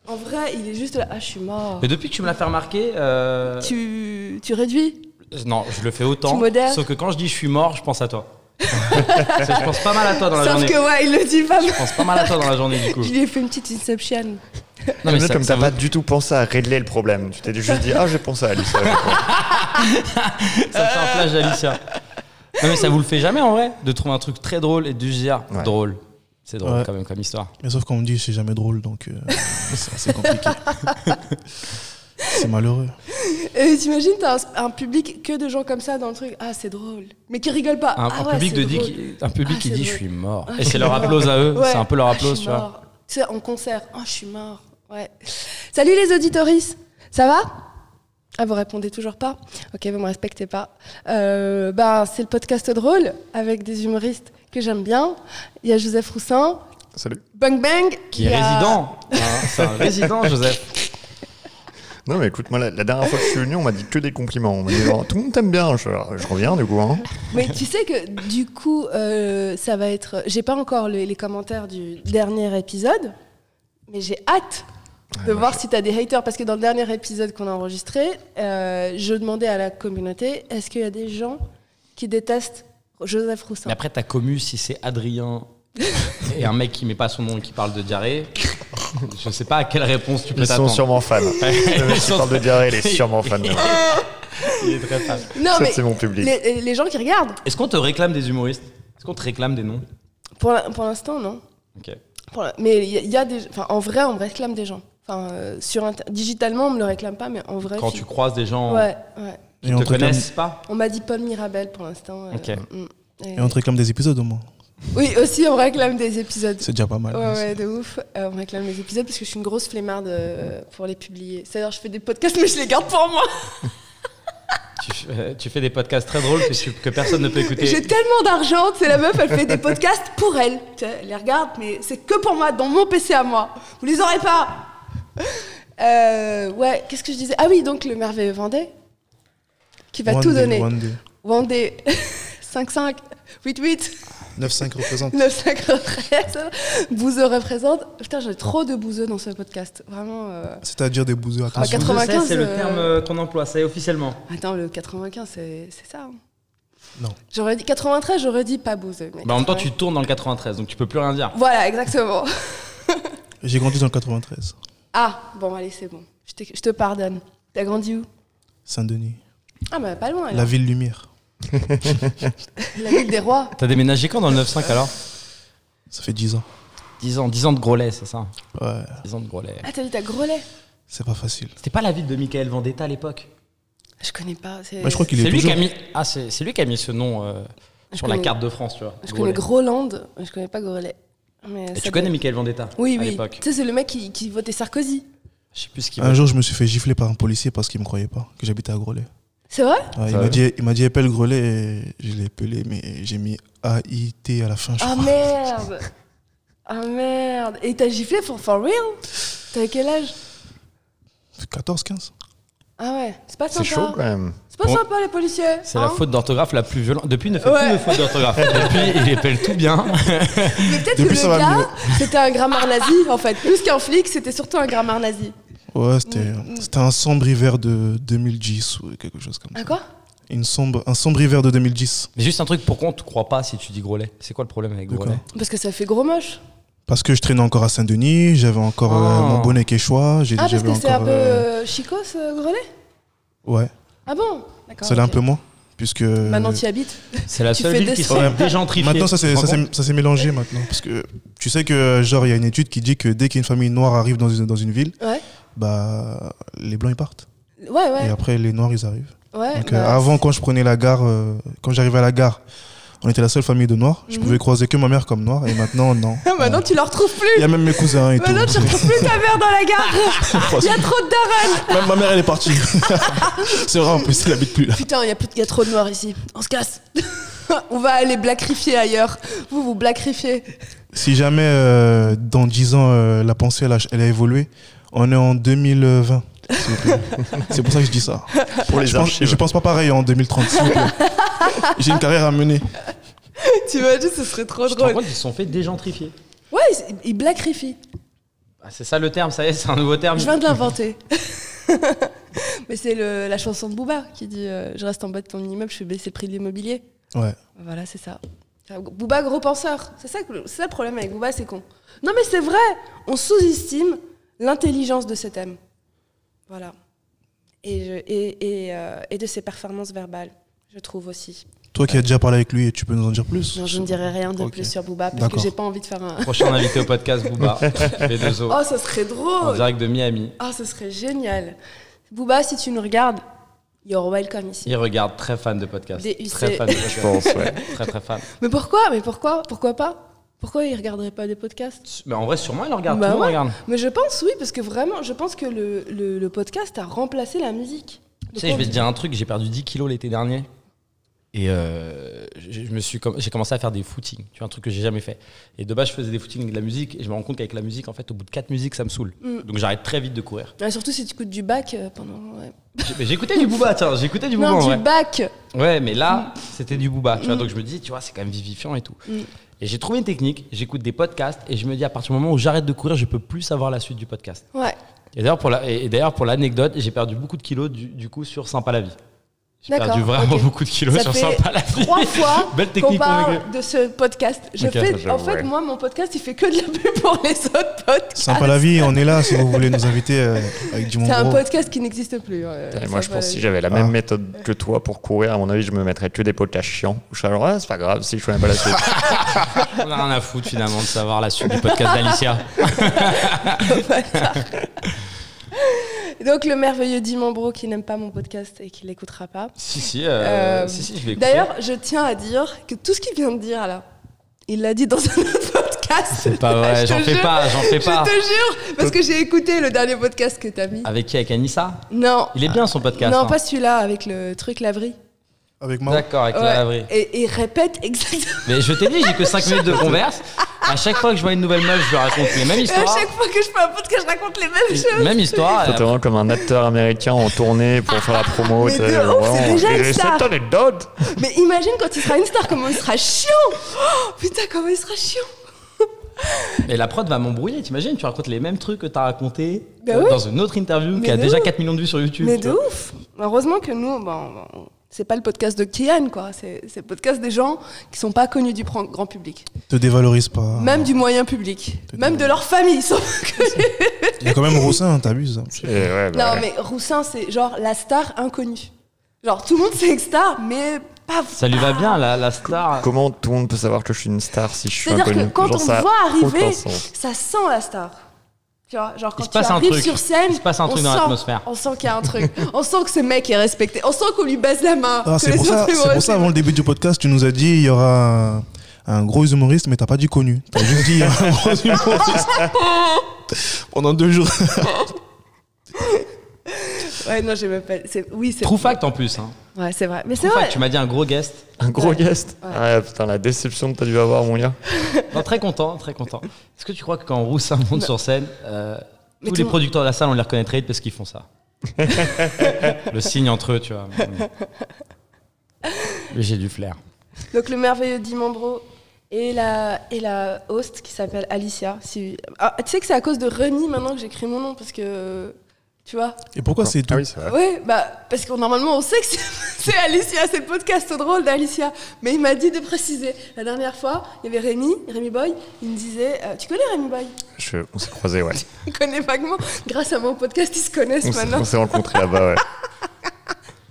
Speaker 2: en vrai, il est juste là, ah je suis mort.
Speaker 4: mais depuis que tu me l'as fait remarquer euh,
Speaker 2: Tu, tu réduis
Speaker 4: non je le fais autant
Speaker 2: Tu modères.
Speaker 4: sauf que quand je dis je suis mort je pense à toi Parce que je pense pas mal à toi dans la
Speaker 2: Sauf
Speaker 4: journée
Speaker 2: que ouais, il le dit pas.
Speaker 4: je pense pas mal à toi dans la journée du coup
Speaker 2: Je lui ai fait une petite inception.
Speaker 4: non
Speaker 3: J'aime bien comme t'as
Speaker 4: vous-
Speaker 3: pas du tout pensé à régler le problème. Tu t'es juste dit, ah, j'ai pensé à Alice.
Speaker 4: ça me fait un flash d'Alicia non mais ça vous le fait jamais en vrai de trouver un truc très drôle et de juste dire
Speaker 3: Ouais.
Speaker 4: drôle c'est drôle
Speaker 1: Ouais.
Speaker 4: quand même comme histoire
Speaker 1: Mais sauf qu'on me dit, c'est jamais drôle, donc euh, c'est assez compliqué. c'est malheureux.
Speaker 2: Et t'imagines, t'as un, un public que de gens comme ça dans le truc. Ah, c'est drôle. Mais qui rigolent pas.
Speaker 4: un,
Speaker 2: Ah
Speaker 4: un
Speaker 2: ouais,
Speaker 4: public
Speaker 2: c'est
Speaker 4: de dit
Speaker 2: drôle.
Speaker 4: qui- un public
Speaker 2: Ah,
Speaker 4: qui
Speaker 2: c'est
Speaker 4: dit
Speaker 2: drôle.
Speaker 4: je suis mort
Speaker 2: Ah,
Speaker 4: et
Speaker 2: je
Speaker 4: c'est leur
Speaker 2: suis
Speaker 4: applause à eux
Speaker 2: Ouais.
Speaker 4: c'est un peu leur
Speaker 2: Ah,
Speaker 4: applause
Speaker 2: je suis
Speaker 4: tu vois
Speaker 2: mort. Tu sais, en concert. Ah, je suis mort. Ouais. Salut les auditoris. Ça va Ah, vous répondez toujours pas Ok, vous me respectez pas. Euh, bah, c'est le podcast drôle avec des humoristes que j'aime bien. Il y a Joseph Roussin,
Speaker 3: Salut.
Speaker 2: Bang Bang.
Speaker 4: qui
Speaker 2: il
Speaker 4: est
Speaker 2: y a-
Speaker 4: résident hein, c'est un résident Joseph
Speaker 3: Non, mais écoute, moi, la, la dernière fois que je suis venu, on m'a dit que des compliments. On m'a dit, genre, tout le monde t'aime bien. Je, alors, je reviens, du coup. Hein.
Speaker 2: Mais tu sais que du coup, euh, ça va être. J'ai pas encore les, les commentaires du dernier épisode, mais j'ai hâte de voir si t'as des haters. Parce que dans le dernier épisode qu'on a enregistré, euh, je demandais à la communauté est-ce qu'il y a des gens qui détestent Joseph Roussin
Speaker 4: mais après ta commu si c'est Adrien et un mec qui met pas son nom et qui parle de diarrhée je sais pas à quelle réponse tu peux
Speaker 3: Ils sont
Speaker 4: t'attendre
Speaker 3: sûrement fans. Le mec qui
Speaker 4: sont-
Speaker 3: parle de diarrhée, il est sûrement fan. de moi.
Speaker 4: Il est très fan.
Speaker 2: Non,
Speaker 3: Ça,
Speaker 2: mais
Speaker 3: c'est mon public.
Speaker 2: les, les gens qui regardent.
Speaker 4: est-ce qu'on te réclame des humoristes est-ce qu'on te réclame des noms
Speaker 2: Pour la- pour l'instant, non.
Speaker 4: ok
Speaker 2: Pour la- mais il y, a- il y a des. Enfin, en vrai, on me réclame des gens. Enfin, euh, sur inter- digitalement, on me le réclame pas, mais en vrai.
Speaker 4: quand
Speaker 2: si.
Speaker 4: tu croises des gens
Speaker 2: Ouais, ouais.
Speaker 1: Et
Speaker 4: qui
Speaker 1: on
Speaker 4: te
Speaker 1: te réclame-
Speaker 4: connaissent pas
Speaker 2: On m'a dit Paul Mirabel pour l'instant. euh,
Speaker 4: Ok.
Speaker 2: mm. Et-
Speaker 1: et on te réclame des épisodes au moins.
Speaker 2: Oui, aussi, on réclame des épisodes.
Speaker 1: C'est déjà pas mal.
Speaker 2: Ouais, ouais, de ouf. Euh, on réclame des épisodes parce que je suis une grosse flemmarde euh, pour les publier. C'est-à-dire, je fais des podcasts, mais je les garde pour moi.
Speaker 4: tu, fais- tu fais des podcasts très drôles que, tu- que personne ne peut
Speaker 5: J'ai
Speaker 4: écouter.
Speaker 5: tellement d'argent, c'est la meuf, elle fait des podcasts pour elle. Tu sais, Elle les regarde, mais c'est que pour moi, dans mon PC à moi. Vous les aurez pas.
Speaker 2: Euh, ouais, qu'est-ce que je disais Ah oui, donc le merveilleux Vendée, qui va
Speaker 1: One
Speaker 2: Bah, tout
Speaker 1: day,
Speaker 2: donner.
Speaker 1: one day.
Speaker 2: Vendée, 5-5, 8-8,
Speaker 1: 9-5 représente.
Speaker 2: 9-5, Bouzeux représente. Putain, j'ai trop de bouzeux dans ce podcast. Vraiment. euh,
Speaker 1: C'est-à-dire des bouseux.
Speaker 2: Ah,
Speaker 1: Attention.
Speaker 2: 80. 95,
Speaker 4: C'est le
Speaker 2: euh,
Speaker 4: terme euh, qu'on emploie, ça est officiellement.
Speaker 2: Attends, le 95, c'est c'est ça. hein.
Speaker 1: Non.
Speaker 2: J'aurais dit 93, j'aurais dit pas bouzeux. mais
Speaker 4: Bah, en même temps,
Speaker 2: 80.
Speaker 4: tu tournes dans le 93, donc tu peux plus rien dire.
Speaker 2: Voilà, exactement.
Speaker 1: J'ai grandi dans le 93,
Speaker 2: Ah, bon, allez, c'est bon. Je, t'ai- je te pardonne. T'as grandi où
Speaker 1: Saint-Denis.
Speaker 2: Ah, bah pas loin.
Speaker 1: La
Speaker 2: alors.
Speaker 1: ville lumière.
Speaker 2: La ville des rois.
Speaker 4: T'as déménagé quand dans le 9-5 alors
Speaker 1: Ça fait 10 ans.
Speaker 4: 10 ans, 10 ans de gros lait, c'est ça
Speaker 1: Ouais,
Speaker 4: 10 ans de gros lait.
Speaker 2: Ah, t'as dit t'as Grelais
Speaker 1: c'est pas facile.
Speaker 4: C'était pas la ville de Michael Vendetta à l'époque
Speaker 2: Je connais pas. c'est-
Speaker 1: Moi, Bah, je crois qu'il
Speaker 4: C'est
Speaker 1: est
Speaker 4: lui, qui
Speaker 1: toujours.
Speaker 4: a mis... ah, c'est c'est lui qui a mis ce nom euh,
Speaker 2: Je
Speaker 4: sur la
Speaker 2: connais-
Speaker 4: carte de France, tu vois.
Speaker 2: Je
Speaker 4: Gros
Speaker 2: connais
Speaker 4: lait.
Speaker 2: Groland, mais je connais pas Grelais. Mais
Speaker 4: Et
Speaker 2: ça
Speaker 4: tu
Speaker 2: doit-
Speaker 4: connais Michael Vendetta
Speaker 2: Oui,
Speaker 4: à
Speaker 2: oui.
Speaker 4: l'époque
Speaker 2: Tu sais, c'est le mec qui, qui votait Sarkozy.
Speaker 4: Je sais plus ce qu'il
Speaker 1: Un
Speaker 4: veut.
Speaker 1: jour, je me suis fait gifler par un policier parce qu'il me croyait pas que j'habitais à Grolet.
Speaker 2: C'est vrai
Speaker 1: Ouais, il
Speaker 3: Ça va.
Speaker 1: m'a dit, il m'a dit appelle Grolet. Et je l'ai appelé, mais j'ai mis A I T à la fin. Je
Speaker 2: Ah
Speaker 1: crois.
Speaker 2: merde Ah merde Et t'as giflé for, for real T'avais quel âge
Speaker 1: 14, 15.
Speaker 2: Ah ouais, c'est pas
Speaker 3: C'est chaud
Speaker 2: sympa.
Speaker 3: quand même.
Speaker 2: C'est pas
Speaker 4: Bon.
Speaker 2: sympa les policiers.
Speaker 4: C'est la
Speaker 2: hein.
Speaker 4: faute d'orthographe la plus violente. Depuis, il ne fait
Speaker 2: Ouais.
Speaker 4: plus de faute d'orthographe. Depuis, il épelle tout bien.
Speaker 2: Mais peut-être que
Speaker 1: Depuis, ça
Speaker 2: le
Speaker 1: va
Speaker 2: gars, c'était un grammaire nazi en fait. Plus qu'un flic, c'était surtout un grammaire nazi.
Speaker 1: Ouais, c'était,
Speaker 2: Mm,
Speaker 1: c'était un sombre hiver de 2010 ou quelque chose comme ça.
Speaker 2: À Ah, quoi
Speaker 1: Une sombre, un sombre hiver de 2010.
Speaker 4: Mais juste un truc, pourquoi on te croit pas si tu dis gros lait C'est quoi le problème avec gros
Speaker 1: D'accord.
Speaker 4: lait
Speaker 2: Parce que ça fait gros moche.
Speaker 1: Parce que je traînais encore à Saint-Denis, j'avais encore euh,
Speaker 4: Ah.
Speaker 1: mon bonnet quechua, j'ai,
Speaker 2: Ah, parce
Speaker 1: j'avais
Speaker 2: que c'est
Speaker 1: encore.
Speaker 2: un peu
Speaker 1: euh,
Speaker 2: euh, chico ce grelet
Speaker 1: ouais,
Speaker 2: Ah bon D'accord.
Speaker 1: ça l'est un
Speaker 2: ok.
Speaker 1: peu moins. euh, Puisque.
Speaker 2: Maintenant tu y habites
Speaker 4: C'est la
Speaker 2: Tu
Speaker 4: seule
Speaker 2: fais
Speaker 4: ville
Speaker 2: des
Speaker 4: qui
Speaker 2: sons.
Speaker 4: se dégentrifiée.
Speaker 1: Maintenant, ça s'est,
Speaker 4: Tu te
Speaker 1: ça,
Speaker 4: rends compte
Speaker 1: s'est, ça s'est mélangé maintenant. Parce que tu sais que, genre, il y a une étude qui dit que dès qu'une famille noire arrive dans une, dans une ville,
Speaker 2: Ouais.
Speaker 1: bah, les blancs ils partent.
Speaker 2: Ouais, ouais.
Speaker 1: Et après, les noirs ils arrivent.
Speaker 2: ouais
Speaker 1: Donc,
Speaker 2: bah,
Speaker 1: euh, avant, quand je prenais la gare, euh, quand j'arrivais à la gare, on était la seule famille de noirs. Je
Speaker 2: Mhm.
Speaker 1: pouvais croiser que ma mère comme noire. Et maintenant, non.
Speaker 2: Ah, Maintenant tu le retrouves
Speaker 1: Il y
Speaker 2: plus
Speaker 1: a même mes cousins et tout.
Speaker 2: Maintenant tu retrouves plus ta mère dans la gare Il y a trop de darons
Speaker 1: Même ma mère, elle est partie. c'est vrai, en plus, elle habite plus là.
Speaker 2: Putain, il y, a plus- il y a trop de noirs ici. On se casse. On va aller blackrifier ailleurs. Vous, vous blackrifiez.
Speaker 1: Si jamais euh, dans 10 ans, euh, la pensée, elle a, elle a évolué, on est en 2020. s'il vous plaît. C'est pour ça que je dis ça.
Speaker 3: Pour les
Speaker 1: je, pense,
Speaker 3: archives.
Speaker 1: je pense pas pareil hein, en 2030. s'il vous plaît. J'ai une carrière à mener.
Speaker 2: tu imagines, ce serait trop
Speaker 4: Tu te rends
Speaker 2: drôle.
Speaker 4: compte qu'ils se sont fait dégentrifier.
Speaker 2: Ouais, ils, ils blackrifient.
Speaker 4: Ah, c'est ça le terme, ça y est, c'est un nouveau terme.
Speaker 2: Je viens de l'inventer. Mais c'est le- la chanson de Booba qui dit euh, Je reste en bas de ton immeuble, je fais baisser le prix de l'immobilier.
Speaker 1: Ouais.
Speaker 2: Voilà, c'est ça. Booba, gros penseur. C'est ça, que- c'est ça le problème avec Booba, c'est con. Non, mais c'est vrai, on sous-estime l'intelligence de cet homme. Voilà. Et, je- et, et, euh, et de ses performances verbales, je trouve aussi.
Speaker 1: Toi qui as déjà parlé avec lui, tu peux nous en dire plus
Speaker 2: Non, je ne dirai rien de
Speaker 1: Ok.
Speaker 2: plus sur Booba parce que
Speaker 1: D'accord.
Speaker 2: j'ai pas envie de faire un.
Speaker 4: Prochain invité au podcast, Booba. Les deux autres.
Speaker 2: Oh, ça serait
Speaker 4: En
Speaker 2: drôle
Speaker 4: direct de Miami.
Speaker 2: Oh, ce serait génial Booba, si tu nous regardes, you're welcome ici.
Speaker 4: Il regarde, très fan de podcast.
Speaker 2: Des UC.
Speaker 4: Très fan de podcast.
Speaker 3: Je pense, ouais.
Speaker 4: Très très fan.
Speaker 2: Mais pourquoi Mais pourquoi Pourquoi pas Pourquoi il regarderait pas des podcasts
Speaker 4: Mais en vrai, sûrement, il regarde.
Speaker 2: Bah
Speaker 4: Tout le monde
Speaker 2: ouais.
Speaker 4: regarde.
Speaker 2: Mais je pense, oui, parce que vraiment, je pense que le, le, le podcast a remplacé la musique.
Speaker 4: Tu sais, je vais te dire un truc, j'ai perdu 10 kilos l'été dernier. Et euh, je, je me suis com- j'ai commencé à faire des footings, tu vois, un truc que j'ai jamais fait. Et de base, je faisais des footings avec de la musique, et je me rends compte qu'avec la musique, en fait, au bout de 4 musiques, ça me saoule.
Speaker 2: Mm.
Speaker 4: Donc j'arrête très vite de courir.
Speaker 2: Ah, surtout si tu écoutes du bac euh, pendant. ouais.
Speaker 4: J'ai- mais J'écoutais du booba, tiens, j'écoutais du booba
Speaker 2: Non,
Speaker 4: en
Speaker 2: du
Speaker 4: vrai.
Speaker 2: bac
Speaker 4: Ouais, mais là, c'était du booba, tu vois. Donc je me dis, tu vois, c'est quand même vivifiant et tout.
Speaker 2: Mm.
Speaker 4: Et j'ai trouvé une technique, j'écoute des podcasts, et je me dis, à partir du moment où j'arrête de courir, je peux plus savoir la suite du podcast.
Speaker 2: Ouais,
Speaker 4: Et d'ailleurs, pour la- et- et d'ailleurs, pour l'anecdote, j'ai perdu beaucoup de kilos du, du coup sur Sympa la vie. J'ai
Speaker 2: D'accord,
Speaker 4: perdu vraiment
Speaker 2: ok.
Speaker 4: beaucoup de kilos
Speaker 2: Ça
Speaker 4: sur
Speaker 2: fait
Speaker 4: Sympa la vie.
Speaker 2: trois fois
Speaker 4: Belle
Speaker 2: qu'on
Speaker 4: technique pour maigrir.
Speaker 2: parle de ce podcast. Je
Speaker 3: Ok,
Speaker 2: fais,
Speaker 3: j'avoue,
Speaker 2: en fait,
Speaker 3: ouais.
Speaker 2: moi, mon podcast, il fait que de la pub pour les autres podcasts.
Speaker 1: Sympa la vie, on est là si vous voulez nous inviter euh, avec du
Speaker 2: C'est un
Speaker 1: monde.
Speaker 2: podcast qui n'existe plus. euh,
Speaker 3: Et
Speaker 2: ça
Speaker 3: moi, je
Speaker 2: va-
Speaker 3: pense que si j'avais la
Speaker 1: Ah.
Speaker 3: même méthode que toi pour courir, à mon avis, je me mettrais que des podcasts chiants. Je serais genre, ah, c'est pas grave si je connais pas la suite.
Speaker 4: On a rien à foutre finalement de savoir la suite du podcast d'Alicia.
Speaker 2: Donc, le merveilleux Dimambro qui n'aime pas mon podcast et qui l'écoutera pas.
Speaker 4: si, si,
Speaker 2: Euh,
Speaker 4: si, si, je vais écouter.
Speaker 2: D'ailleurs, je tiens à dire que tout ce qu'il vient de dire là, il l'a dit dans un autre podcast. podcast.
Speaker 4: C'est pas vrai,
Speaker 2: Je
Speaker 4: j'en
Speaker 2: te
Speaker 4: fais
Speaker 2: jure.
Speaker 4: pas, j'en fais pas.
Speaker 2: Je te jure, parce que j'ai écouté le dernier podcast que t'as mis.
Speaker 4: Avec qui Avec Anissa
Speaker 2: Non,
Speaker 4: Il est bien son podcast.
Speaker 2: non,
Speaker 4: hein.
Speaker 2: pas celui-là avec le truc laverie.
Speaker 1: Avec Mao.
Speaker 4: D'accord, avec
Speaker 2: Ouais.
Speaker 4: la vraie.
Speaker 2: Et, et répète exactement.
Speaker 4: Mais je t'ai dit, j'ai que 5 minutes de converse. À chaque fois que je vois une nouvelle meuf, je lui raconte les mêmes
Speaker 2: Et à
Speaker 4: histoires.
Speaker 2: chaque fois que je fais un podcast, je raconte les mêmes choses.
Speaker 4: Même histoire.
Speaker 3: C'était vraiment comme un acteur américain en tournée pour faire la promo.
Speaker 2: Mais
Speaker 3: tu
Speaker 2: de
Speaker 3: sais,
Speaker 2: ouf, c'est
Speaker 3: vraiment.
Speaker 2: déjà une
Speaker 3: Et
Speaker 2: star.
Speaker 3: cette anecdote
Speaker 2: Mais imagine quand il sera une star, comment il sera chiant Oh, Putain, comment il sera chiant
Speaker 4: Mais la prod va m'embrouiller, t'imagines Tu racontes les mêmes trucs que t'as raconté
Speaker 2: Bah
Speaker 4: euh,
Speaker 2: ouais.
Speaker 4: dans une autre interview
Speaker 2: Mais
Speaker 4: qui a
Speaker 2: de
Speaker 4: déjà
Speaker 2: ouf.
Speaker 4: 4 millions de vues sur YouTube.
Speaker 2: Mais
Speaker 4: tu
Speaker 2: de
Speaker 4: vois.
Speaker 2: ouf Heureusement que nous, bon, bon, c'est pas le podcast de Kian, quoi. C'est c'est le podcast des gens qui sont pas connus du pran- grand public.
Speaker 1: Te dévalorise pas.
Speaker 2: Même du moyen public. Même de leur famille. ils sont pas connus.
Speaker 1: Il y a quand même Roussin, hein, t'abuses.
Speaker 3: Et ouais, bah,
Speaker 2: Non, mais Roussin, c'est genre la star inconnue. Genre, tout le monde sait que star, mais pas vous.
Speaker 4: Ça lui va bien, la, la star.
Speaker 3: Comment tout le monde peut savoir que je suis une star si je suis
Speaker 2: Ah. C'est-à-dire
Speaker 3: inconnu
Speaker 2: que quand
Speaker 3: Genre,
Speaker 2: on
Speaker 3: ça
Speaker 2: te
Speaker 3: a
Speaker 2: voit
Speaker 3: aucun
Speaker 2: arriver,
Speaker 3: sens.
Speaker 2: ça sent la star. Tu vois, genre
Speaker 4: Il
Speaker 2: quand
Speaker 4: se
Speaker 2: tu
Speaker 4: passe un
Speaker 2: arrives
Speaker 4: truc.
Speaker 2: sur scène,
Speaker 4: Il se passe un
Speaker 2: on
Speaker 4: truc dans
Speaker 2: sent-
Speaker 4: l'atmosphère.
Speaker 2: On sent qu'il y a un truc. on sent que ce mec est respecté. On sent qu'on lui baisse la main.
Speaker 1: Ah,
Speaker 2: que
Speaker 1: c'est
Speaker 2: les
Speaker 1: pour, ça,
Speaker 2: autres, ils
Speaker 1: c'est
Speaker 2: vont-
Speaker 1: pour ça, avant le début du podcast, tu nous as dit il y aura un, un gros humoriste, mais t'as pas dit connu. T'as juste dit il y a un gros humoriste. Pendant deux jours.
Speaker 2: Ouais, non, j'ai même pas. c'est- Oui, c'est.
Speaker 4: True fact en plus. Hein.
Speaker 2: Ouais, c'est vrai. Mais c'est
Speaker 4: True
Speaker 2: vrai.
Speaker 4: fact, tu m'as dit un gros guest.
Speaker 3: Un gros guest Ah, putain, la déception que t'as dû avoir, mon gars.
Speaker 4: Non, très content, très content. Est-ce que tu crois que quand Roussin monte sur scène, euh,
Speaker 2: Bah. Mais
Speaker 4: tous
Speaker 2: tout
Speaker 4: les
Speaker 2: le-
Speaker 4: producteurs de la salle, on les reconnaîtrait parce qu'ils font ça Le signe entre eux, tu vois. Mais j'ai du flair.
Speaker 2: Donc le merveilleux Dimambro et la, et la host qui s'appelle Alicia. Si... Ah, tu sais que c'est à cause de Remy maintenant que j'écris mon nom parce que. Tu vois
Speaker 1: Et pourquoi c'est tout
Speaker 3: Ah oui, c'est vrai.
Speaker 2: Ouais, bah, parce que normalement on sait que c'est- c'est Alicia, c'est le podcast drôle d'Alicia. Mais il m'a dit de préciser. La dernière fois, il y avait Rémi, Rémi Boy, il me disait euh, Tu connais Rémi Boy
Speaker 3: Je- on s'est croisés, ouais.
Speaker 2: Il connaît vaguement. Grâce à mon podcast, ils se connaissent
Speaker 3: On s'est-
Speaker 2: maintenant.
Speaker 3: on s'est rencontrés là-bas, ouais.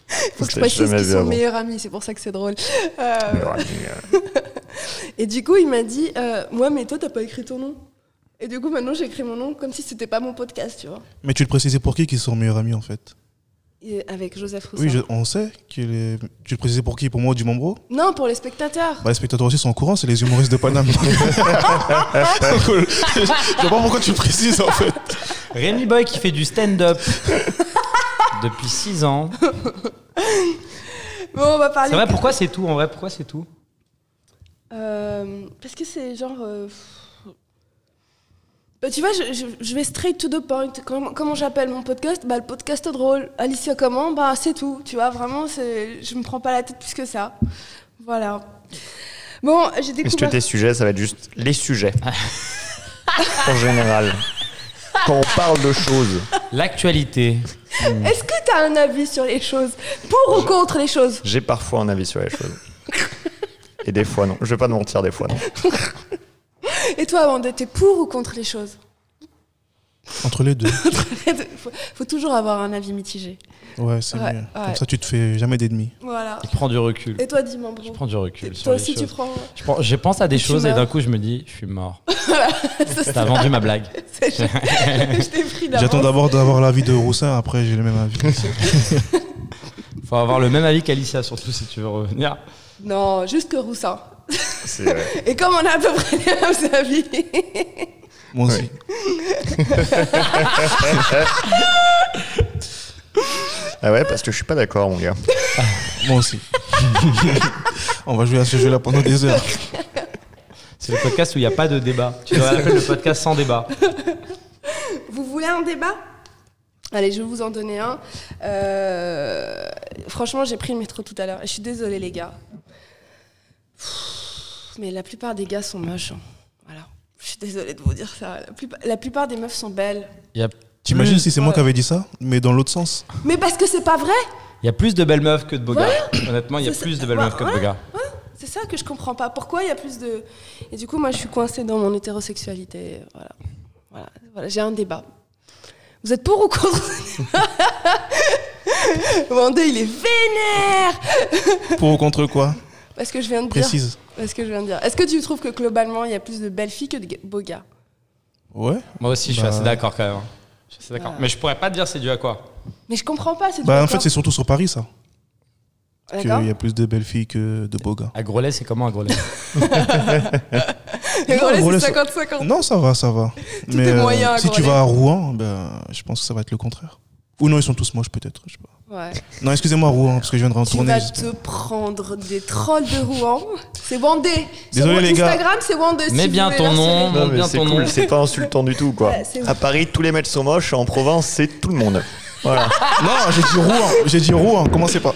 Speaker 2: Faut que je
Speaker 3: s'était
Speaker 2: précise
Speaker 3: jamais
Speaker 2: qu'ils
Speaker 3: vu
Speaker 2: sont
Speaker 3: avant.
Speaker 2: meilleurs amis, c'est pour ça que c'est drôle. Euh,
Speaker 3: Mais ouais, mais, euh,
Speaker 2: Et du coup, il m'a dit euh, Ouais, mais toi, t'as pas écrit ton nom. Et du coup, maintenant, j'ai écrit mon nom comme si c'était pas mon podcast, tu vois.
Speaker 1: Mais tu le précisais pour qui qu'ils sont meilleurs amis en fait
Speaker 2: Et avec Joseph Roussin.
Speaker 1: Oui, je- on sait. qu'il est- Tu le précisais pour qui Pour moi, du membro
Speaker 2: Non, pour les spectateurs.
Speaker 1: bah, Les spectateurs aussi sont au courant, c'est les humoristes de Paname. je sais pas pourquoi tu le précises en fait.
Speaker 4: Rémi Boy qui fait du stand-up depuis 6 ans.
Speaker 2: Bon, on va parler.
Speaker 4: C'est vrai, pourquoi c'est tout En vrai, pourquoi c'est tout
Speaker 2: Euh, parce que c'est genre. euh, pff. Bah, tu vois, je, je- je vais straight to the point. Comment, comment j'appelle mon podcast bah, Le podcast drôle. Alicia, comment bah, C'est tout. Tu vois, vraiment, c'est- je me prends pas la tête plus que ça. Voilà. Bon, j'ai
Speaker 3: Est-ce que
Speaker 2: découvert.
Speaker 3: tes sujets, ça va être juste les sujets En général. Quand on parle de choses.
Speaker 4: L'actualité.
Speaker 2: Est-ce que tu as un avis sur les choses Pour ou contre les choses
Speaker 3: J'ai parfois un avis sur les choses. Et des fois, non. Je vais pas te mentir, des fois, non.
Speaker 2: Et toi, Amanda, t'es pour ou contre les choses
Speaker 1: Entre les deux.
Speaker 2: faut, faut toujours avoir un avis mitigé.
Speaker 1: Ouais, c'est
Speaker 2: Ouais,
Speaker 1: mieux.
Speaker 2: ouais.
Speaker 1: Comme ça, tu te fais jamais d'ennemis.
Speaker 2: Voilà.
Speaker 4: Je prends du recul.
Speaker 2: Et toi, dis-moi, bro.
Speaker 4: Je prends du recul. sur
Speaker 2: Toi
Speaker 4: les
Speaker 2: aussi, tu
Speaker 4: choses.
Speaker 2: prends.
Speaker 4: Je, prends- je pense à des
Speaker 2: Tu
Speaker 4: choses et
Speaker 2: meurs.
Speaker 4: d'un coup, je me dis, je suis mort.
Speaker 2: Ça, c'est-
Speaker 4: T'as vendu ma blague.
Speaker 2: c'est- Je t'ai pris d'avance.
Speaker 1: J'attends d'abord d'avoir l'avis de Roussin, après j'ai le même avis.
Speaker 4: Faut avoir le même avis qu'Alicia, surtout si tu veux revenir.
Speaker 2: Non, juste que Roussin.
Speaker 3: C'est, euh,
Speaker 2: Et comme on a à peu près les mêmes avis,
Speaker 1: Moi aussi.
Speaker 3: Ah ouais, parce que je suis pas d'accord, mon gars.
Speaker 1: Moi aussi. On va jouer à ce jeu-là pendant des heures.
Speaker 4: C'est le podcast où il n'y a pas de débat. Tu devrais l'appeler le podcast sans débat.
Speaker 2: vous voulez un débat Allez, je vais vous en donner un. Euh, franchement, j'ai pris le métro tout à l'heure. Et Je suis désolée, les gars. Pff, Mais la plupart des gars sont moches. hein. Voilà. Je suis désolée de vous dire ça. La plupart, la plupart des meufs sont belles.
Speaker 4: Il y a,
Speaker 1: T'imagines
Speaker 4: plus-
Speaker 1: si c'est moi qui avais dit ça, mais dans l'autre sens
Speaker 2: Mais parce que c'est pas vrai
Speaker 4: il y a plus de belles meufs que de beaux gars. Honnêtement, il y a
Speaker 2: C'est ça.
Speaker 4: plus de belles meufs que de beaux gars.
Speaker 2: C'est ça que je comprends pas. Pourquoi il y a plus de. Et du coup, moi, je suis coincée dans mon hétérosexualité. Voilà. Voilà. Voilà, J'ai un débat. Vous êtes pour ou contre ce débat Wanda, il est vénère
Speaker 1: Pour ou contre quoi
Speaker 2: Parce que je viens de dire.
Speaker 1: Précise.
Speaker 2: Parce que je viens de dire. Est-ce que tu trouves que globalement, il y a plus de belles filles que de ga- beaux gars
Speaker 1: Ouais.
Speaker 4: Moi aussi, je suis
Speaker 1: Bah.
Speaker 4: assez d'accord quand même. Je suis assez d'accord. Mais je pourrais pas te dire c'est dû à quoi.
Speaker 2: Mais je comprends pas. C'est
Speaker 1: Bah en
Speaker 2: du
Speaker 1: fait, c'est surtout sur Paris ça.
Speaker 2: corps.
Speaker 1: Qu'il
Speaker 2: D'accord
Speaker 1: y a plus de belles filles que de beaux gars.
Speaker 4: Un gros lait, c'est comment un gros lait
Speaker 2: Le
Speaker 1: Non,
Speaker 2: relais,
Speaker 1: le relais,
Speaker 2: c'est
Speaker 1: ça-
Speaker 2: 50-50.
Speaker 1: Non, ça va, ça va. euh,
Speaker 2: Tout est moyen,
Speaker 1: si
Speaker 2: gros,
Speaker 1: tu
Speaker 2: allez.
Speaker 1: vas à Rouen, ben, je pense que ça va être le contraire. Ou non, ils sont tous moches peut-être. je sais pas.
Speaker 2: Ouais.
Speaker 1: Non, excusez-moi Rouen, parce que je viens de
Speaker 2: Tu
Speaker 1: retourner.
Speaker 2: vas te prendre des trolls de Rouen. C'est Wandé.
Speaker 1: Désolé,
Speaker 2: Sur
Speaker 1: les gars.
Speaker 2: Instagram, c'est Wandé. si
Speaker 4: Mets
Speaker 2: vous
Speaker 4: bien
Speaker 2: voulez
Speaker 4: ton
Speaker 2: leur
Speaker 4: nom.
Speaker 2: serrer.
Speaker 4: Non, mais
Speaker 3: c'est
Speaker 4: ton
Speaker 3: cool,
Speaker 4: nom.
Speaker 3: c'est pas insultant du tout quoi.
Speaker 2: Ouais, c'est
Speaker 3: à Paris, tous les mecs sont moches, en province, c'est tout le monde. Voilà.
Speaker 1: Non, j'ai dit Rouen, j'ai dit Rouen, commencez pas.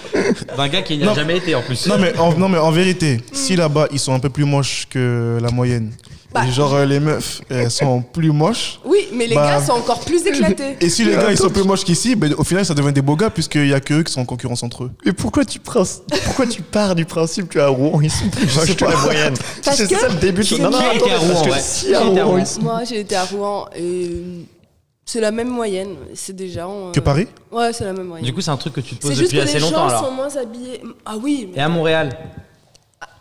Speaker 4: D'un gars qui n'y a
Speaker 1: Non.
Speaker 4: jamais été en plus.
Speaker 1: Non mais, en, non, mais en vérité,
Speaker 2: Hmm.
Speaker 1: si là-bas ils sont un peu plus moches que la moyenne,
Speaker 2: Bah.
Speaker 1: genre euh, les meufs elles sont plus moches.
Speaker 2: Oui, mais les
Speaker 1: Bah.
Speaker 2: gars sont encore plus éclatés.
Speaker 1: Et si les gars ils sont plus moches qu'ici, ben, au final ça devient des beaux gars puisqu'il y a que eux qui sont en concurrence entre eux.
Speaker 3: Mais pourquoi tu, prends- pourquoi tu pars du principe que à Rouen, ils sont plus moches que la moyenne
Speaker 2: Parce
Speaker 3: C'est
Speaker 2: que-
Speaker 3: ça le début de
Speaker 4: Qui-
Speaker 3: Non, non,
Speaker 4: qui
Speaker 3: attends,
Speaker 4: était à
Speaker 3: parce
Speaker 4: Rouen,
Speaker 3: que
Speaker 4: ouais.
Speaker 3: si
Speaker 4: Qui
Speaker 3: à
Speaker 4: était
Speaker 3: Rouen,
Speaker 4: à Rouen
Speaker 3: ils sont-
Speaker 2: Moi, j'ai été à Rouen et euh, c'est la même moyenne. C'est déjà. en- euh,
Speaker 1: Que Paris
Speaker 2: Ouais, c'est la même moyenne.
Speaker 4: Du coup, c'est un truc que tu te
Speaker 2: c'est
Speaker 4: poses
Speaker 2: juste que
Speaker 4: depuis assez
Speaker 2: les
Speaker 4: longtemps
Speaker 2: gens
Speaker 4: alors.
Speaker 2: sont moins habillés. Ah oui,
Speaker 4: Et
Speaker 2: mais
Speaker 4: à Montréal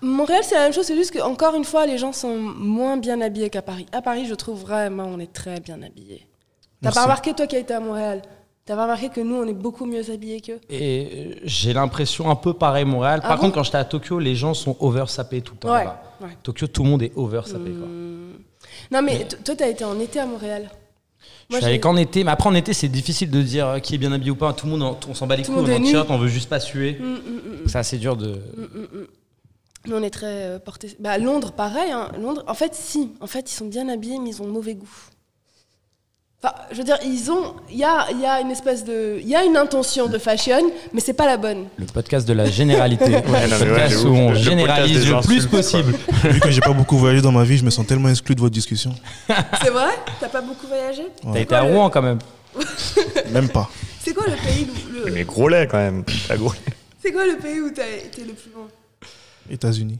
Speaker 2: Montréal, c'est la même chose. C'est juste que encore une fois, les gens sont moins bien habillés qu'à Paris. À Paris, je trouve vraiment on est très bien habillés. T'as
Speaker 1: Merci.
Speaker 2: pas remarqué toi qui as été à Montréal T'as pas remarqué que nous, on est beaucoup mieux habillés qu'eux
Speaker 4: Et euh, j'ai l'impression un peu pareil Montréal.
Speaker 2: Ah
Speaker 4: Par
Speaker 2: bon
Speaker 4: contre, quand j'étais à Tokyo, les gens sont oversapés tout le temps.
Speaker 2: Ouais,
Speaker 4: là-bas.
Speaker 2: ouais. Hum.
Speaker 4: Tokyo, tout le monde est oversapé. quoi.
Speaker 2: Non, mais, t- toi, t'as été en été à Montréal.
Speaker 4: Je
Speaker 2: Moi,
Speaker 4: suis allé
Speaker 2: j'ai-
Speaker 4: qu'en été, mais après en été, c'est difficile de dire euh, qui est bien habillé ou pas. Tout le monde, en- on s'en bat les
Speaker 2: Tout le
Speaker 4: couilles, on
Speaker 2: monde
Speaker 4: est en
Speaker 2: est nu.
Speaker 4: t-shirt, on veut juste pas suer.
Speaker 2: Mm, mm, mm.
Speaker 4: C'est assez dur de.
Speaker 2: Nous, on est très euh, portés. Bah, Londres, pareil. hein. Londres, en fait, si. En fait, ils sont bien habillés, mais ils ont mauvais goût. Enfin, je veux dire, ils ont. Il y a, il y a une espèce de. Il y a une intention de fashion, mais c'est pas la bonne.
Speaker 4: Le podcast de la généralité.
Speaker 3: non,
Speaker 4: le
Speaker 3: mais ouais,
Speaker 4: podcast
Speaker 3: de
Speaker 4: où
Speaker 3: ouf.
Speaker 4: on
Speaker 3: Le podcast
Speaker 4: généralise
Speaker 3: des
Speaker 4: le plus
Speaker 3: insultes, quoi.
Speaker 4: possible.
Speaker 1: Vu que j'ai pas beaucoup voyagé dans ma vie, je me sens tellement exclu de votre discussion.
Speaker 2: C'est vrai T'as pas beaucoup voyagé
Speaker 4: T'as été à Rouen quand même.
Speaker 1: Même pas.
Speaker 2: C'est quoi le pays où le-
Speaker 3: Mais gros lait quand même. La Bah, gros lait.
Speaker 2: C'est quoi le pays où t'as été le plus loin
Speaker 1: États-Unis.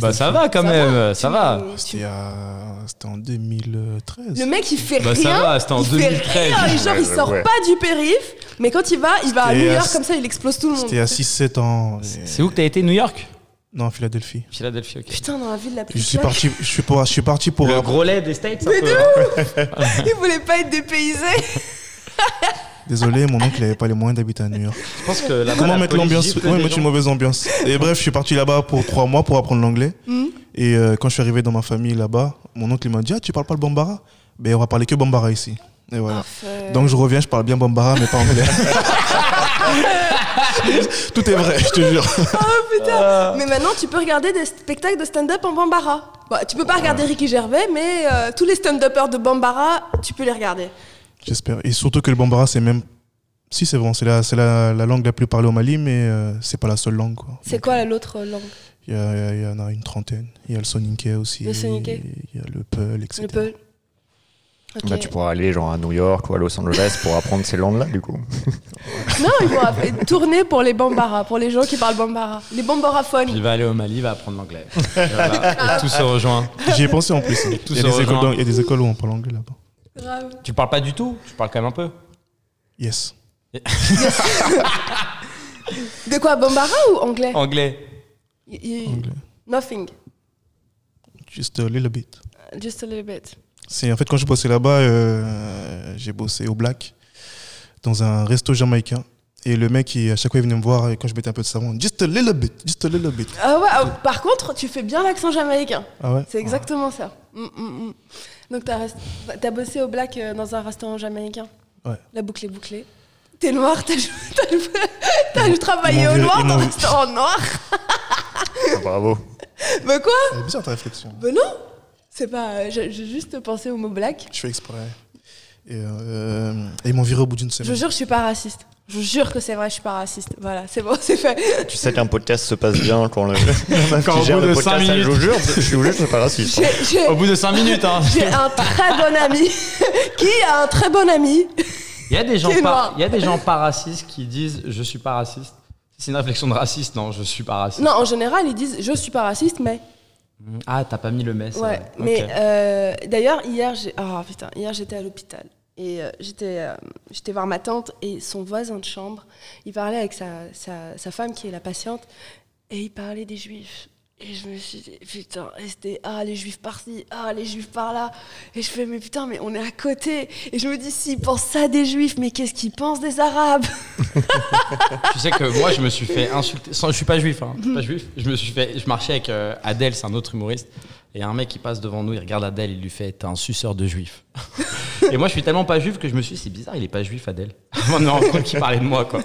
Speaker 4: Bah ça va quand
Speaker 2: Ça Mm.
Speaker 4: même, ça
Speaker 1: Ah.
Speaker 4: va.
Speaker 2: Euh, Tu-
Speaker 1: C'était à- c'était en 2013.
Speaker 2: Le mec, il fait
Speaker 4: Bah, ça
Speaker 2: rien.
Speaker 4: va, c'était en
Speaker 2: il fait
Speaker 4: 2013.
Speaker 2: rien, et genre, il
Speaker 3: Ouais,
Speaker 2: sort
Speaker 3: ouais.
Speaker 2: pas du périph, mais quand il va, il va à
Speaker 1: C'était
Speaker 2: New
Speaker 1: à-
Speaker 2: York comme ça, il explose tout le monde.
Speaker 1: C'était à 6-7 ans. et-
Speaker 4: C'est où que t'as été New York
Speaker 1: Non, Philadelphie.
Speaker 4: Philadelphie, ok.
Speaker 2: Putain, dans la ville la plus
Speaker 1: Je suis
Speaker 2: classe.
Speaker 1: parti, je suis pour, je suis parti pour.
Speaker 4: Le gros lait des States, un
Speaker 2: Mais
Speaker 4: peu,
Speaker 2: de
Speaker 4: hein.
Speaker 2: Il voulait pas être dépaysé.
Speaker 1: Désolé, mon oncle n'avait pas les moyens d'habiter à New York.
Speaker 4: Je pense que là-bas,
Speaker 1: Comment
Speaker 4: la
Speaker 1: mettre
Speaker 4: police
Speaker 1: l'ambiance
Speaker 4: gifle
Speaker 1: Ouais,
Speaker 4: des
Speaker 1: mettre une
Speaker 4: gens.
Speaker 1: mauvaise ambiance. Et bref, je suis parti là-bas pour trois mois pour apprendre l'anglais. Et euh, quand je suis arrivé dans ma famille là-bas, mon oncle il m'a dit Ah, tu parles pas le bambara Ben, on va parler que bambara ici. Et
Speaker 2: Ah.
Speaker 1: voilà. Donc je reviens, je parle bien bambara, mais pas anglais. Tout est vrai, je te jure.
Speaker 2: Mais maintenant, tu peux regarder des spectacles de stand-up en Bambara. Bah, tu peux pas regarder Ricky Gervais, mais euh, tous les stand-uppers de Bambara, tu peux les regarder.
Speaker 1: J'espère. Et surtout que le bambara, c'est même. Si, c'est bon, c'est la, c'est la, la langue la plus parlée au Mali, mais euh, c'est pas la seule langue. Quoi.
Speaker 2: C'est quoi la- l'autre euh, langue
Speaker 1: Il y, a- il y a- il y en a une trentaine. Il y a le soninké aussi.
Speaker 2: Le soninké.
Speaker 1: Il y a le peul, etc.
Speaker 2: Le peu. Ok.
Speaker 3: Bah, tu pourras aller genre à New York ou à Los Angeles pour apprendre ces langues-là du coup.
Speaker 2: Non, ils vont app- tourner pour les Bambara, pour les gens qui parlent Bambara. Les Bambaraphones.
Speaker 4: Il va aller au Mali, il va apprendre l'anglais. Et voilà. Et tout se rejoint.
Speaker 1: J'y ai pensé en plus. hein.
Speaker 4: Tout
Speaker 1: Il y, a
Speaker 4: se
Speaker 1: des écoles,
Speaker 4: rejoint.
Speaker 1: dans- il y a des écoles où on parle anglais là-bas.
Speaker 2: Grave.
Speaker 4: Tu parles pas du tout Tu parles quand même un peu
Speaker 1: Yes.
Speaker 2: De quoi Bambara ou anglais
Speaker 4: Anglais.
Speaker 2: Y- y-
Speaker 1: Anglais.
Speaker 2: Nothing.
Speaker 1: Just a little bit.
Speaker 2: Just a little bit.
Speaker 1: C'est en fait quand je bossais là-bas, euh, j'ai bossé au Black dans un resto jamaïcain. Et le mec, il- à chaque fois, il venait me voir et quand je mettais un peu de savon, just a little bit, just a little bit.
Speaker 2: Ah ouais, ah, par contre, tu fais bien l'accent jamaïcain.
Speaker 1: Ah ouais
Speaker 2: C'est exactement ça. Mm, mm, mm. Donc, t'as rest- t'as bossé au black euh, dans un restaurant jamaïcain.
Speaker 1: Ouais.
Speaker 2: La boucle est bouclée. T'es noir, t'as t'as- t'as travaillé
Speaker 1: ils m'ont
Speaker 2: au
Speaker 1: vu-
Speaker 2: noir
Speaker 1: ils
Speaker 2: dans un
Speaker 1: m'ont vu.
Speaker 2: restaurant noir.
Speaker 3: Ah, bravo.
Speaker 2: Mais quoi
Speaker 1: C'est bizarre ta réflexion.
Speaker 2: Ben non C'est pas. euh, J'ai j'ai juste pensé au mot black.
Speaker 1: Je fais exprès. Et, euh, et ils m'ont viré au bout d'une
Speaker 2: Je vous
Speaker 1: semaine.
Speaker 2: jure, je suis pas raciste. Je vous jure que c'est vrai, je suis pas raciste. Voilà, c'est bon, c'est fait.
Speaker 3: Tu sais qu'un podcast se passe bien quand le.
Speaker 4: Quand au
Speaker 3: tu gères
Speaker 4: bout
Speaker 3: le
Speaker 4: de
Speaker 3: podcast, ça,
Speaker 4: cinq
Speaker 3: je
Speaker 4: minutes-
Speaker 3: vous jure, je suis obligé, c'est pas raciste.
Speaker 2: J'ai- j'ai-
Speaker 4: Au bout de 5 minutes, hein.
Speaker 2: J'ai un très bon ami. Qui a un très bon ami
Speaker 4: Il y a des gens
Speaker 2: Qui est
Speaker 4: pas,
Speaker 2: noir.
Speaker 4: il y a des gens pas racistes qui disent je suis pas raciste. C'est une réflexion de raciste, non, je suis pas raciste.
Speaker 2: Non, en général, ils disent je suis pas raciste, mais.
Speaker 4: Ah, t'as pas mis le mais. c'est
Speaker 2: Ouais,
Speaker 4: vrai. Ok.
Speaker 2: mais euh, d'ailleurs, hier, j'ai. Ah putain, hier, j'étais à l'hôpital. Et euh, j'étais euh, j'étais voir ma tante et son voisin de chambre. Il parlait avec sa, sa, sa femme qui est la patiente. Et il parlait des juifs. Et je me suis dit, putain, et c'était, ah, les juifs par-ci, ah, les juifs par-là. Et je fais, mais putain, mais on est à côté. Et je me dis, s'ils pensent ça des juifs, mais qu'est-ce qu'ils pensent des arabes
Speaker 4: Tu sais que moi, je me suis fait insulter. Sans, je suis pas juif, hein. je suis pas juif. Je me suis fait. Je marchais avec euh, Adèle, c'est un autre humoriste. Et y a un mec qui passe devant nous, il regarde Adèle, il lui fait T'es un suceur de juif. et moi, je suis tellement pas juif que je me suis dit C'est bizarre, il est pas juif, Adèle. On me rend compte qu'il parlait de moi, quoi.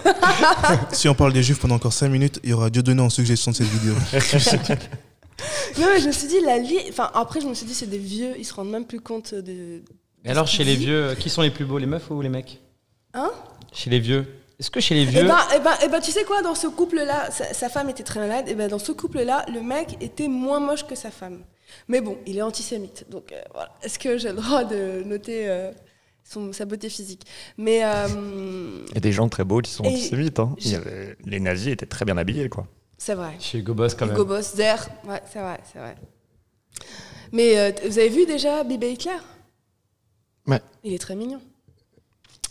Speaker 1: Si on parle des juifs pendant encore 5 minutes, il y aura Dieu donné en suggestion de cette vidéo.
Speaker 2: Non, mais je me suis dit, la li- Enfin, après, je me suis dit, c'est des vieux, ils se rendent même plus compte de.
Speaker 4: Et alors, chez les vieux, euh, qui sont les plus beaux, les meufs ou les mecs
Speaker 2: Hein
Speaker 4: Chez les vieux. Est-ce que chez les
Speaker 2: Eh
Speaker 4: vieux.
Speaker 2: ben, eh ben, eh ben, tu sais quoi, dans ce couple-là, sa, sa femme était très malade, et ben, dans ce couple-là, le mec était moins moche que sa femme. Mais bon, il est antisémite, donc euh, voilà. Est-ce que j'ai le droit de noter euh, son, sa beauté physique Mais. euh,
Speaker 3: Et des gens très beaux qui sont
Speaker 2: Et
Speaker 3: antisémites. hein. Il y
Speaker 2: j'ai-
Speaker 3: avait- Les nazis étaient très bien habillés, quoi.
Speaker 2: c'est vrai.
Speaker 4: Chez Hugo Boss, quand même.
Speaker 2: Hugo Boss, Zer, ouais, c'est vrai, c'est vrai. Mais euh, t- vous avez vu déjà Bébé Hitler
Speaker 3: Ouais.
Speaker 2: Il est très mignon.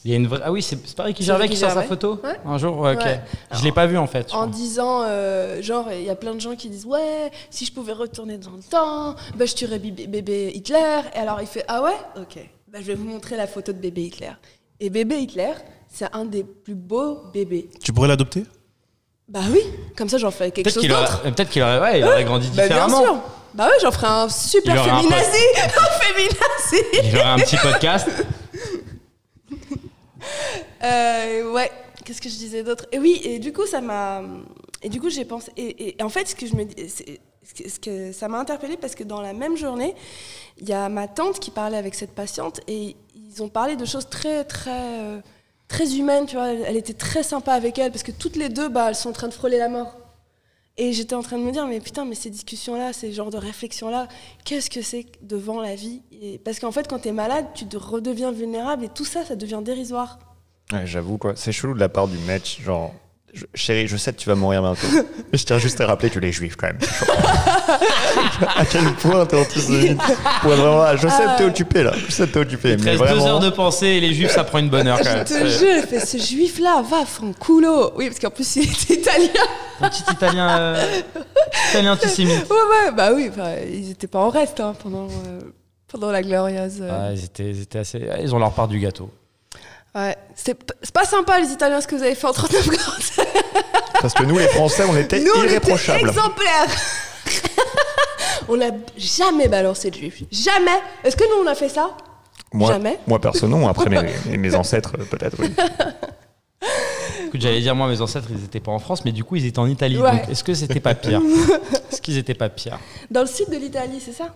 Speaker 4: Il y a une vraie... Ah oui, c'est c'est pas Ricky
Speaker 2: C'est
Speaker 4: Gervais
Speaker 2: Ricky
Speaker 4: qui sort sa
Speaker 2: Gervais.
Speaker 4: photo
Speaker 2: Ouais.
Speaker 4: un jour Ouais, ok.
Speaker 2: Ouais.
Speaker 4: Je l'ai pas vu en fait. je
Speaker 2: En
Speaker 4: crois.
Speaker 2: disant, euh, genre, il y a plein de gens qui disent Ouais, si je pouvais retourner dans le temps, bah, je tuerais bébé, bébé Hitler. Et alors il fait Ah ouais Ok, bah, je vais vous montrer la photo de bébé Hitler. Et bébé Hitler, c'est un des plus beaux bébés.
Speaker 1: tu pourrais l'adopter
Speaker 2: Bah oui, comme ça j'en fais quelque
Speaker 4: Peut-être
Speaker 2: chose
Speaker 4: qu'il aurait... euh,
Speaker 2: d'autre.
Speaker 4: peut-être qu'il aurait... Ouais, il aurait grandi
Speaker 2: Bah bien
Speaker 4: différemment.
Speaker 2: sûr Bah oui, j'en ferai un
Speaker 4: Il
Speaker 2: super
Speaker 4: aura un
Speaker 2: féminazi Un féminazi
Speaker 4: Il aurait un petit podcast.
Speaker 2: Euh, ouais, qu'est-ce que je disais d'autre Et oui, et du coup, ça m'a. Et du coup, j'ai pensé. Et, et- et en fait, ce que je me dis. c'est- ce que- ce que ça m'a interpellée parce que dans la même journée, il y a ma tante qui parlait avec cette patiente et ils ont parlé de choses très, très. euh, très humaines, tu vois. Elle elle était très sympa avec elle parce que toutes les deux, bah, elles sont en train de frôler la mort. Et j'étais en train de me dire, mais putain, mais ces discussions-là, ces genres de réflexions-là, qu'est-ce que c'est que devant la vie Et- Parce qu'en fait, quand t'es malade, tu te redeviens vulnérable et tout ça, ça devient dérisoire.
Speaker 3: Ouais, j'avoue, quoi. C'est chelou de la part du match. Genre, je- chérie, je sais que tu vas mourir bientôt. Mais je tiens juste à rappeler que tu es juif, quand même. à quel point t'es antisémite. Ouais, vraiment, je sais que t'es occupé, là. Je sais que t'es occupé.
Speaker 4: Euh, Il te
Speaker 3: Mais
Speaker 4: reste
Speaker 3: vraiment.
Speaker 4: deux heures de pensée et les juifs, ça prend une bonne heure quand
Speaker 2: Je
Speaker 4: même.
Speaker 2: te jure, mais ce juif-là, va, Franculo Oui, parce qu'en plus, il était italien.
Speaker 4: Un petit italien. euh, Italien antisémite.
Speaker 2: Ouais, ouais, bah oui, enfin, ils étaient pas en reste hein, pendant, euh, pendant la glorieuse. euh.
Speaker 4: Ah, ils, étaient, ils étaient assez. ah, Ils ont leur part du gâteau.
Speaker 2: Ouais. C'est p- c'est pas sympa, les Italiens, ce que vous avez fait en 39 grandes.
Speaker 3: Parce que nous, les Français, on était
Speaker 2: Nous, on était
Speaker 3: irréprochables.
Speaker 2: exemplaires On n'a jamais balancé de juif. Jamais Est-ce que nous, on a fait ça
Speaker 3: moi,
Speaker 2: Jamais.
Speaker 3: Moi, perso, non. Après, mes, mes ancêtres, euh, peut-être, oui.
Speaker 4: Écoute, j'allais dire, moi, mes ancêtres, ils étaient pas en France, mais du coup, ils étaient en Italie.
Speaker 2: Ouais.
Speaker 4: Donc, est-ce que c'était pas pire Est-ce qu'ils étaient pas pire
Speaker 2: Dans le sud de l'Italie, c'est ça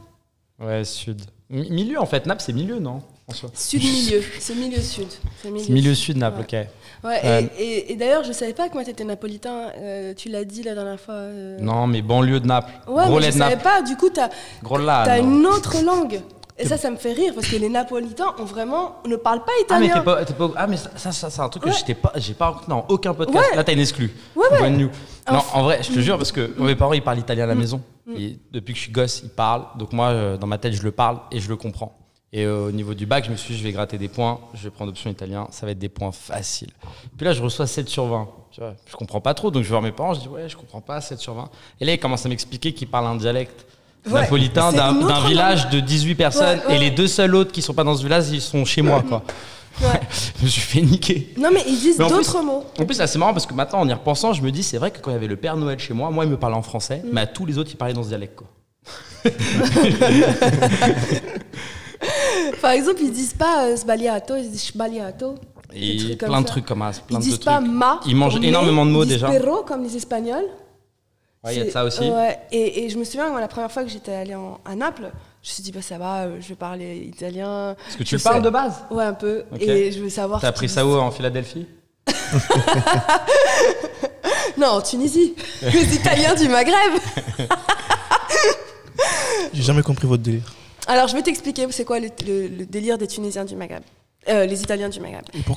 Speaker 4: Ouais, sud. Mi- milieu, en fait. Naples, c'est milieu, non en soi
Speaker 2: Sud-milieu. C'est milieu-sud. C'est
Speaker 4: C'est milieu sud, Naples, ok.
Speaker 2: Ouais,
Speaker 4: Ouais.
Speaker 2: et, et- et d'ailleurs, je savais pas que moi, t'étais napolitain. euh, tu l'as dit la dernière fois. euh.
Speaker 4: Non, mais banlieue de Naples.
Speaker 2: Ouais,
Speaker 4: Gros
Speaker 2: mais
Speaker 4: lait
Speaker 2: je
Speaker 4: de
Speaker 2: savais
Speaker 4: Naples.
Speaker 2: pas. Du coup, t'as
Speaker 4: Gros là.
Speaker 2: t'as
Speaker 4: Ah non.
Speaker 2: une autre langue. Et ça, ça me fait rire parce que les Napolitains ont vraiment ne parlent pas
Speaker 4: Ah mais
Speaker 2: italien.
Speaker 4: t'es pas, t'es pas- ah mais ça, ça, ça, c'est un truc
Speaker 2: Ouais.
Speaker 4: que j'étais pas, j'ai pas, non, aucun podcast.
Speaker 2: Ouais.
Speaker 4: Là t'as une exclue.
Speaker 2: Ouais, ouais.
Speaker 4: One new.
Speaker 2: Ah, Mm.
Speaker 4: Non,
Speaker 2: f-
Speaker 4: en vrai, je te jure parce que mes parents ils parlent italien à la maison.
Speaker 2: Mm.
Speaker 4: Et depuis que je suis gosse, ils parlent. Donc moi, euh, dans ma tête, je le parle et je le comprends. Et euh, au niveau du bac, je me suis dit, je vais gratter des points, je vais prendre option italien, ça va être des points faciles. Puis là, je reçois 7 sur 20. Tu vois, je comprends pas trop, donc je vais voir mes parents, je dis, ouais, je comprends pas, 7 sur 20. Et là, ils commencent à m'expliquer qu'ils parlent un dialecte
Speaker 2: Ouais.
Speaker 4: napolitain
Speaker 2: C'est
Speaker 4: d'un
Speaker 2: une autre
Speaker 4: d'un
Speaker 2: langue.
Speaker 4: village de 18 personnes,
Speaker 2: Ouais, ouais.
Speaker 4: et les deux seuls autres qui sont pas dans ce village, ils sont chez moi, quoi.
Speaker 2: Ouais.
Speaker 4: Je me suis fait niquer.
Speaker 2: Non, mais ils disent
Speaker 4: Mais en
Speaker 2: d'autres
Speaker 4: plus-
Speaker 2: mots.
Speaker 4: En plus, là, c'est marrant parce que maintenant, en y repensant, je me dis, c'est vrai que quand il y avait le Père Noël chez moi, moi, il me parlait en
Speaker 2: Mm.
Speaker 4: français, mais à tous les autres, il parlait dans ce dialecte, quoi.
Speaker 2: Par exemple, ils disent pas euh, sbagliato, ils disent sbagliato.
Speaker 4: Et
Speaker 2: Des trucs comme
Speaker 4: plein de
Speaker 2: ça.
Speaker 4: trucs comme ça,
Speaker 2: Ils
Speaker 4: plein de
Speaker 2: disent
Speaker 4: trucs.
Speaker 2: pas ma.
Speaker 4: Ils mangent
Speaker 2: mais,
Speaker 4: énormément de mots
Speaker 2: ils disent
Speaker 4: déjà.
Speaker 2: perro comme les Espagnols.
Speaker 4: Ouais, il y a de
Speaker 2: C'est-
Speaker 4: ça aussi.
Speaker 2: ouais. Et, et je me souviens, moi, la première fois que j'étais allée en- à Naples, je me suis dit, bah ça va, euh, je vais parler italien.
Speaker 4: Parce que tu
Speaker 2: Je
Speaker 4: le parles
Speaker 2: sais.
Speaker 4: de base.
Speaker 2: Ouais, un peu.
Speaker 4: Ok.
Speaker 2: Et je veux savoir.
Speaker 4: T'as
Speaker 2: ce qu'ils
Speaker 4: appris ça
Speaker 2: disent.
Speaker 4: où en Philadelphie
Speaker 2: Non, en Tunisie. les Italiens du Maghreb.
Speaker 1: J'ai jamais compris votre délire.
Speaker 2: Alors, je vais t'expliquer c'est quoi le, le- le délire des Tunisiens du Maghreb. Euh, les Italiens du Maghreb.
Speaker 1: Et pourquoi